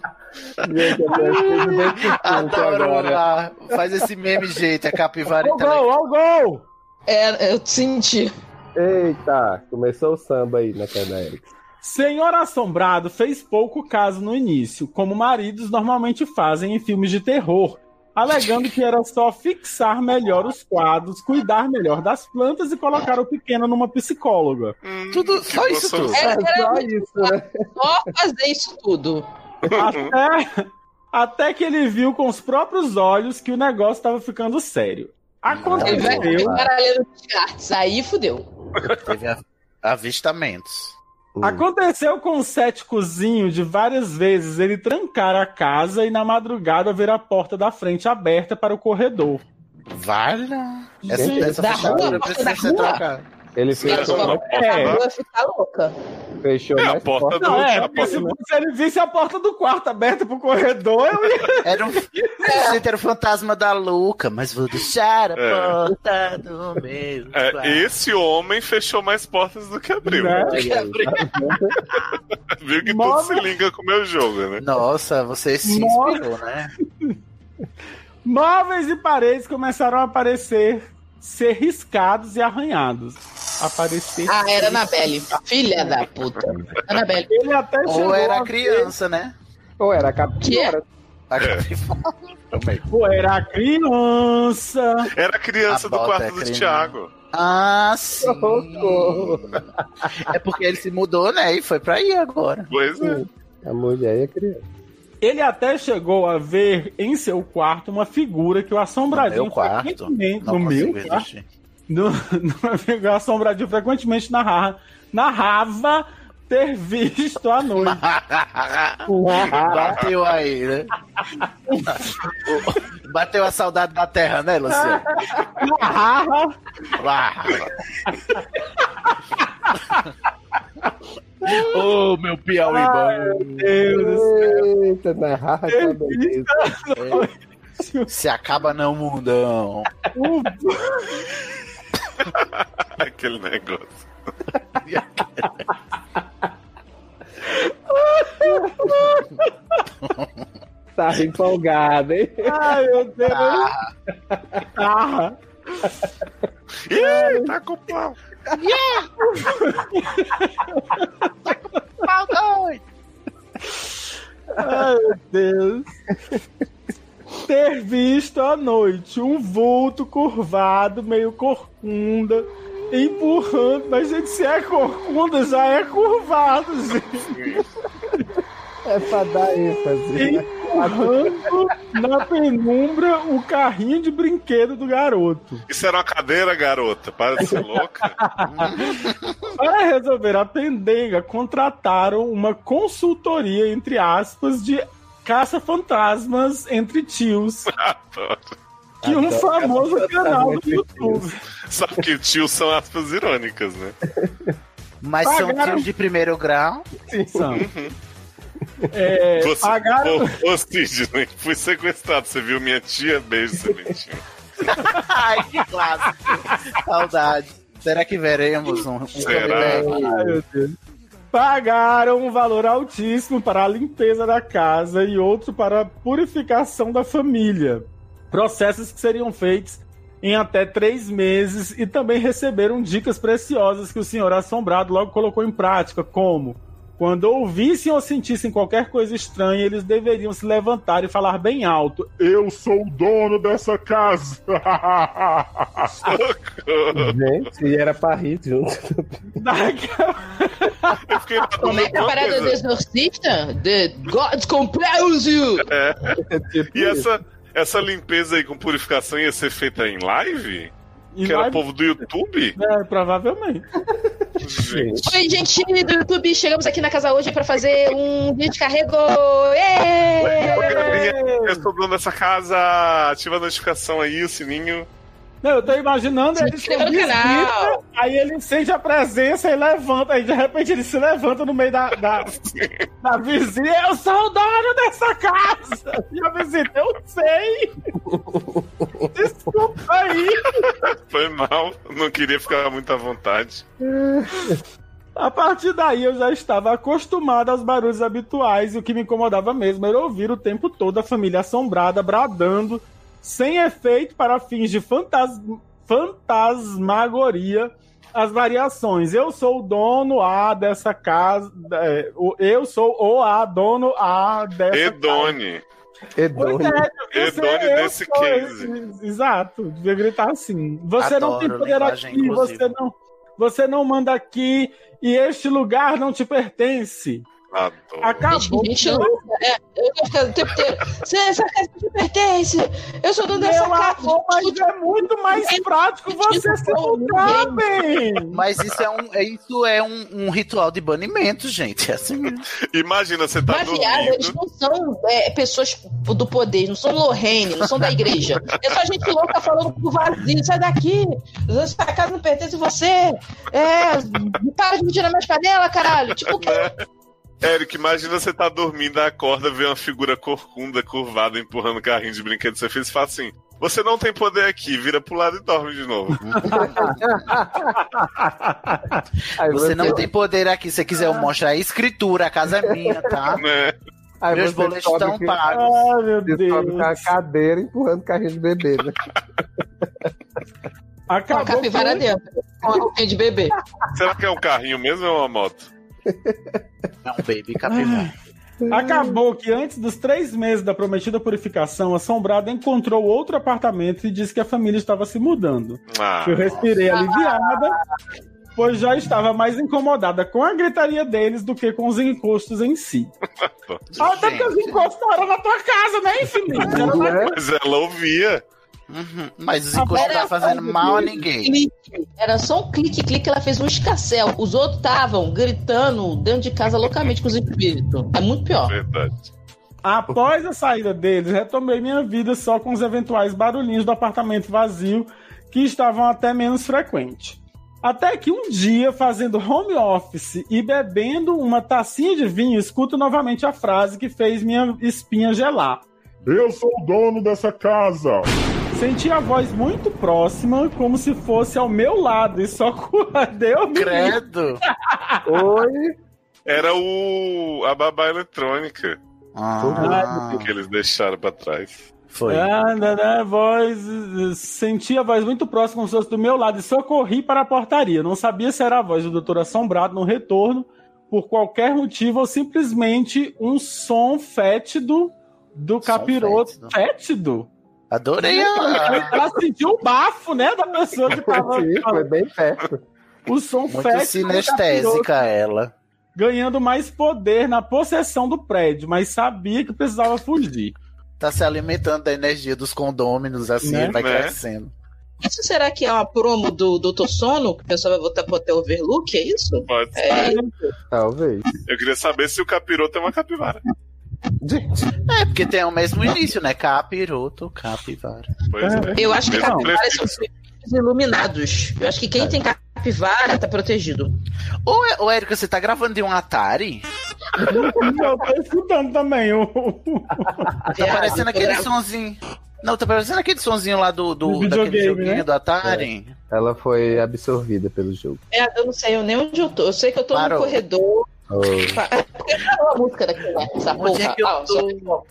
Gente, eu tô bem
Adoro,
agora.
Olá. Faz esse meme, gente. A capivara intelectual.
o gol!
É, eu senti. Eita, começou o samba aí na Canaérica.
Senhor Assombrado fez pouco caso no início, como maridos normalmente fazem em filmes de terror, alegando que era só fixar melhor os quadros, cuidar melhor das plantas e colocar o pequeno numa psicóloga.
Hum.
Tudo, só né? isso tudo.
É, Era, era muito
fácil,
só fazer isso tudo.
Até, até que ele viu com os próprios olhos que o negócio estava ficando sério.
Ele vai
Aconteceu.
ter um paralelo de artes. Aí fudeu.
Teve a- avistamentos.
Aconteceu com o céticozinho de várias vezes ele trancar a casa e na madrugada ver a porta da frente aberta para o corredor.
Vale. Essa-
Gente,
essa
da
fechadura
rua,
precisa
da
ser
rua?
trocada.
Ele fechou,
Vai ficar louca.
fechou mais É, porta
É. Não, é, porque se, se ele visse a porta do quarto aberta pro corredor, eu ia...
Era um, era o fantasma da Luca, mas vou deixar a
É.
porta do meu.
É, esse homem fechou mais portas do que abriu.
Né?
Viu que tudo se liga com o meu jogo, né?
Nossa, você se
Nossa.
inspirou, né?
Móveis e paredes começaram a aparecer, ser riscados e arranhados. Aparecer.
Ah, era Anabelle. Filha da puta. Anabelle.
Ele até
Ou era criança, né?
Ou era capivara.
É.
A capivara.
Ou era criança.
Era criança
A
do
bota
quarto
é
do
criança.
Thiago.
Ah, sim. É porque ele se mudou, né? E foi pra aí agora.
Pois é.
A mulher é criança.
Ele até chegou a ver em seu quarto uma figura que o assombradinho
No meu quarto?
frequentemente-
Não
no meu
consigo
quarto.
existir.
No, no figura assombradinho frequentemente narrava, narrava ter visto à noite.
Bateu aí, né? Bateu a saudade da terra, né, Luciano? Ah.
narrava
Lá. Ô, meu Piauí bom.
Deus do
Eita, na raça, tá beleza.
Se acaba não, mundão.
Aquele negócio.
Tava empolgado, hein?
Ai, meu Deus. Ah.
Ih, tá com pau.
Yeah!
Pau doido.
Ai, meu Deus. Ter visto à noite um vulto curvado, meio corcunda, empurrando. Mas, gente, se é corcunda, já é curvado, gente.
É pra dar ênfase. né?
Empurrando na penumbra o carrinho de brinquedo do garoto.
Isso era uma cadeira, garota. Para de ser louca.
Para resolver a pendenga, contrataram uma consultoria, entre aspas, de caça-fantasmas entre tios. Que um
Adoro
famoso canal do YouTube.
Sabe que tio são aspas irônicas, né?
Mas são
Pagaram.
tios de primeiro grau.
Sim, são.
Uhum.
É,
você,
pagaram-
ô, ô, Sidney, fui sequestrado. Você viu minha tia? Beijo, Sementinho.
Ai, que clássico. Saudade. Será que veremos um, um
Será?
Ai, meu Deus. Pagaram um valor altíssimo para a limpeza da casa e outro para a purificação da família. Processos que seriam feitos em até três meses e também receberam dicas preciosas que o senhor assombrado logo colocou em prática, como Quando ouvissem ou sentissem qualquer coisa estranha, eles deveriam se levantar e falar bem alto: Eu sou o dono dessa casa!
Gente, e era pra rir junto.
Eu fiquei
Como é que é a parada do exorcista? The God compels you!
É. E essa, essa limpeza aí com purificação ia ser feita em live?
Em
que era
live?
povo do YouTube?
É, provavelmente.
Gente.
Oi, gente do YouTube, chegamos aqui na casa hoje pra fazer um descarrego! Ê!
Eu sou dono dessa casa. Ativa a notificação aí, o sininho.
Não, eu tô imaginando ele
inscreva
com
no é canal.
visita, aí ele sente a presença e levanta, aí de repente ele se levanta no meio da, da, da vizinha, eu sou o dono dessa casa! E a vizinha, eu sei! Desculpa aí!
Foi mal, não queria ficar muito à vontade.
A partir daí eu já estava acostumado aos barulhos habituais e o que me incomodava mesmo era ouvir o tempo todo a família assombrada bradando sem efeito para fins de fantas- fantasmagoria as variações. Eu sou o dono A dessa casa. é, o- Eu sou o A, dono A dessa
Edone.
Pois é, eu sei,
Edone
eu
desse
sou
case.
esse- Exato, devia gritar assim. Você não tem
Adoro
poder
linguagem
aqui, você
inclusiva.
não, você não manda aqui e este lugar não te pertence.
Adoro.
Acabou.
Gente, eu, é, eu tô ficando o tempo inteiro. "Cê, é Essa casa te pertence! Eu sou dono dessa casa!
mas é muito mais prático você se
um
mudar, bem!
Mas isso é um, é- isso é um, um ritual de banimento, gente. É assim mesmo.
Imagina, você
tá
Baseado, eles não são é, pessoas do poder, não são Lorraine, não são da igreja. É só gente louca falando pro vazio, sai daqui, essa casa não pertence a você. É, para de me tirar minhas panelas, caralho. Tipo,
Érico, É. imagina você tá dormindo, acorda, vê uma figura corcunda, curvada, empurrando o carrinho de brinquedo que você fez e fala assim: Você não tem poder aqui, vira pro lado e dorme de novo.
você não tem poder aqui. Se você quiser, eu mostro a escritura, a casa é minha, tá?
Né?
Aí
Meus
você
boletos
descobre
estão
que-
pagos.
Ah, meu
Deus. com a é cadeira empurrando o carrinho de bebê, né?
Acabou
com a capivara
com-
dentro, com a roupinha um de bebê.
Será que é um carrinho mesmo ou é uma moto?
É um baby capivara.
Acabou que antes dos três meses da prometida purificação, a assombrada encontrou outro apartamento e disse que a família estava se mudando.
Ah,
Eu respirei aliviada,
Ah,
pois já estava mais incomodada com a gritaria deles do que com os encostos em si. Até porque os encostos moram na tua casa, né, Felipe? Era mais-
Mas ela ouvia.
Uhum. Mas os encostos não tá fazendo
assim.
mal a ninguém.
um Clique. Era só um clique, clique, ela fez um escarcel. Os outros estavam gritando dentro de casa loucamente com os espíritos. É muito pior.
Verdade.
Após a saída deles, retomei minha vida só com os eventuais barulhinhos do apartamento vazio, que estavam até menos frequentes. Até que um dia, fazendo home office e bebendo uma tacinha de vinho, escuto novamente a frase que fez minha espinha gelar. Eu sou o dono dessa casa. Senti a voz muito próxima, como se fosse ao meu lado, e só deu
Credo!
Oi!
Era o a babá eletrônica.
Ah.
Que eles deixaram pra trás.
Ah, né, né, voz, eh, senti a voz muito próxima, como se fosse do meu lado, e socorri para a portaria. Não sabia se era a voz do doutor assombrado no retorno, por qualquer motivo, ou simplesmente um som fétido do capiroto fétido.
Adorei
Ela ela sentiu o bafo, né, da pessoa que tava...
Sim, foi bem perto.
O som
Muito
fétido do
sinestésica
capiroto
ela.
Ganhando mais poder na possessão do prédio, mas sabia que precisava fugir.
Tá se alimentando da energia dos condôminos, assim,
Né?
vai
Né?
crescendo.
Isso será que é uma promo do Dr. Sono? Que o pessoal vai votar pro Hotel Overlook? É isso?
Pode ser.
É,
Talvez.
Eu queria saber se o capiroto é uma capivara.
É, porque tem o mesmo início, né? Capiroto, capivara.
Pois é.
eu acho que
Mesmo
capivaras
prefixo.
são espíritos iluminados. Eu acho que quem tem capivara tá protegido.
Ô, É- Ô, Érica, você tá gravando de um Atari?
Eu tô escutando também. O...
Tá parecendo aquele
eu-
sonzinho. Não, tá parecendo aquele sonzinho lá do, do,
Do
daquele
videogame,
joguinho
né?
do Atari.
É. Ela foi absorvida pelo jogo.
É, eu não sei eu nem onde eu tô. Eu sei que eu tô
Parou.
no corredor.
Oh.
Qual a música daquela? Essa
Onde é
porra.
que eu
Ah,
tô?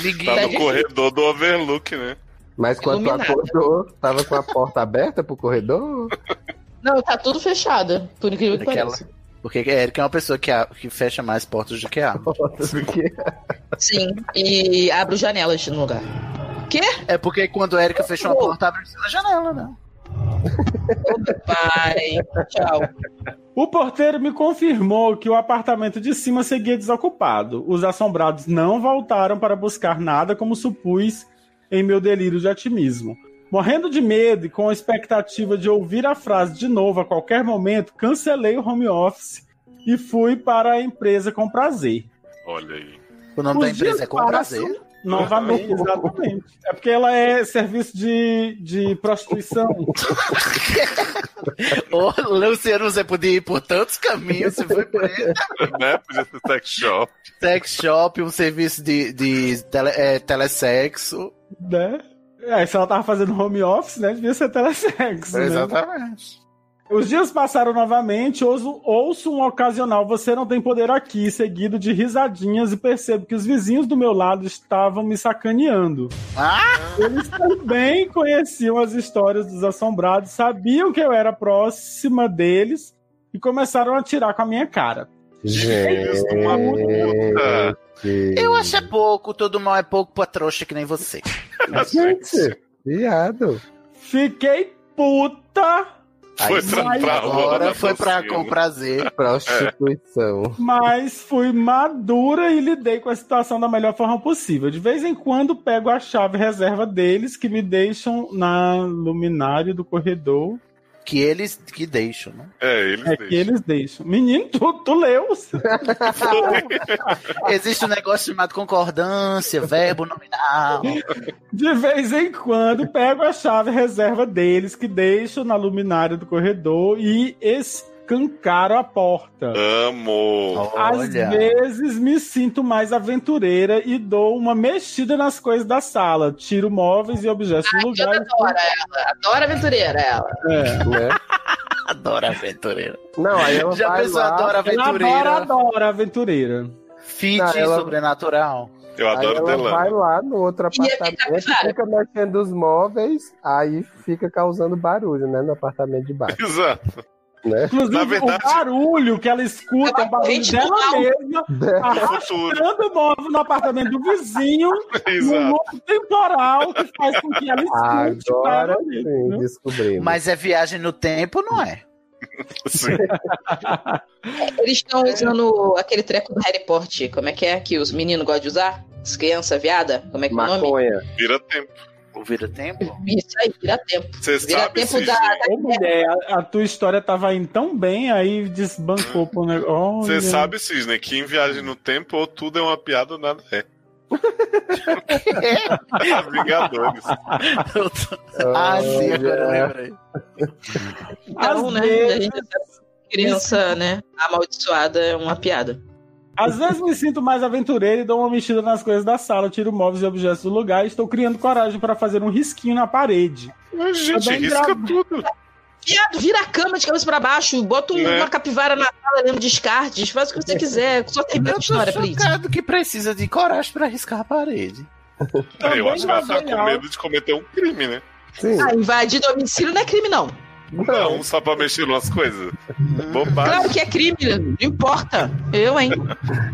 Liguei.
Tá no corredor do overlook, né?
Mas quando tu
Iluminada.
acordou, tava com a porta aberta pro corredor?
Não, tá tudo fechado, por incrível que
É.
Aquela-
pareça.
Porque a Erika é uma pessoa que, a- que fecha mais portas do que abre.
Sim, e abro janelas no lugar. Quê?
É porque quando a Erika fechou uma porta, abre a janela, né?
Pai, tchau.
O porteiro me confirmou que o apartamento de cima seguia desocupado. Os assombrados não voltaram para buscar nada, como supus em meu delírio de otimismo. Morrendo de medo e com a expectativa de ouvir a frase de novo a qualquer momento, cancelei o home office e fui para a empresa com prazer.
Olha aí.
O nome
Os
da empresa
dias
é Com
passam
Prazer.
Novamente, exatamente. É porque ela é serviço de, de prostituição.
Ô, Luciano, você podia ir por tantos caminhos, você foi por ele.
né? Podia ser sex shop.
Sex shop, um serviço de, de tele, é, telesexo.
Né? É, se ela tava fazendo home office, né? Devia ser telesexo. né?
Exatamente.
Os dias passaram novamente, ouço, ouço um ocasional Você Não Tem Poder Aqui, seguido de risadinhas, e percebo que os vizinhos do meu lado estavam me sacaneando. Ah! Eles também conheciam as histórias dos assombrados, sabiam que eu era próxima deles e começaram a atirar com a minha cara.
Gente.
Eu acho é pouco, todo mal é pouco pra trouxa que nem você.
Gente, viado.
Fiquei puta,
Aí,
pra- pra rola
agora
na
foi pra É.
calcinha.
com prazer.
Prostituição.
mas fui madura e lidei com a situação da melhor forma possível. De vez em quando pego a chave reserva deles que me deixam na luminária do corredor.
Que eles que deixam, né?
É, eles
É que
deixam.
eles deixam. Menino, tu, tu leu?
Existe um negócio chamado concordância, verbo nominal.
De vez em quando pego a chave reserva deles que deixam na luminária do corredor e escancaro a porta.
Amo.
Às vezes me sinto mais aventureira e dou uma mexida nas coisas da sala. Tiro móveis e objetos do lugar. e-
Adora ela, adora aventureira ela.
É.
Adora aventureira.
Né? Não, aí ela
Já
vai
pensou,
lá-
Adora,
adora aventureira.
adora aventureira.
Fit
Não, ela-
sobrenatural.
Eu
Aí ela vai lá no outro apartamento, fica mexendo os móveis, aí fica causando barulho, né? No apartamento de baixo.
Exato.
Né?
Inclusive,
Na verdade-
o barulho que ela escuta é o barulho
gente
dela
não.
mesma, arrastando o móvel no apartamento do vizinho,
Exato.
no loop
Tipo
temporal que faz com que ela escute.
Agora
para mesmo.
sim, descobrimos.
Mas é viagem no tempo, não é?
Eles estão usando aquele treco do Harry Potter. Como é que é que os meninos gostam de usar? As crianças, viada? Como é que é o nome?
Vira tempo.
O vira tempo?
Isso aí, vira tempo.
Você
Vira
sabe
tempo
se
da- da-
Ô, mulher, a, a tua história tava indo tão bem, aí desbancou pro negócio.
Você sabe, Cisne, que em Viagem no Tempo ou tudo é uma piada ou nada é. Vingadores.
Ah, sim, agora eu lembrei.
Então, né? A gente sabe que criança, né? Amaldiçoada é uma piada.
Às vezes me sinto mais aventureiro e dou uma mexida nas coisas da sala, tiro móveis e objetos do lugar e estou criando coragem para fazer um risquinho na parede.
Gente,
Também
risca
gravo-
tudo.
Viado, vira a cama de cabeça pra baixo, bota um-
Né?
uma capivara na sala dentro de descartes, faz o que você quiser, só termina a história, please.
chocado que precisa de coragem pra arriscar a parede.
eu acho que ela tá
Também
com
não.
medo de cometer um crime, né?
Ah, invadir domicílio não é crime, não.
Não, É um só pra mexer nas coisas. Bobagem.
Claro que é crime,
né?
não importa. Eu, hein?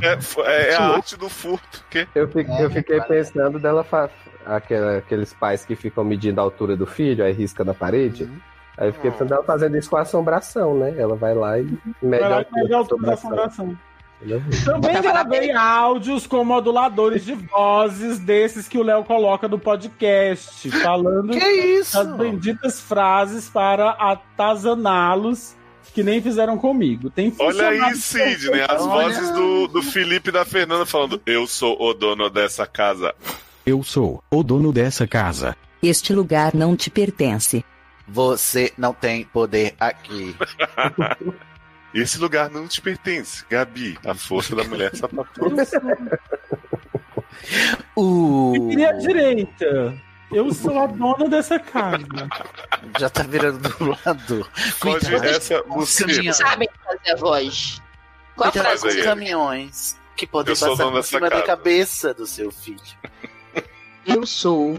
É, f- é- é a arte do furto. Que...
Eu, fi-
É,
eu fiquei pensando dela fa... aquela- aqueles pais que ficam medindo a altura do filho, aí risca na parede.
Uhum.
Aí eu
Ah.
fiquei pensando dela fazendo isso com assombração, né? Ela vai lá e
Vai
mede
lá
a
e
altura
mede a
da
altura da
assombração.
assombração. Então
Entendeu?
Também gravei áudios com moduladores de vozes desses que o Léo coloca no podcast, falando
Que isso?
as benditas frases para atazaná-los que nem fizeram comigo. Tem
é
Olha aí,
funcionado
Sidney, as
perfeitamente.
vozes do, do Felipe e da Fernanda falando: Eu sou o dono dessa casa.
Eu sou o dono dessa casa.
Este lugar não te pertence.
Você não tem poder aqui.
Esse lugar não te pertence, Gabi. A força da mulher sapatão.
Uh,
Vire à direita. Eu sou a dona dessa casa.
já tá virando do lado.
Pode essa,
Caminhão.
você.
Sabem fazer a voz.
Qual a
Cuidado
frase
com os
aí,
caminhões que podem
Eu sou
passar
dono
por
dessa
cima da
casa.
cabeça do seu filho.
Eu sou.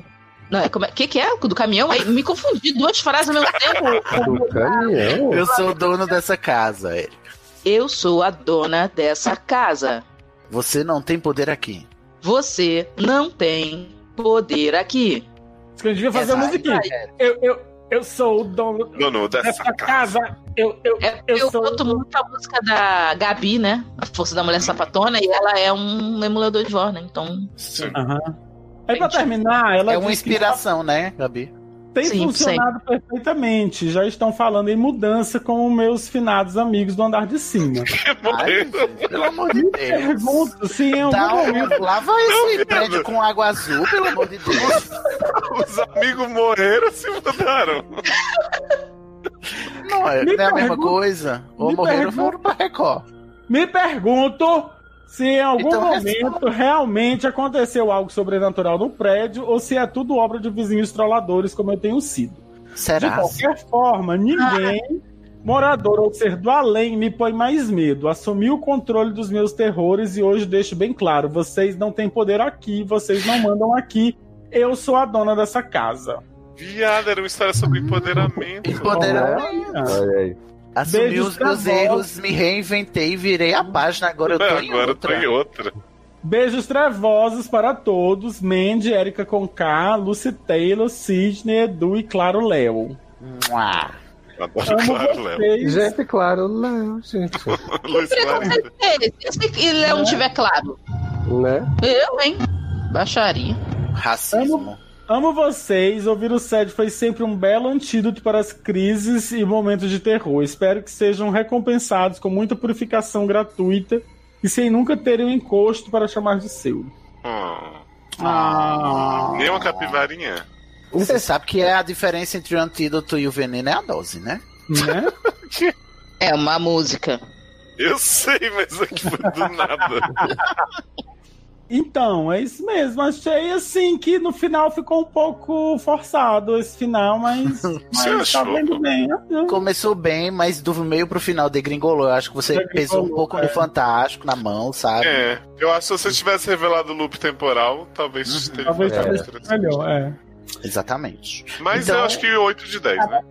Não, é como é? Que que é? Do caminhão? Aí, me confundi duas frases ao mesmo tempo.
Do caminhão?
Eu sou o dono dessa casa, Erika.
Eu sou a dona dessa casa.
Você não tem poder aqui.
Você não tem poder aqui.
Você devia fazer a musiquinha. Eu, eu, eu sou o dono,
dono dessa,
É
casa.
Eu, eu,
É,
eu,
eu
sou.
canto muito a música da Gabi, né? A Força da Mulher Sapatona, e ela é um emulador de voz, né? Então.
Sim.
Aí pra terminar, ela
É uma
diz que
inspiração, né, Gabi?
Tem
Sim,
funcionado perfeitamente. Já estão falando em mudança com meus finados amigos do andar de cima.
Ai, pelo amor de Deus.
Pergunto se em algum
Dá um-
momento.
lava esse prédio com água azul, pelo amor de Deus.
Os amigos morreram se mudaram.
Não é,
Me
não é a mesma
pergunto-
coisa. Ou
me
morreram ou
pergunto-
foram pra Record.
Me pergunto se em algum
Então,
momento realmente aconteceu algo sobrenatural no prédio ou se é tudo obra de vizinhos trolladores, como eu tenho sido. De
Será?
qualquer forma, ninguém, morador ou ser do além, me põe mais medo. Assumi o controle dos meus terrores e hoje deixo bem claro: vocês não têm poder aqui, vocês não mandam aqui. Eu sou a dona dessa casa.
Viado, era uma história sobre empoderamento.
Hum. Empoderamento.
Olha aí.
Assumi
Ah. Beijos
os
pra
meus
vó.
erros, me reinventei e virei a página. Agora eu tô em
Agora eu tô
outra.
em outra.
Beijos trevosos para todos. Mandy, Erika com K, Lucy Taylor, Sidney, Edu e, claro, Léo.
Mua.
Adoro
Amo
claro, Léo.
vocês.
Gente, claro, não, gente.
Luiz Clara.
Preconceito é esse? Eu sei que Léo não
é?
tiver claro.
né?
Eu, hein? Baixaria.
Racismo.
Amo vocês. Ouvir o SED foi sempre um belo antídoto para as crises e momentos de terror. Espero que sejam recompensados com muita purificação gratuita e sem nunca terem um encosto para chamar de seu.
Hum.
Ah.
Nem uma capivarinha.
Você sabe que é a diferença entre o antídoto e o veneno é a dose, né?
Né?
É uma música.
Eu sei, mas aqui foi do nada.
Então, é isso mesmo. Achei assim que no final ficou um pouco forçado esse final, mas, mas tá
achou?
vendo bem.
Começou bem, mas do meio pro final degringolou. Eu acho que você
Degringolou,
pesou um pouco
é.
no Fantástico, na mão, sabe?
É, eu acho que se você tivesse revelado o loop temporal, talvez
Uhum.
teria
Talvez
ficado
talvez
interessante.
fosse melhor, é.
Exatamente.
Mas
Então-
eu acho que 8 de 10, né?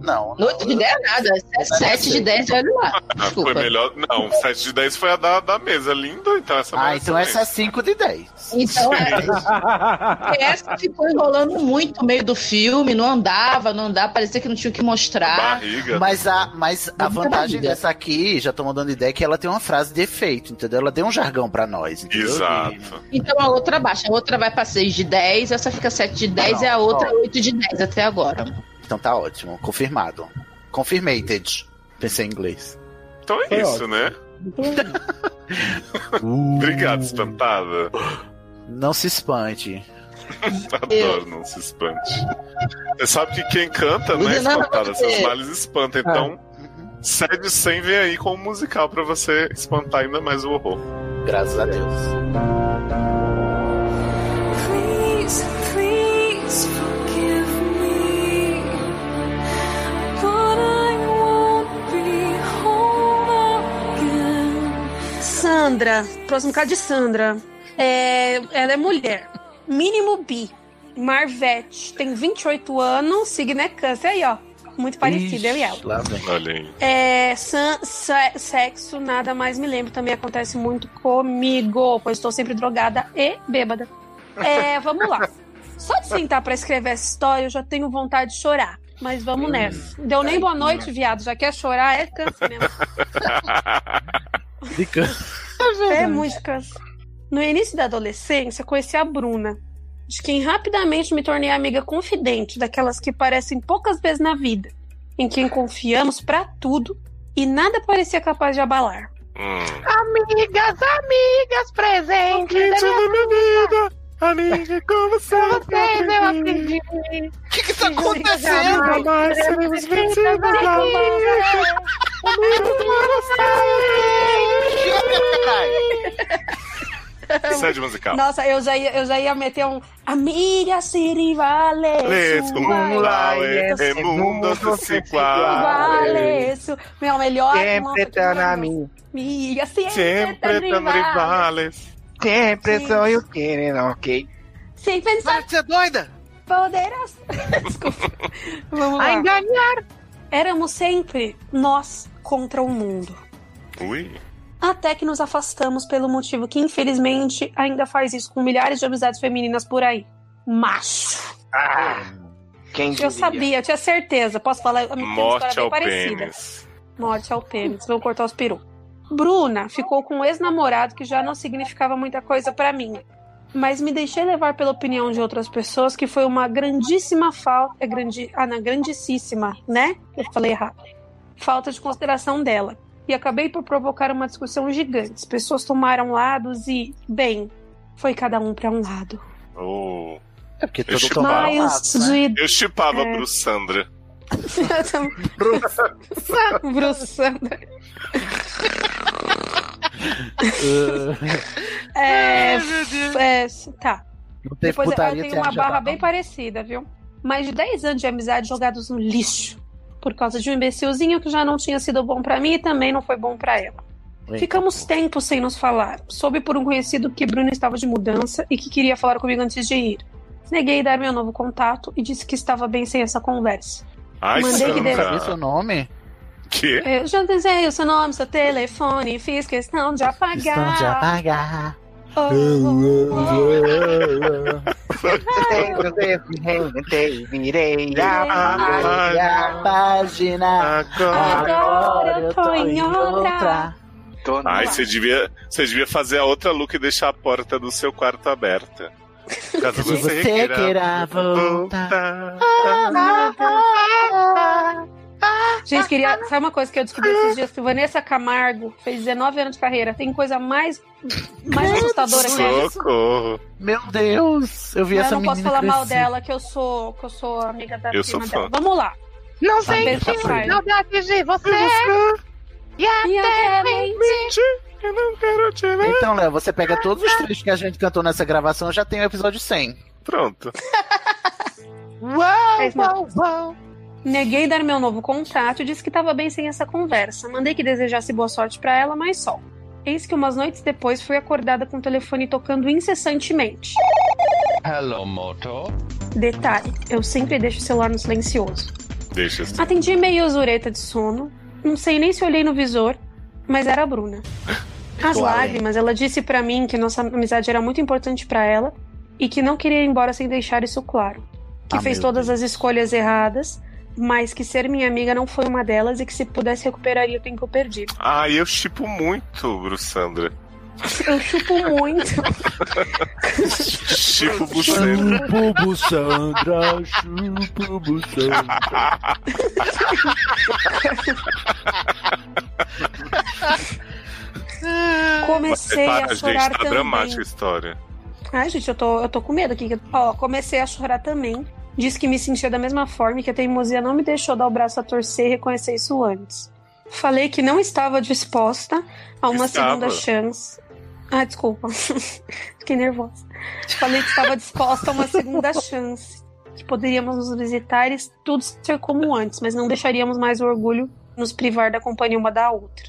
Não,
Noite de 10 nada. É 7 de 10, olha lá.
Ah, foi
Desculpa.
melhor. Não, 7 de 10 foi a da, da mesa. Lindo, então essa
Ah,
merece
então
também.
essa é 5 de 10.
Então, é, essa ficou enrolando muito no meio do filme, não andava, não andava, parecia que não tinha o que mostrar.
Barriga.
Mas a, mas a
Muita
vantagem
barriga.
dessa aqui, já tô mandando ideia, é que ela tem uma frase de efeito, entendeu? Ela deu um jargão pra nós, entendeu?
Exato.
Então a outra baixa, a outra vai pra 6 de 10, essa fica 7 de 10 e a outra 8 de 10 até agora.
Então tá ótimo, confirmado. Confirmated. Pensei em inglês.
Então é
Foi
isso,
ótimo. Então é
né? Obrigado, espantada.
Não se espante.
Adoro, não se espante. Você sabe que quem canta, né,
Não, não,
espantada,
não,
seus
não.
males
Ah.
espanta. Então, Sede 100 vem aí com o musical pra você espantar ainda mais o horror.
Graças a Deus.
Please, please forgive me. But I won't be home again.
Sandra, próximo caso de Sandra. É, ela é mulher. Mínimo bi. Marvete. Tem 28 anos, signo é câncer. Aí, ó. Muito parecida, eu e ela.
Lá vem.
Olha aí.
É, san- se- sexo, nada mais me lembro. Também acontece muito comigo, pois estou sempre drogada e bêbada. É, vamos lá. Só de sentar pra escrever essa história, eu já tenho vontade de chorar. Mas vamos nessa. Deu nem boa noite, viado. Já quer chorar? É câncer mesmo.
De can-
É músicas. No início da adolescência, conheci a Bruna, de quem rapidamente me tornei amiga confidente, daquelas que parecem poucas vezes na vida, em quem confiamos pra tudo e nada parecia capaz de abalar.
Hum.
Amigas, amigas presentes.
Gente da minha vida, amiga, como você?
Vocês eu aprendi.
O que que tá
Jamais
acontecendo?
seremos vencidas da vida. Amigos,
é
Chega pra cá, caralho.
Sede é musical.
Nossa, eu já ia, eu já ia meter um Amigas e rivales.
Les cum laude, e mundo se iguales.
Rivales. Meu melhor.
Sempre tá
Nossa,
tão a mim.
Amigas, sempre,
Sempre
tão
tão rivales.
Sempre
Sim.
são eu querem, ok?
Sem pensar
Para de ser doida!
poderoso. Desculpa. Vamos lá.
a enganar.
Éramos sempre nós contra o mundo.
Ui.
Até que nos afastamos pelo motivo que, infelizmente, ainda faz isso com milhares de amizades femininas por aí. Macho.
Ah, quem diria?
Eu sabia, eu tinha certeza. Posso falar? A minha
Morte
história
ao
é bem parecida.
pênis.
Morte ao pênis. Vou cortar os peru. Bruna ficou com um ex-namorado que já não significava muita coisa pra mim. Mas me deixei levar pela opinião de outras pessoas que foi uma grandíssima falta. é Grandi, ah, não, grandíssima, né? Eu falei errado. Falta de consideração dela. E acabei por provocar uma discussão gigante. As pessoas tomaram lados e, bem, foi cada um pra um lado.
Oh.
É porque
eu
todo
chipava,
tomado, Mas né? de-
eu chipava
é.
Bruce Sandra.
Bruce Sanders. É, é, tá.
Não teve
Depois eu-
putaria
eu
até
tenho uma
achar.
barra bem parecida, viu? Mais de 10 anos de amizade jogados no lixo. Por causa de um imbecilzinho que já não tinha sido bom pra mim e também não foi bom pra ela.
Eita,
Ficamos tempo sem nos falar. Soube por um conhecido que Bruno estava de mudança e que queria falar comigo antes de ir. Neguei dar meu novo contato e disse que estava bem sem essa conversa.
Ai,
Mandei que
Sandra.
deve-
Seu nome?
Que?
Eu já desenhei o seu nome, seu telefone, fiz questão de apagar.
Questão de apagar.
Virei
a página.
Agora eu tô em outra.
Ai, você devia, você devia fazer a outra look e deixar a porta do seu quarto aberta. Caso
Se
você
você
queira.
queira voltar.
Gente, queria. Sabe uma coisa que eu descobri esses dias? Que Vanessa Camargo fez 19 anos de carreira. Tem coisa mais, mais assustadora que Tá essa.
Socorro.
Meu Deus, eu vi
Mas
essa
eu não posso
menina
falar mal
crescer.
dela, que eu sou, que eu sou amiga da
Eu
prima
sou fã.
dela. Vamos lá.
Não
Tá bem,
sei
tá certo.
que saudade de você. E
E
até
até
mente. Eu não quero te ver.
Então, Léo, você pega todos os trechos que a gente cantou nessa gravação, já tem o episódio 100.
Pronto.
Uau, uau, uau. Neguei dar meu novo contato e disse que estava bem sem essa conversa. Mandei que desejasse boa sorte pra ela, mas só. Eis que umas noites depois fui acordada com o telefone tocando incessantemente.
Hello, moto.
Detalhe, eu sempre deixo o celular no silencioso.
Deixa assim.
Atendi meio zureta de sono. Não sei nem se olhei no visor, mas era a Bruna. As
Tô além.
lágrimas, ela disse pra mim que nossa amizade era muito importante pra ela e que não queria ir embora sem deixar isso claro. Que
Ah,
fez
meu
todas as escolhas erradas, mas que ser minha amiga não foi uma delas e que se pudesse recuperaria o tempo perdido.
Ai, eu chipo muito, Bruce Sandra.
Eu chupo muito.
Chipo Bucena.
Bubu Sandra, chupo Sandra.
Comecei
Mas,
a
para,
chorar
gente, tá
também.
dramática a história.
Ai, gente, eu tô, eu tô com medo aqui. Ó, comecei a chorar também. Disse que me sentia da mesma forma e que a teimosia não me deixou dar o braço a torcer e reconhecer isso antes. Falei que não estava disposta a uma
Estava.
segunda chance. Ah, desculpa. Fiquei nervosa. Falei que estava disposta a uma segunda chance. Que poderíamos nos visitar e tudo ser como antes, mas não deixaríamos mais o orgulho nos privar da companhia uma da outra.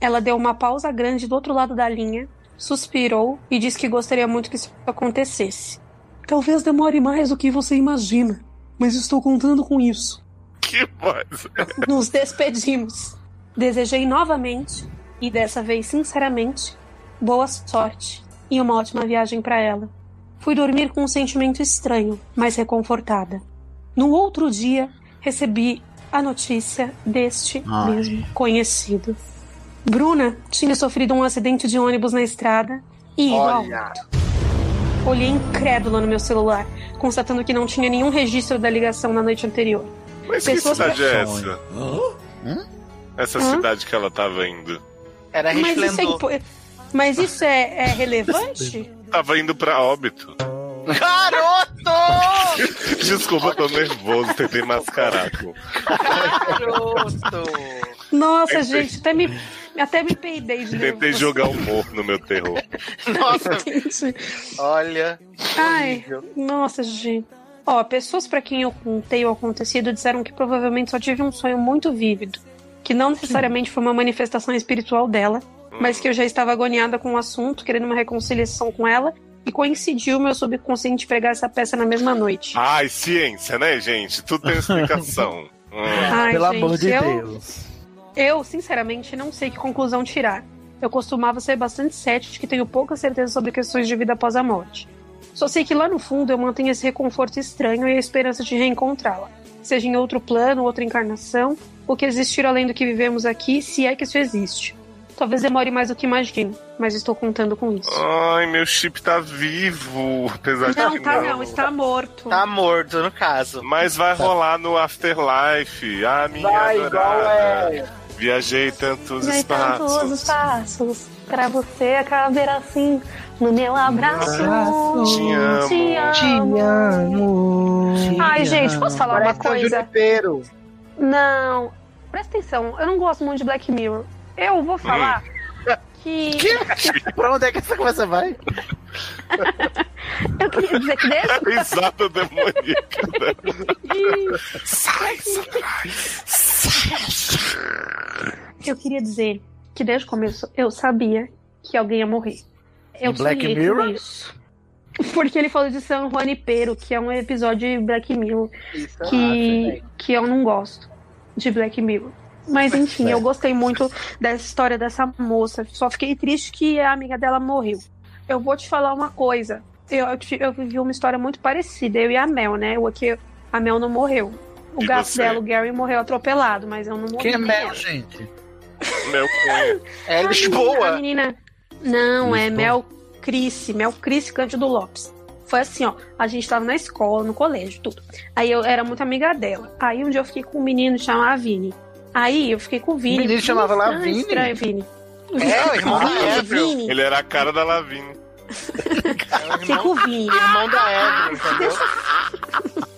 Ela deu uma pausa grande do outro lado da linha, suspirou e disse que gostaria muito que isso acontecesse. Talvez demore mais do que você imagina, mas estou contando com isso.
Que mais?
Nos despedimos. Desejei novamente, e dessa vez sinceramente, boa sorte e uma ótima viagem para ela. Fui dormir com um sentimento estranho, mas reconfortada. No outro dia, recebi a notícia deste
Ai.
mesmo conhecido. Bruna tinha sofrido um acidente de ônibus na estrada e ido ao
Olha.
Olhei incrédula no meu celular, constatando que não tinha nenhum registro da ligação na noite anterior.
Mas que cidade é
Sonho.
essa? Essa
Hã?
cidade que ela tava indo.
Era
Mas isso é,
Resplendor.
impo- mas isso é, é relevante?
Tava indo pra óbito.
Garoto!
Desculpa, eu tô nervoso, tentei mascarar. pô.
Nossa,
Tentei-
gente, até me, até me peidei de
Tentei
nervoso.
jogar humor no meu terror.
Nossa. Olha.
Ai, nossa, gente. Ó, pessoas pra quem eu contei o acontecido disseram que provavelmente só tive um sonho muito vívido, que não necessariamente foi uma manifestação espiritual dela, mas que eu já estava agoniada com o assunto, querendo uma reconciliação com ela, e coincidiu meu subconsciente pregar essa peça na mesma noite.
Ai, ciência, né, gente? Tudo tem explicação. Hum.
Ai,
Pelo
gente,
amor de
eu-
Deus.
Eu, sinceramente, não sei que conclusão tirar. Eu costumava ser bastante cético e tenho pouca certeza sobre questões de vida após a morte. Só sei que lá no fundo eu mantenho esse reconforto estranho e a esperança de reencontrá-la. Seja em outro plano, outra encarnação, o que existir além do que vivemos aqui, se é que isso existe. Talvez demore mais do que imagino, mas estou contando com isso.
Ai, meu chip tá vivo, apesar de
Não,
que
tá não, está morto.
Tá morto, no caso.
Mas vai
Tá.
rolar no Afterlife. Ah, minha
Vai,
adorada.
igual
Viajei tantos
Dei
espaços.
tantos espaços pra você caber assim no meu abraço.
Te amo.
Te amo. Ai, gente, posso falar
é
uma
tá
coisa? Não, presta atenção, eu não gosto muito de Black Mirror. Eu vou falar
Hum.
que.
pra onde é que essa conversa vai?
eu queria dizer que desde.
Risada demoníaca.
Sai, Eu queria dizer que desde o começo eu sabia que alguém ia morrer. Eu
Em Black
sonhei com
Mirror?
isso. Porque ele falou de San Juan Pero, que é um episódio de Black Mirror que, que eu não gosto de Black Mirror. Mas enfim, eu gostei muito dessa história dessa moça. Só fiquei triste que a amiga dela morreu. Eu vou te falar uma coisa. Eu, eu, ti- eu vivi uma história muito parecida, eu e a Mel, né? O que a Mel não morreu. O
E
gato
você?
dela, o Gary, morreu atropelado, mas eu não morri.
Quem é Mel, gente?
Meu cunho.
É
A menina- A menina. Não, é
Lisboa.
Mel Cris, Mel Cris Cândido Lopes. Foi assim, ó. A gente tava na escola, no colégio, tudo. Aí eu era muito amiga dela. Aí um dia eu fiquei com um menino chamado Vini. Aí eu fiquei com o Vini.
O menino chamava
Estranho,
Lavigne?
Estranho, Vini.
É, o irmão da
Vini,
Evelyn.
Vini.
Ele era a cara da Lavigne.
Fiquei com o Vini.
Irmão da Evelyn, entendeu?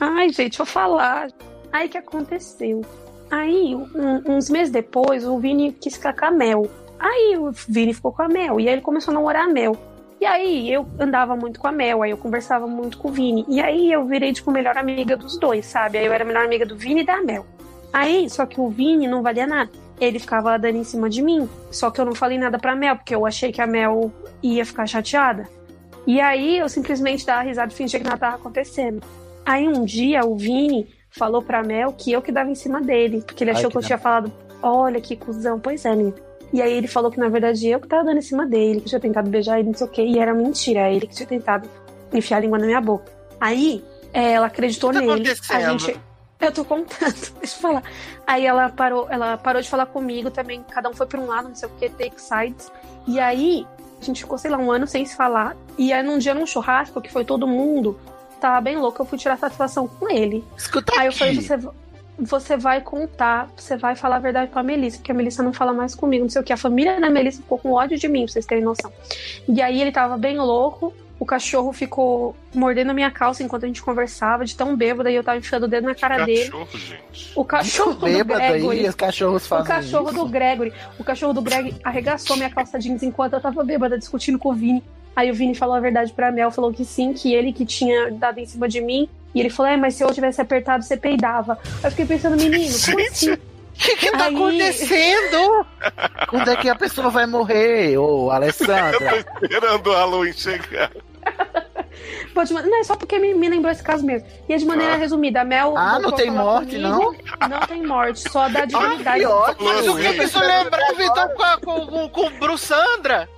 Ai, gente, vou falar. Aí que aconteceu? Aí, um- uns meses depois, o Vini quis ficar com a Mel. Aí o Vini ficou com a Mel. E aí ele começou a namorar a Mel. E aí eu andava muito com a Mel, aí eu conversava muito com o Vini. E aí eu virei, tipo, melhor amiga dos dois, sabe? Aí eu era a melhor amiga do Vini e da Mel. Aí, só que o Vini não valia nada. Ele ficava dando em cima de mim. Só que eu não falei nada pra Mel, porque eu achei que a Mel ia ficar chateada. E aí eu simplesmente dava risada e fingia que nada tava acontecendo. Aí um dia o Vini falou pra Mel que eu que dava em cima dele, porque ele
Ai,
achou
que
que eu
da-
tinha falado, olha que cuzão, pois é, menino. E aí ele falou que na verdade eu que tava dando em cima dele, que eu tinha tentado beijar ele, não sei o quê, e era mentira, era ele que tinha tentado enfiar a língua na minha boca. Aí é, ela acreditou
tá
nele. A
acontecendo?
gente. Eu tô contando, deixa eu falar. Aí ela parou, ela parou de falar comigo também, cada um foi pra um lado, não sei o que, take sides. E aí, a gente ficou, sei lá, um ano sem se falar. E aí, num dia num churrasco, que foi todo mundo, tava bem louco, eu fui tirar satisfação com ele.
Escuta
aí eu falei,
aqui.
você, va- você vai contar, você vai falar a verdade pra Melissa, porque a Melissa não fala mais comigo, não sei o que. A família da Melissa ficou com ódio de mim, pra vocês terem noção. E aí ele tava bem louco, o cachorro ficou mordendo a minha calça enquanto a gente conversava, de tão bêbado, e eu tava enfiando o dedo na cara dele.
Cachorro, gente.
O cachorro do
Bêbado aí,
Gregory.
os cachorros
O
fazem
cachorro
isso.
do Gregory. O cachorro do Greg arregaçou minha calça jeans enquanto eu tava bêbada discutindo com o Vini. Aí o Vini falou a verdade pra Mel, falou que sim, que ele que tinha dado em cima de mim. E ele falou: é, mas se eu tivesse apertado, você peidava. Eu fiquei pensando, menino, como assim? O
que, que
tá
acontecendo? Quando é que a pessoa vai morrer, ô Alessandra?
Esperando o Halloween chegar.
Pô, de man- Não, é só porque me, me lembrou esse caso mesmo. E é de maneira
Ah.
resumida, a Mel.
Ah,
voltou
não
a
tem
falar
morte, Ah,
comigo. Não tem morte, só dá dignidade.
Mas o que a pessoa lembrava então com, a, com, com, com o Brussandra?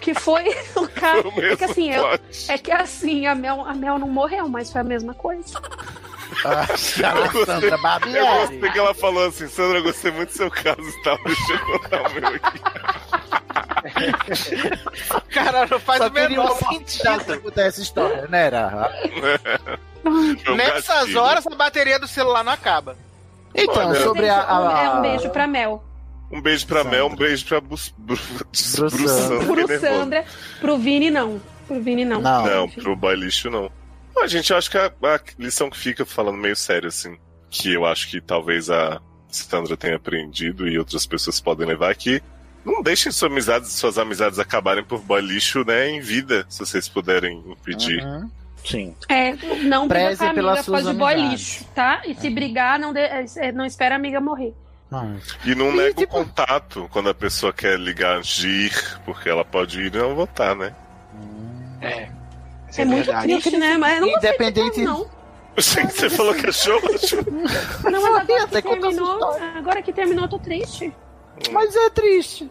Que foi o cara.
Foi o
É que assim,
mesmo
eu, é que assim, a Mel, a Mel não morreu, mas foi a mesma coisa.
Eu gostei-
Ah, Sandra Barbieri.
Eu gostei que ela falou assim, Sandra, eu gostei muito do seu caso, tá? Deixa eu contar o meu aqui.
Cara, não faz
Só
o menor
queria
sentido.
Escuta essa história, né, era?
Meu
Nessas
Um gatilho.
horas a bateria do celular não acaba.
Então,
Olha.
sobre a, a-
É um beijo pra Mel.
Um beijo pra Mel, um beijo pra Bru... Bru... Bruçando.
Pro Sandra, pro Vini não. Pro Vini não.
Não, pro boy lixo não. A gente acho que a, a lição que fica falando meio sério, assim, que eu acho que talvez a Sandra tenha aprendido e outras pessoas podem levar aqui. Não deixem suas amizades, suas amizades acabarem por boy lixo, né, em vida, se vocês puderem impedir.
Sim.
É, não briga
Preze
com a amiga
pelas
por causa
suas
de boy
amizades.
lixo, tá? E se brigar, não, de- é, não espera a amiga morrer.
E não nega o contato quando a pessoa quer ligar, agir, porque ela pode ir e não votar, né?
É.
é
é muito triste, né? Mas eu não gostei de
Independente,
não.
Gente, você falou que é achou ótimo.
Não, mas agora
Até
que
contar essa
terminou, agora que terminou, eu tô triste.
Mas é triste.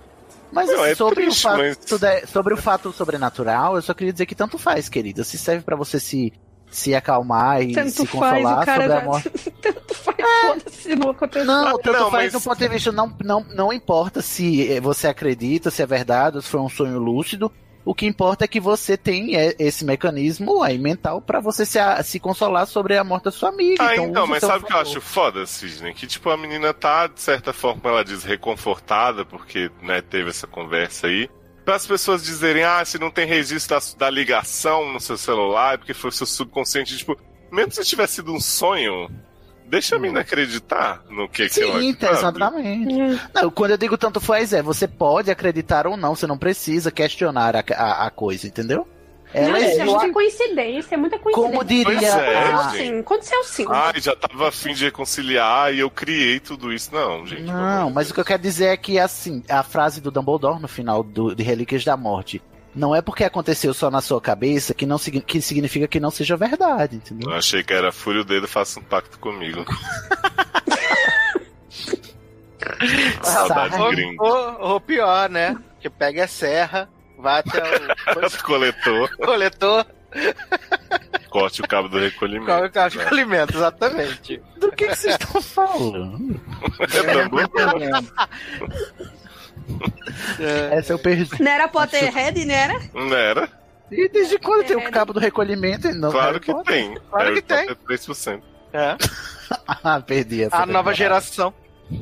Mas
Não, é
sobre,
triste,
o fato,
mas-
da- sobre o fato sobrenatural, eu só queria dizer que tanto faz, querida. Se serve pra você se, se acalmar e
Tanto
se
faz,
consolar
o cara
sobre
já...
a morte.
Tanto faz, foda-se, não aconteceu.
Não, tanto faz do ponto de vista, não, não, não importa se eh, você acredita, se é verdade, ou se foi um sonho lúcido. O que importa é que você tem eh, esse mecanismo aí mental pra você se, a- se consolar sobre a morte da sua amiga.
Ah,
então,
então,
use
mas
seu
sabe o que eu acho foda, Sidney? Que, tipo, a menina tá, de certa forma, como ela diz, reconfortada, porque, né, teve essa conversa aí. Para as pessoas dizerem, ah, se não tem registro da, da ligação no seu celular, é porque foi o seu subconsciente. Tipo, mesmo se tivesse sido um sonho, deixa a menina acreditar no que que ela...
Hum.
tá
Sim, tá,
sabe?
exatamente. Não, quando eu digo tanto faz, é você pode acreditar ou não, você não precisa questionar a, a- a coisa, entendeu?
Não,
Ela
gente, é
existe.
muita coincidência, é muita coincidência.
Como diria- Pois é,
Aconteceu
gente.
sim, aconteceu sim.
Ai, já tava afim de reconciliar e eu criei tudo isso.
Hum.
Não, gente.
Não, mas o que eu quero dizer é que assim, a frase do Dumbledore no final do, de Relíquias da Morte. Não é porque aconteceu só na sua cabeça que, não, signi- que significa que não seja verdade, entendeu?
Eu achei que era fúria o dedo, faça um pacto comigo. Saudade
ou,
gringa.
ou- ou pior, né? Que pega a serra, vai até o
Coletor,
coletor,
corte o cabo do recolhimento.
come o caixa de alimento, exatamente.
Do que, vocês estão falando? Essa eu perdi.
Não era Potterhead, não era?
Não era?
E desde quando tem o cabo do recolhimento? e Não,
Claro
Harry
que
Potter?
tem.
Claro
Harry
que tem.
Potter, 3%.
É.
Ah, perdi essa.
A nova
temporada.
geração.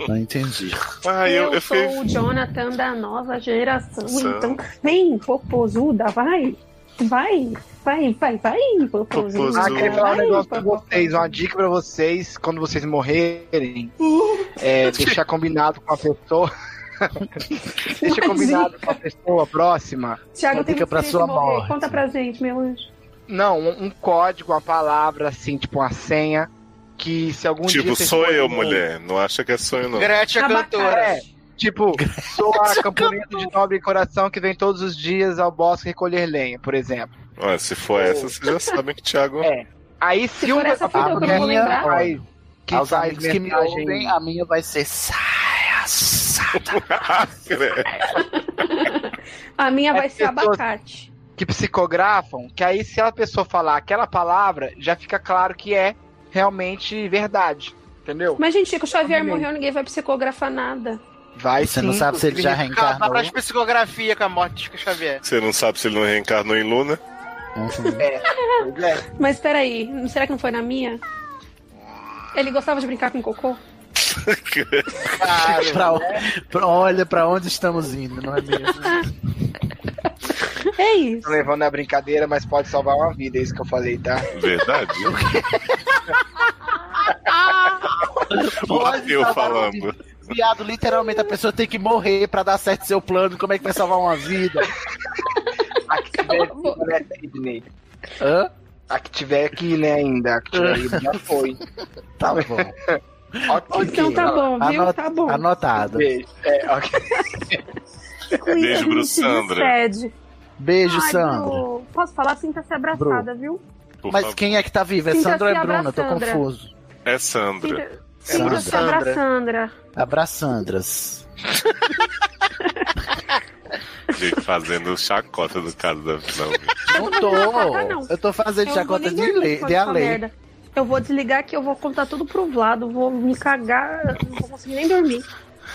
Não entendi.
Ah,
eu, sou o Jonathan da nova geração.
Nossa.
Então vem, popozuda, vai. Vai, vai, vai, vai, popozuda.
Ah, queria falar um
vai,
negócio pra
popozuda.
vocês, uma dica pra vocês, quando vocês morrerem,
Uh.
é, deixar combinado com a pessoa. deixa combinado com a pessoa próxima.
Thiago tem muito que morrer. Conta pra gente, meu anjo.
Não, um, um código, uma palavra, assim, tipo uma senha, que se
um
algum dia.
Tipo,
vocês
sou eu,
forem-
mulher. Não acha que é sonho, não.
Gretchen é cantora.
É, tipo, sou a
é
camponesa de nobre coração que vem todos os dias ao bosque recolher lenha, por exemplo.
Olha, se for essa, vocês já sabem que o Thiago.
É. Aí se,
Se
um
for essa, fudeu, que eu não vou lembrar.
faz- que
Aos
faz
amigos Ah, que me
mensagem-
ouvem, a minha vai ser saia,
A
É
minha vai
As
ser
pessoas
abacate.
Que psicografam, que aí se a pessoa falar aquela palavra, já fica claro que é realmente verdade. Entendeu?
Mas, gente, Chico Xavier
Também.
morreu, ninguém vai psicografar nada.
Vai
Você não sabe se ele já
Acabar
reencarnou.
as psicografia com a morte de Chico Xavier.
Você não sabe se ele não reencarnou em Luna?
Uhum. É.
Mas peraí, será que não foi na minha? Ele gostava de brincar com cocô?
Pra o- pra- olha pra onde estamos indo, não é mesmo?
É isso.
Tô levando a brincadeira, mas pode salvar uma vida, é isso que eu falei, tá?
Verdade.
Pode
eu
salvar
falando.
Viado, literalmente a pessoa tem que morrer pra dar certo seu plano. Como é que vai salvar uma vida?
A que tiver viva, né, Sidney?
Hã?
A que tiver aqui, né, ainda. A que
É.
tiver aí já foi.
Tá bom.
Ok.
Então tá bom, viu?
Anota-
Tá bom.
Anotado.
Beijo, é, ok.
Beijo,
Ele
Bruno
se
Sandra.
despede.
Beijo,
Ai,
Sandra.
Bru, Posso falar? Sinta-se abraçada, viu?
Por
Mas
favor.
quem é que tá vivo? É
Sinta-se
Sandra ou é Bruna? Tô
abraçandra.
confuso.
É Sandra.
Sinta-se
Sandra.
abraçandra.
Abraçandras.
Gente, fazendo chacota do caso da visão.
Não
tá
tô. Eu tô fazendo
Eu
chacota
não vou nem
de,
dormir
lei,
com
de
essa
a lei.
merda. Eu vou desligar que eu vou contar tudo pro Vlado, vou me cagar, não vou conseguir nem dormir.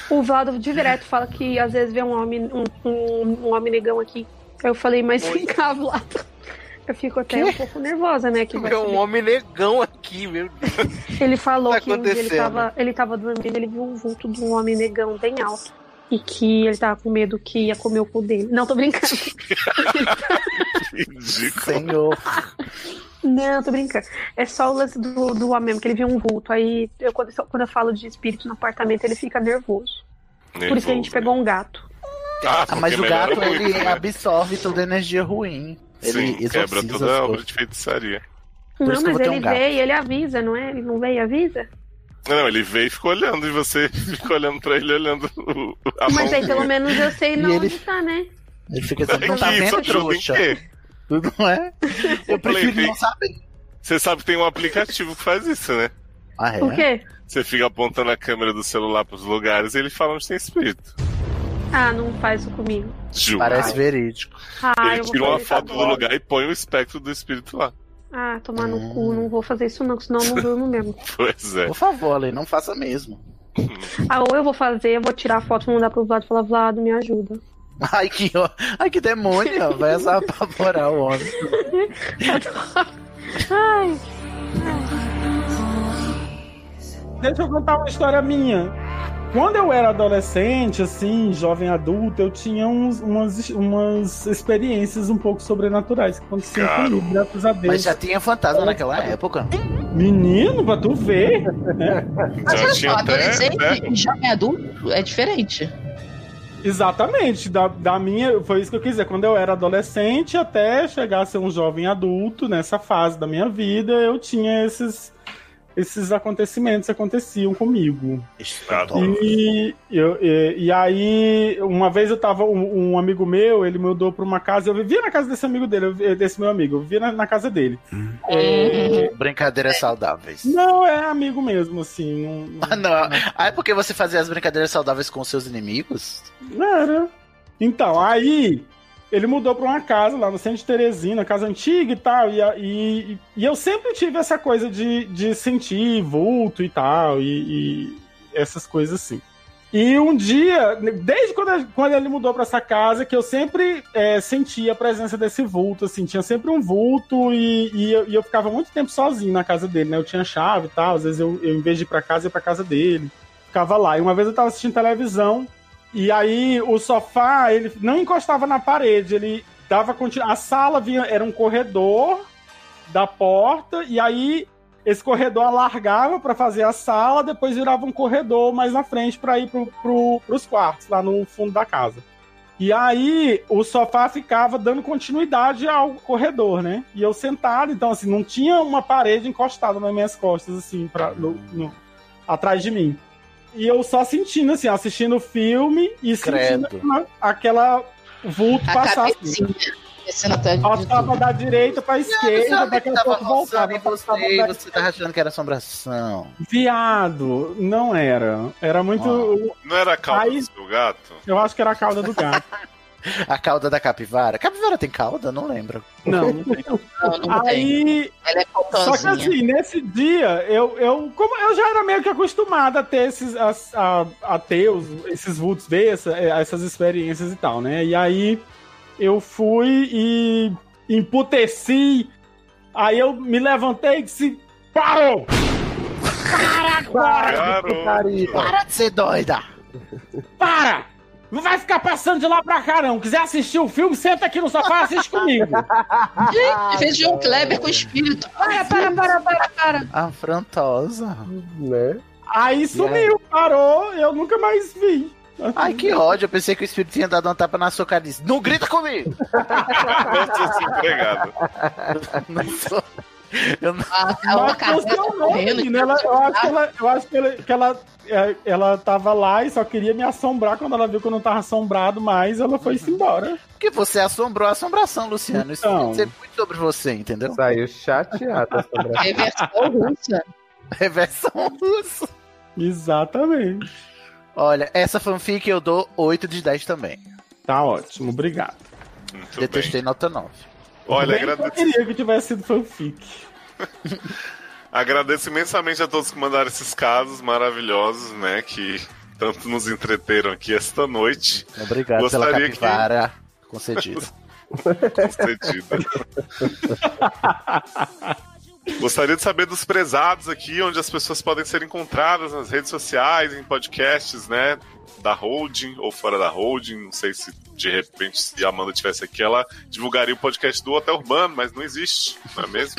O Vlado de direto fala que às vezes vê um homem, um, um, um homem negão aqui. Eu falei, mas vem cá, Vlado. Eu fico até um pouco nervosa, né? Que vai
Meu, um
saber.
homem negão aqui, meu Deus.
Ele falou
Tá
que um dia ele
acontecendo.
tava, ele tava dormindo, ele viu um vulto de um homem negão bem alto. E que ele tava com medo que ia comer o cu dele. Não, tô brincando.
Senhor.
Não, tô brincando. É só o lance do, do homem mesmo, que ele viu um vulto. Aí, eu, quando, eu- quando eu falo de espírito no apartamento, ele fica nervoso. Por isso que a gente pegou um gato.
Ah, mas
porque
o gato
melhora
ele
muito, né?
absorve toda a energia ruim.
Sim,
Ele
quebra
exorciza
toda
as
a obra
coisas.
de feitiçaria.
Por
não,
isso que eu
mas
vou ter
ele
um gato.
veio, ele avisa, não é? Ele não veio e avisa?
Não, ele veio e ficou olhando, e você ficou olhando pra ele, olhando o- a
mas aí
mãozinha.
pelo menos eu sei
Tá E
não
ele-
onde tá, né?
Ele fica assim, não tá
Aqui, só
vendo,
trouxe em
trouxa?
quê?
Não é? Eu prefiro
Falei,
não saber.
Você sabe que tem um aplicativo que faz isso, né?
Ah,
é? O quê?
Você fica apontando a câmera do celular pros lugares e ele fala onde tem espírito.
Ah, não faz isso comigo.
Juro.
Parece verídico.
Ah,
ele
eu vou
tira uma
fazer
foto do
agora.
lugar e põe o espectro do espírito lá.
Ah, tomar no cu, não vou fazer isso não, que senão eu não durmo mesmo.
Pois é.
Por favor, Ale, não faça mesmo.
Ah, ou eu vou fazer, eu vou tirar a foto, vou mandar pro Vlado e falar, Vlado, me ajuda.
Ai, que, ó- ai, que demônio. ó. Vai essa apavorar o homem.
Ai,
Deixa eu contar uma história minha. Quando eu era adolescente, assim, jovem adulto, eu tinha uns- umas, umas experiências um pouco sobrenaturais que aconteciam
Cara.
comigo, graças a Deus.
Mas já tinha fantasma naquela época.
Menino, pra tu ver. né?
Mas olha só, adolescente e jovem adulto é diferente.
Exatamente, da, da minha, foi isso que eu quis dizer. Quando eu era adolescente, até chegar a ser um jovem adulto, nessa fase da minha vida, eu tinha esses, esses acontecimentos aconteciam comigo. E, eu- e, e aí, uma vez eu tava, um, um amigo meu, ele mudou pra uma casa, eu vivia na casa desse amigo dele, eu vi- desse meu amigo, eu vivia na, na casa dele. É,
É. Brincadeiras saudáveis.
Não, é amigo mesmo, assim. Não, não-
Ah, não. Ah, é porque você fazia as brincadeiras saudáveis com seus inimigos?
Era. Então, aí ele mudou pra uma casa lá no centro de Teresina, casa antiga e tal. E, a- e, e eu sempre tive essa coisa de, de sentir vulto e tal, e, e essas coisas assim. E um dia, desde quando, a- quando ele mudou pra essa casa, que eu sempre eh, sentia a presença desse vulto, assim, tinha sempre um vulto e, e eu, e eu ficava muito tempo sozinho na casa dele, né? Eu tinha chave e tal, às vezes eu, eu em vez de ir pra casa, ia pra casa dele, ficava lá. E uma vez eu tava assistindo televisão, e aí o sofá, ele não encostava na parede, ele dava continu... A sala vinha, era um corredor da porta, e aí esse corredor alargava pra fazer a sala, depois virava um corredor mais na frente pra ir pro, pro, pros quartos, lá no fundo da casa. E aí o sofá ficava dando continuidade ao corredor, né? E eu sentado, então assim, não tinha uma parede encostada nas minhas costas, assim, pra, no- no- atrás de mim. E eu só sentindo, assim, assistindo o filme e
Credo.
sentindo aquela, aquela vulto
A
passar
cabecinha é descendo até
assim. Passava da direita pra esquerda,
sabe
daqui
que
a
tava
pouco voltava.
roçando em você
passava
e
da-
você tava achando que era assombração.
Viado, não era. Era muito.
Não era a calma
Aí-
do gato?
Eu acho que era a cauda do gato.
A cauda da capivara. Capivara tem cauda? Não lembro.
Não, não tem. Aí.
Ela é
Só que assim, nesse dia, eu, eu, como eu já era meio que acostumado a ter esses a, a, a ter os- esses vultos, ver essa- é, essas experiências e tal, né? E aí eu fui e emputeci. Aí eu me levantei e disse: Parou! Para,
Para de ser doida!
Para! Não vai ficar passando de lá pra cá, não. Quiser assistir o filme, senta aqui no sofá e assiste comigo.
Gente, fez
É.
João Kleber com espírito.
Para, para, para, para, para.
Afrontosa.
Né?
Aí sumiu, parou, eu nunca mais vi.
Ai, que ódio. Eu pensei que o espírito tinha dado uma tapa na sua cara e disse, não grita comigo!
Pegado.
Não sou... Eu não...
Mas
cara,
não sei
tá
o nome,
correndo,
menina. Ela- eu acho que ela, eu acho que ela, que ela, é, ela tava lá e só queria me assombrar quando ela viu que eu não tava assombrado mais, ela foi-se embora.
Porque você assombrou a assombração, Luciano. Isso
Então.
tem que ser muito sobre você, entendeu?
Saiu chateado
Reversão russa.
Reversão russa.
Exatamente.
Olha, essa fanfic eu dou 8 de 10 também.
Tá ótimo, obrigado.
Detestei nota 9.
Bem
Olha,
que
agradeço.
Eu queria que tivesse sido fanfic.
Agradeço imensamente a todos que mandaram esses casos maravilhosos, né? Que tanto nos entreteram aqui esta noite.
Obrigado pela
Gostaria que-
capivara concedida.
Concedida. Gostaria de saber dos prezados aqui, onde as pessoas podem ser encontradas nas redes sociais, em podcasts, né? Da holding ou fora da holding. Não sei se de repente, se a Amanda tivesse aqui, ela divulgaria o podcast do Hotel Urbano, mas não existe, não é mesmo?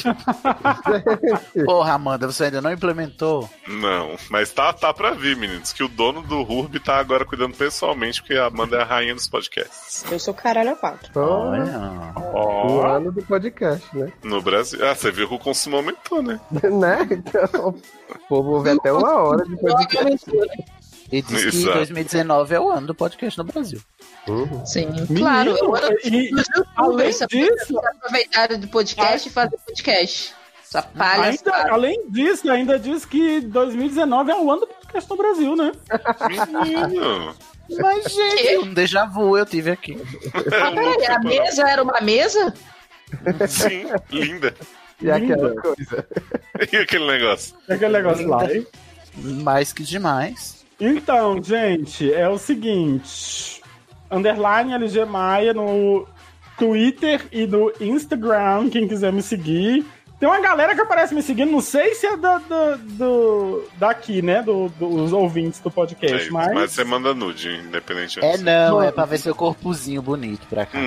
Porra, Amanda, você ainda não implementou.
Não, mas tá, tá pra vir, meninos. Que o dono do Urb tá agora cuidando pessoalmente, porque a Amanda é a rainha dos podcasts.
Eu sou caralho a quatro.
Ó.
O ano do podcast, né?
No Brasil. Ah, você viu que o consumo aumentou, né?
né? Então, o povo ouve até uma hora de podcast.
E diz que
Exato.
2019 é o ano do podcast no Brasil.
Uhum.
Sim, Claro, eu ando
e-
nos
além
youtubers
disso-
aproveitar do podcast e fazer podcast.
Essa palha.
Ainda, além disso, ainda diz que 2019 é o ano do podcast no Brasil, né?
Menino.
Mas, gente, um déjà vu eu tive aqui.
Ah, peraí, a mesa era uma mesa?
Sim, linda.
E aquela coisa.
E aquele negócio.
E aquele negócio lá, hein?
Mais que demais.
Então, gente, é o seguinte. Underline LG Maia no Twitter e no Instagram, quem quiser me seguir. Tem uma galera que aparece me seguindo, não sei se é da, da, do, daqui, né? Do, dos ouvintes do podcast,
É,
mas.
mas você manda nude, independente.
É
disso.
não, é pra ver seu corpozinho bonito pra cá.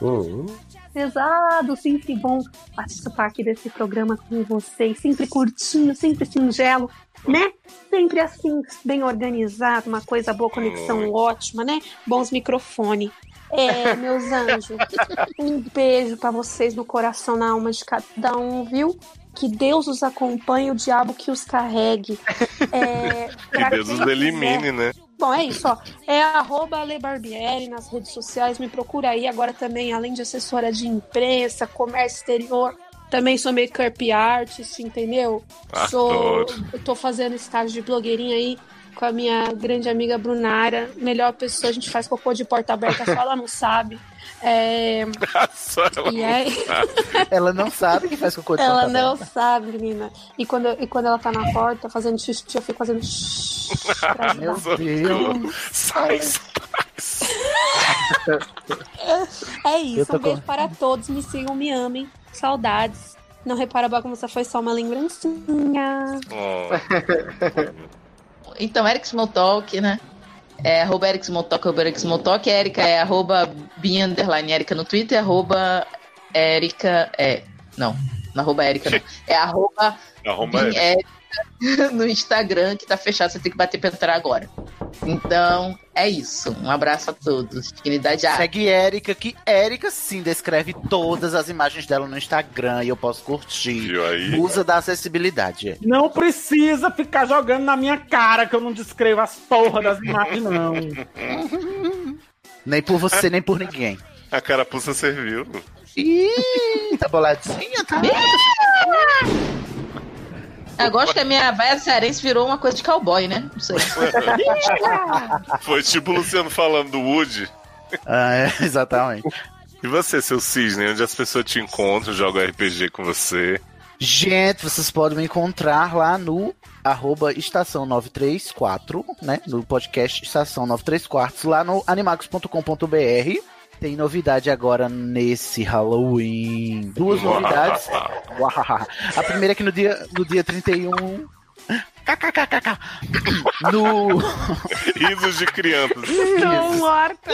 Uhum.
Pesado, sempre bom participar aqui desse programa com vocês, sempre curtinho, sempre singelo, né? Sempre assim, bem organizado, uma coisa boa, conexão ótima, né? Bons microfones. É, meus anjos, um beijo pra vocês no coração, na alma de cada um, viu? Que Deus os acompanhe, o diabo que os carregue. É, pra
Que Deus
quem
nos elimine,
quiser-
né?
Bom, é isso, ó. É arroba Ale Barbieri nas redes sociais. Me procura aí agora também, além de assessora de imprensa, comércio exterior. Também sou make-up artist, entendeu? Sou.
Adoro.
Eu tô fazendo estágio de blogueirinha aí com a minha grande amiga Brunara. Melhor pessoa, a gente faz cocô de porta aberta, só ela não sabe. É,
Só ela
E aí?
não sabe.
Ela não sabe que faz cocô de
Ela
ponta
não
aberta.
sabe, menina. E quando, e quando ela tá na porta fazendo xixi, eu fico fazendo xixi. pra
Meu
ajudar.
Deus. Sai,
É
Eu
isso,
tô
um beijo
com-
para todos. Me sigam, me amem. Saudades. Não repara a bagunça, foi só uma lembrancinha.
Então, Eric Smalltalk, né? É arroba Eric Smalltalk, arroba Eric Smalltalk. Erika é arroba Binha underline Erika no Twitter, arroba Erika. É, não, não arroba Erika, não. É arroba
Arromba ele.
Bin Erika no Instagram, que tá fechado, você tem que bater pra entrar agora. Então, é isso. Um abraço a todos. Dignidade A.
Segue Érica, que Érica sim descreve todas as imagens dela no Instagram e eu posso curtir. Usa da acessibilidade.
Não precisa ficar jogando na minha cara que eu não descrevo as porra das imagens, não.
Nem por você, nem por ninguém.
A carapuça serviu.
Ih, tá boladinha, tá?
Eu gosto que a minha baia cearense virou uma coisa de cowboy, né? Não sei.
Foi tipo o Luciano falando do Woody.
Ah, é, exatamente.
E você, seu cisne, onde as pessoas te encontram, jogam RPG com você?
Gente, vocês podem me encontrar lá no arroba estação 934, né? No podcast Estação 934, lá no animax.com.br. Tem novidade agora nesse Halloween. Duas novidades. Uahaha. A primeira é que no dia, no dia 31. KKKKK. No.
Risos de crianças.
Estou morta.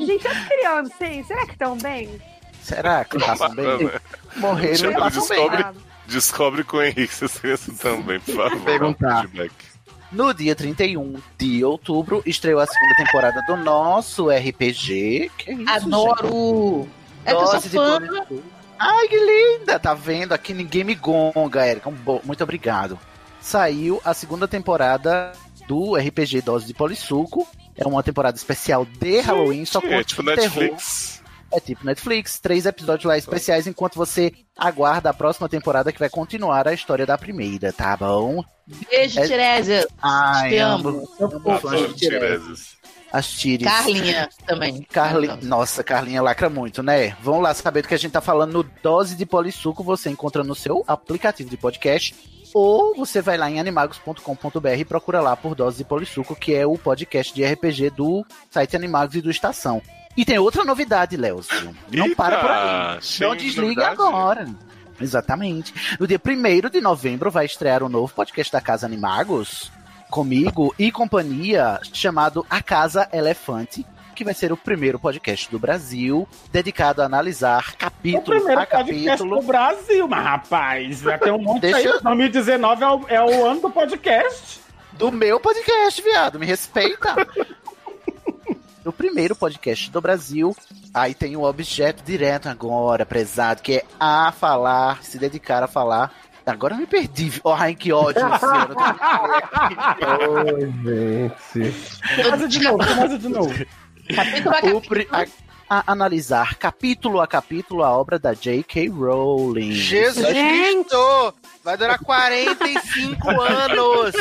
Gente, as crianças, hein? será que estão bem?
Será que passam bem?
Bacana.
Morreram e
Tiago,
passam bem.
descobre, descobre com o Henrique essas crianças também, por favor.
Perguntar.
Feedback.
No dia 31 de outubro, estreou a segunda temporada do nosso RPG. Que é isso,
Adoro! É que eu sou
Dose de
fã.
Ai, que linda! Tá vendo? Aqui ninguém me gonga, Erika. Um bo- Muito obrigado. Saiu a segunda temporada do RPG Dose de Polissuco. É uma temporada especial de Halloween, só com
é tipo
terror.
Netflix.
É tipo Netflix, três episódios lá especiais enquanto você aguarda a próxima temporada que vai continuar a história da primeira, tá bom?
Beijo,
É-
Tiresias.
Ai,
Te
amo.
amo.
Adoro Tiresias.
As Tires.
Carlinha também.
Carli... Nossa, Carlinha lacra muito, né? Vão lá saber do que a gente tá falando no Dose de Polissuco. Você encontra no seu aplicativo de podcast. Ou você vai lá em animagos.com.br e procura lá por Dose de Polissuco, que é o podcast de RPG do site Animagos e do Estação. E tem outra novidade, Léozio. Não
Eita,
para por aí.
cheio
Não
de
desliga
novidade.
agora. Exatamente. No dia 1 de novembro vai estrear um novo podcast da Casa Animagos, comigo e companhia, chamado A Casa Elefante, que vai ser o primeiro podcast do Brasil dedicado a analisar
O
capítulo
primeiro
a
podcast
capítulo.
do Brasil, mas rapaz, vai ter um monte
Deixa
aí.
eu-
2019 é o, é o ano do podcast.
Do meu podcast, viado, me respeita. o primeiro podcast do Brasil. Aí tem o objeto direto agora, prezado, que é a falar, se dedicar a falar. Agora eu me perdi. Oh, ai, que ódio, senhora.
Oi, gente.
Começa é de novo, começa de novo.
Capítulo a
O pri- a, a analisar capítulo a capítulo a obra da J.K. Rowling.
Jesus Cristo! Vai durar 45 anos!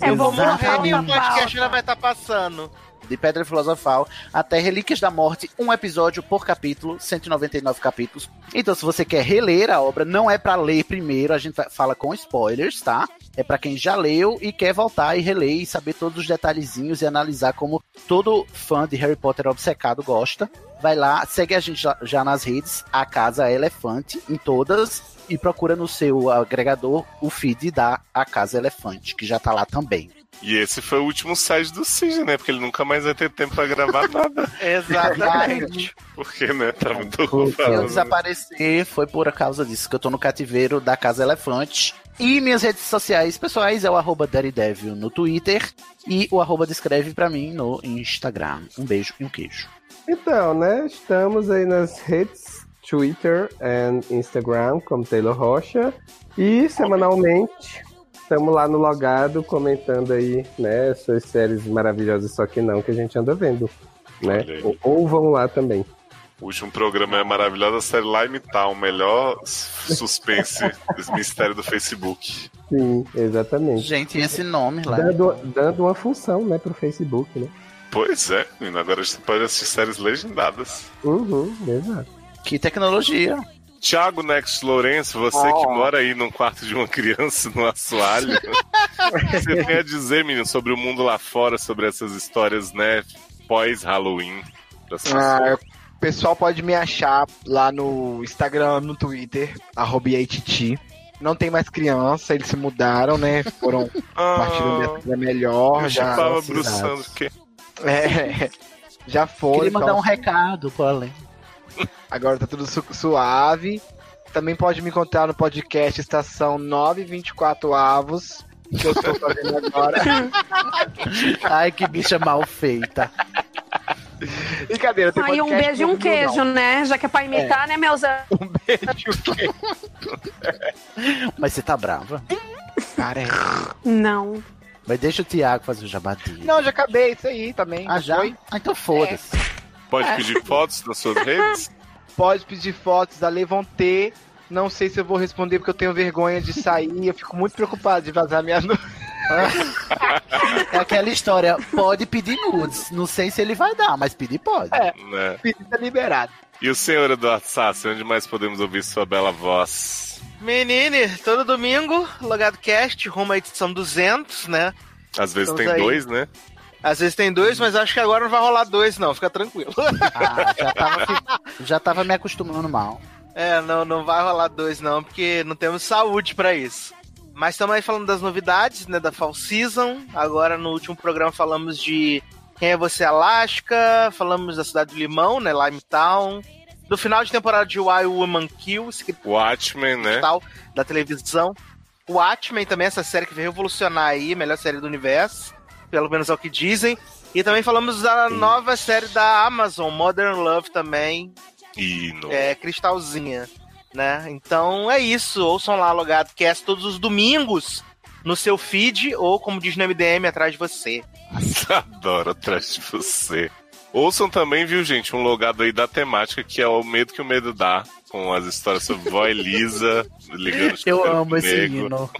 É
Eu vou morrer e o podcast ainda vai estar passando.
De Pedra Filosofal até Relíquias da Morte, um episódio por capítulo, 199 capítulos. Então, se você quer reler a obra, não é para ler primeiro, a gente fala com spoilers, tá? É para quem já leu e quer voltar e reler e saber todos os detalhezinhos e analisar como todo fã de Harry Potter obcecado gosta. Vai lá, segue a gente já, já nas redes, a Casa Elefante, em todas, e procura no seu agregador o feed da A Casa Elefante, que já tá lá também.
E esse foi o último site do Cid, né? Porque ele nunca mais vai ter tempo pra gravar nada.
Exatamente.
Porque, né? Tá muito
Se eu
ocupado. né?
desaparecer, foi por causa disso, que eu tô no cativeiro da Casa Elefante. E minhas redes sociais pessoais é o arroba Daredevil no Twitter e o arroba descreve pra mim no Instagram. Um beijo e um queijo.
Então, né? Estamos aí nas redes Twitter e Instagram como Taylor Rocha. E semanalmente estamos lá no logado comentando aí, né, suas séries maravilhosas, só que não, que a gente anda vendo. Né?
Olha aí.
Ou, ou vão lá também.
O último programa é a maravilhosa série Lime Town, melhor s- suspense do mistério do Facebook.
Sim, exatamente.
Gente, esse nome lá.
Dando, dando uma função, né, pro Facebook, né?
Pois é, menino, agora a gente pode assistir séries legendadas.
Uhum, exato.
Que tecnologia.
Tiago Next Lourenço, você que mora aí num quarto de uma criança, no assoalho, o que você tem a dizer, menino, sobre o mundo lá fora, sobre essas histórias, né, pós-Halloween? das
Ah,
pessoas?
o pessoal pode me achar lá no Instagram, no Twitter, arroba Titi. Não tem mais criança, eles se mudaram, né? Foram
Ah.
partindo da é melhor.
Eu
já
chupava Bruce Sanders, que...
É, já foi.
Queria mandar
então,
um recado pro Além.
Agora tá tudo su- suave. Também pode me encontrar no podcast Estação 924 Avos, que eu estou fazendo agora.
Ai, que bicha mal feita.
Brincadeira, tem
Aí um
podcast
beijo e um
comigo,
queijo,
não.
né? Já que é pra imitar,
É.
né, meus anjos?
Mas você tá brava?
Cara, é.
Não.
Mas deixa o Thiago fazer o jabadinho.
Não, já acabei, isso aí também. É.
Ah, já? Ah, então foda-se.
Pode pedir fotos nas suas redes?
Pode pedir fotos da Levante. Não sei se eu vou responder porque eu tenho vergonha de sair. Eu fico muito preocupado de vazar minha noite.
É aquela história, pode pedir nudes. Não sei se ele vai dar, mas pedir pode.
É,
Né?
Tá liberado.
E o senhor Eduardo Sassi, onde mais podemos ouvir sua bela voz?
Menine, todo domingo, Logado Cast, rumo à edição 200, né?
Às vezes tem
Estamos aí.
dois, né?
Às vezes tem dois, mas acho que agora não vai rolar dois, não. Fica tranquilo.
Ah, já tava, já tava me acostumando mal.
É, não, não vai rolar dois, não, porque não temos saúde pra isso. Mas estamos aí falando das novidades, né? Da Fall Season. Agora, no último programa, falamos de Quem é Você Alaska, falamos da Cidade do Limão, né? Lime Town. Do final de temporada de Why Woman Kills, que
Watchmen, né?
tal, da televisão. O Watchmen também, essa série que veio revolucionar aí, melhor série do universo, pelo menos é o que dizem. E também falamos da nova série da Amazon, Modern Love também,
E no...
é, Cristalzinha, né? Então é isso, ouçam lá Logado Cast todos os domingos no seu feed ou, como diz no MDM, atrás de você.
Adoro atrás de você. Ouçam também, viu, gente, um logado aí da temática, que é o medo que o medo dá, com as histórias sobre vó Elisa ligando o
Eu
chuveiro
amo esse
comigo.
hino.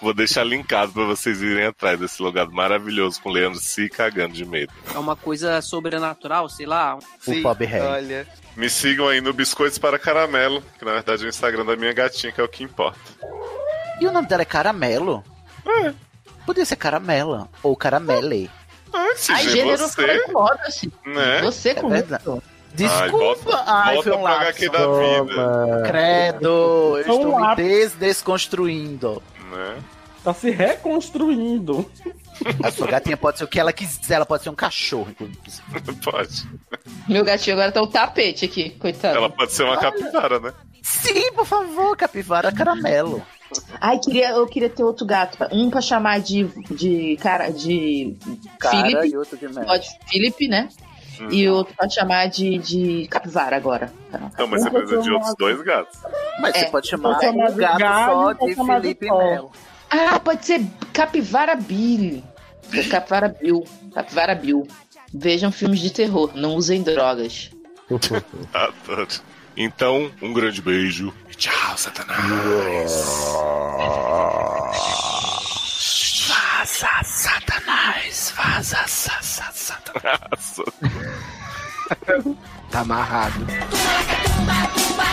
Vou deixar linkado pra vocês irem atrás desse logado maravilhoso com o Leandro se cagando de medo.
É uma coisa sobrenatural, sei lá.
Sim, Bob Harry.
Olha.
Me sigam aí no Biscoitos para Caramelo, que na verdade é o Instagram da minha gatinha, que é o que importa.
E o nome dela é Caramelo?
É.
Podia ser Caramela ou Caramele.
Ah,
Ai, gênero
assim.
foda-se.
Né?
Você com
isso.
Ai, volta-
É Desculpa. Ai,
volta
foi um
pro
lapso.
HQ da vida.
Credo, eu
Foi um
estou me
lapso.
des desconstruindo.
Né?
Tá se reconstruindo.
A sua gatinha pode ser o que ela quiser, ela pode ser um cachorro, inclusive.
Pode.
Meu gatinho agora tá um tapete aqui, coitado.
Ela pode ser uma capivara, né?
Sim, por favor, capivara caramelo.
Ai, queria, eu queria ter outro gato. Um pra chamar de. de cara. de.
Cara
Felipe.
e outro de merda.
Pode Felipe, né?
Hum. Uhum.
E outro pra chamar de, de capivara agora. Então,
Não, mas você precisa de outros dois gatos.
Mas
É.
você pode chamar
Pode chamar
um
de
gato
galho,
só
pode
de
chamar de
Felipe
pau.
Melo.
Ah, pode ser capivara Billy. Capivara Bill. Capivara Bill.
Vejam filmes de terror, não usem drogas.
Adoro. Então, um grande beijo. e Tchau, Satanás.
Vaza, Satanás! Vaza, sa, sa, Satanás! tá amarrado.
Tumba, tumba, tumba.